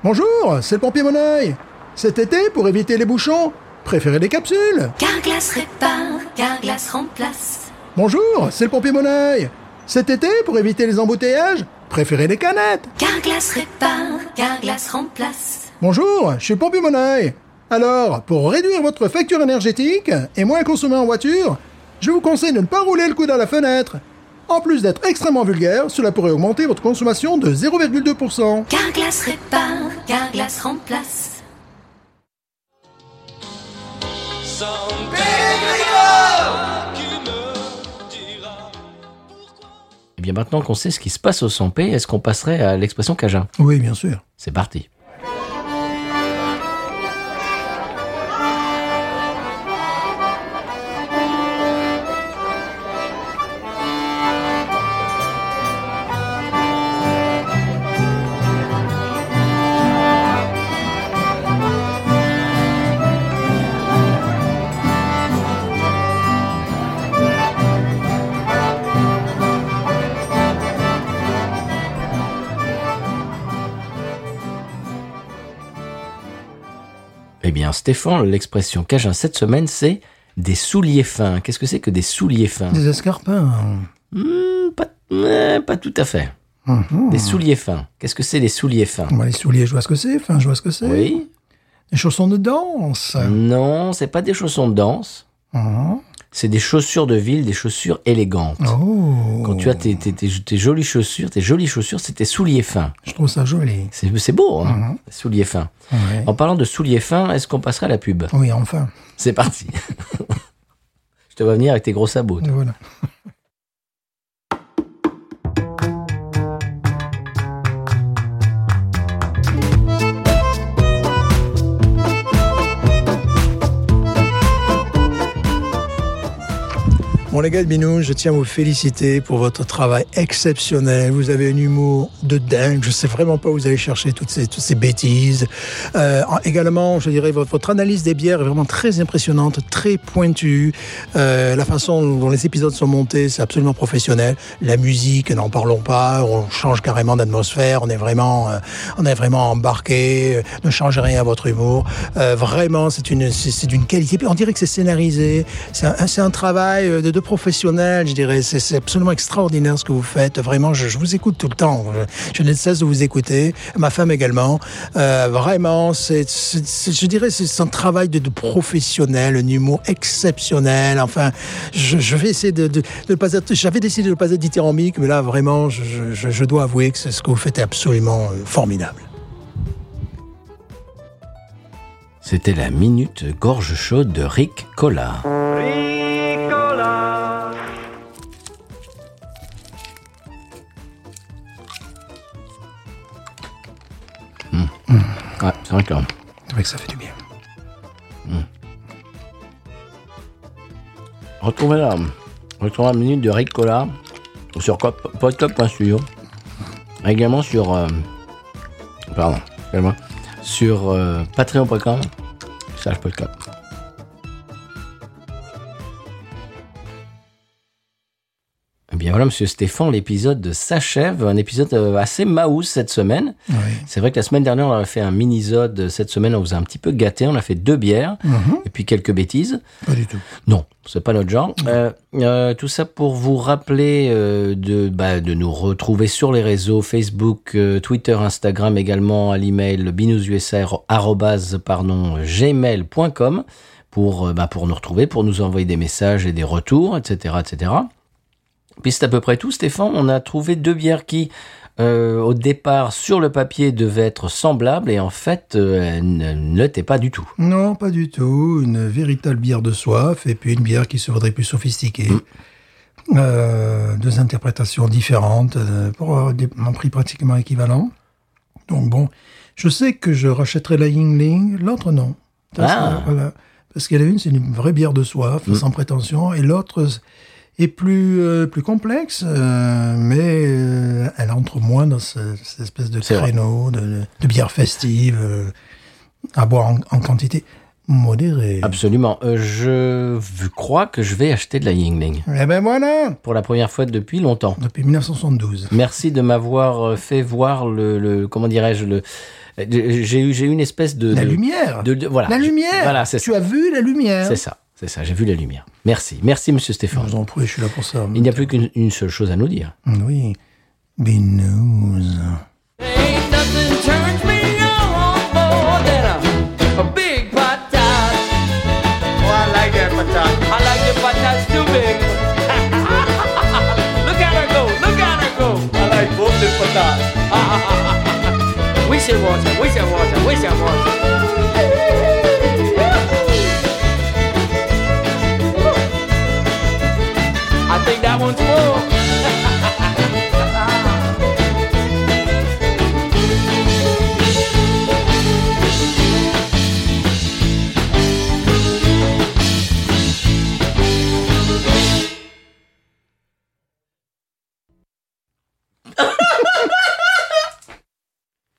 Speaker 2: Bonjour, c'est le pompier Moneuil. Cet été, pour éviter les bouchons, préférez des capsules.
Speaker 4: Carglass répare, Carglass remplace.
Speaker 2: Bonjour, c'est le pompier Moneuil. Cet été, pour éviter les embouteillages, préférez les canettes.
Speaker 4: Carglass répare, Carglass remplace.
Speaker 2: Bonjour, je suis le pompier Moneuil. Alors, pour réduire votre facture énergétique et moins consommer en voiture, je vous conseille de ne pas rouler le coude à la fenêtre. En plus d'être extrêmement vulgaire, cela pourrait augmenter votre consommation de 0,2%.
Speaker 4: Carglass répare, Carglass remplace.
Speaker 3: Sans Grégoire qui me dira
Speaker 1: Eh bien, maintenant qu'on sait ce qui se passe au 100p, est-ce qu'on passerait à l'expression Cajun
Speaker 2: Oui, bien sûr.
Speaker 1: C'est parti. Eh bien, Stéphane, l'expression Cajun cette semaine, c'est des souliers fins. Qu'est-ce que c'est que des souliers fins
Speaker 2: Des escarpins.
Speaker 1: Hmm, pas, euh, pas tout à fait. Des souliers fins. Qu'est-ce que c'est les souliers fins
Speaker 2: Bon, les souliers, je vois ce que c'est. Enfin, je vois ce que c'est.
Speaker 1: Oui. Mm.
Speaker 2: Les chaussons de danse.
Speaker 1: Non, c'est pas des chaussons de danse.
Speaker 2: Hein
Speaker 1: C'est des chaussures de ville, des chaussures élégantes.
Speaker 2: Oh.
Speaker 1: Quand tu as tes, tes- tes- tes jolies chaussures, tes jolies chaussures, c'est tes souliers fins.
Speaker 2: Je trouve ça joli.
Speaker 1: C'est c'est beau, hein Souliers fins.
Speaker 2: Ouais.
Speaker 1: En parlant de souliers fins, est-ce qu'on passerait à la pub
Speaker 2: Oui, enfin.
Speaker 1: C'est parti. Je te vois venir avec tes gros sabots.
Speaker 2: Voilà. Bon les gars de Binou, je tiens à vous féliciter pour votre travail exceptionnel. Vous avez un humour de dingue. Je sais vraiment pas où vous allez chercher toutes ces, toutes ces bêtises. Euh, en- également, je dirais, votre, votre analyse des bières est vraiment très impressionnante, très pointue. Euh, la façon dont les épisodes sont montés, c'est absolument professionnel. La musique, n'en parlons pas. On change carrément d'atmosphère. On est vraiment, euh, on est vraiment embarqué. Euh, Ne changez rien à votre humour. Euh, vraiment, c'est une, c'est c'est d'une qualité. Puis On dirait que c'est scénarisé. C'est un, c'est un travail euh, de, de professionnel, je dirais. C'est c'est absolument extraordinaire ce que vous faites. Vraiment, je, je vous écoute tout le temps. Je, je ne cesse de vous écouter. Ma femme également. Euh, vraiment, c'est, c'est- c'est- je dirais, c'est c'est un travail de, de professionnel, un humour exceptionnel. Enfin, je, je vais essayer de, de, de ne pas être. J'avais décidé de ne pas être dithyrambique, mais là, vraiment, je, je- je, je dois avouer que c'est- ce que vous faites est absolument euh, formidable.
Speaker 1: C'était la minute gorge chaude de Rick Collard. Hmm. Ouais, c'est vrai que
Speaker 2: C'est vrai que ça fait du bien.
Speaker 1: retrouvez la, retrouvez la minute de Rick Collard sur cop- podcop.studio. Également sur. euh, pardon, excusez-moi. Sur euh, patreon.com. slash podcop. Eh bien voilà, monsieur Stéphane, l'épisode s'achève. Un épisode euh, assez maous cette semaine.
Speaker 2: Oui.
Speaker 1: C'est vrai que la semaine dernière, on a fait un mini-sode. Cette semaine, on vous a un petit peu gâté. On a fait deux bières et puis quelques bêtises.
Speaker 2: Pas du tout.
Speaker 1: Non, c'est pas notre genre. Euh, euh, tout ça pour vous rappeler euh, de, bah, de nous retrouver sur les réseaux Facebook, euh, Twitter, Instagram également, à l'email binoususr@gmail.com pour euh, bah, pour nous retrouver, pour nous envoyer des messages et des retours, etc., etc. Puis c'est à peu près tout, Stéphane. On a trouvé deux bières qui, euh, au départ, sur le papier, devaient être semblables et en fait, euh, elles ne ne l'étaient pas du tout.
Speaker 2: Non, pas du tout. Une véritable bière de soif et puis une bière qui se voudrait plus sophistiquée.
Speaker 1: Mm.
Speaker 2: Euh, deux interprétations différentes euh, pour euh, des- un prix pratiquement équivalent. Donc bon, je sais que je rachèterai la Yingling, l'autre non. Ça,
Speaker 1: Ah. Mm.
Speaker 2: c'est- voilà. Parce qu'il y en a une, c'est une vraie bière de soif, sans prétention, et l'autre est plus, euh, plus complexe, euh, mais euh, elle entre moins dans ce- cette espèce de
Speaker 1: C'est vrai.
Speaker 2: créneau de, de bière festive. euh, à boire en, en quantité modérée.
Speaker 1: Absolument. Euh, je v- crois que je vais acheter de la Yingling
Speaker 2: Eh ben voilà
Speaker 1: pour la première fois depuis longtemps.
Speaker 2: Depuis 1972.
Speaker 1: Merci de m'avoir euh, fait voir le, le- comment dirais-je le. euh, J'ai eu j'ai eu une espèce de
Speaker 2: La
Speaker 1: de-
Speaker 2: lumière
Speaker 1: de- de- voilà.
Speaker 2: La
Speaker 1: Je-
Speaker 2: lumière
Speaker 1: Voilà, c'est
Speaker 2: Tu
Speaker 1: ça.
Speaker 2: as vu la lumière
Speaker 1: C'est ça. C'est ça. J'ai vu la lumière. Merci. Merci, Monsieur
Speaker 2: Je
Speaker 1: Stéphane.
Speaker 2: vous en prie, je suis là pour ça.
Speaker 1: Il n'y a plus qu'une une seule chose à nous dire.
Speaker 2: Oui. Binouze.
Speaker 5: Ain't nothing turns me on more than a, a big patat. Oh, I like that patat. I like the patats too big. *laughs* look at her go, look at her go. I like both the *laughs* patats. we should watch her, we should watch her, we should watch her. I think that one's full.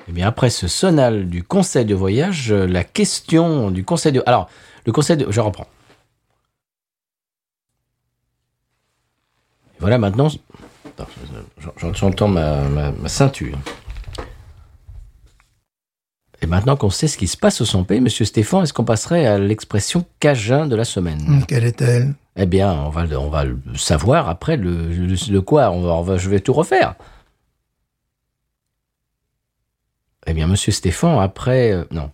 Speaker 1: Eh bien, après ce sonal du conseil de voyage, euh, la question du conseil de. Alors, le conseil de. Je reprends. Et voilà, maintenant. Attends, je- je- J'entends ma, ma- ma ceinture. Et maintenant qu'on sait ce qui se passe au 100p, monsieur Stéphane, est-ce qu'on passerait à l'expression cajun de la semaine
Speaker 2: Hum, Quelle est-elle
Speaker 1: Eh bien, on va, le- on va le savoir après le, le- le quoi. On va, on va- je vais tout refaire. Eh bien, Monsieur Stéphane, après. euh, non.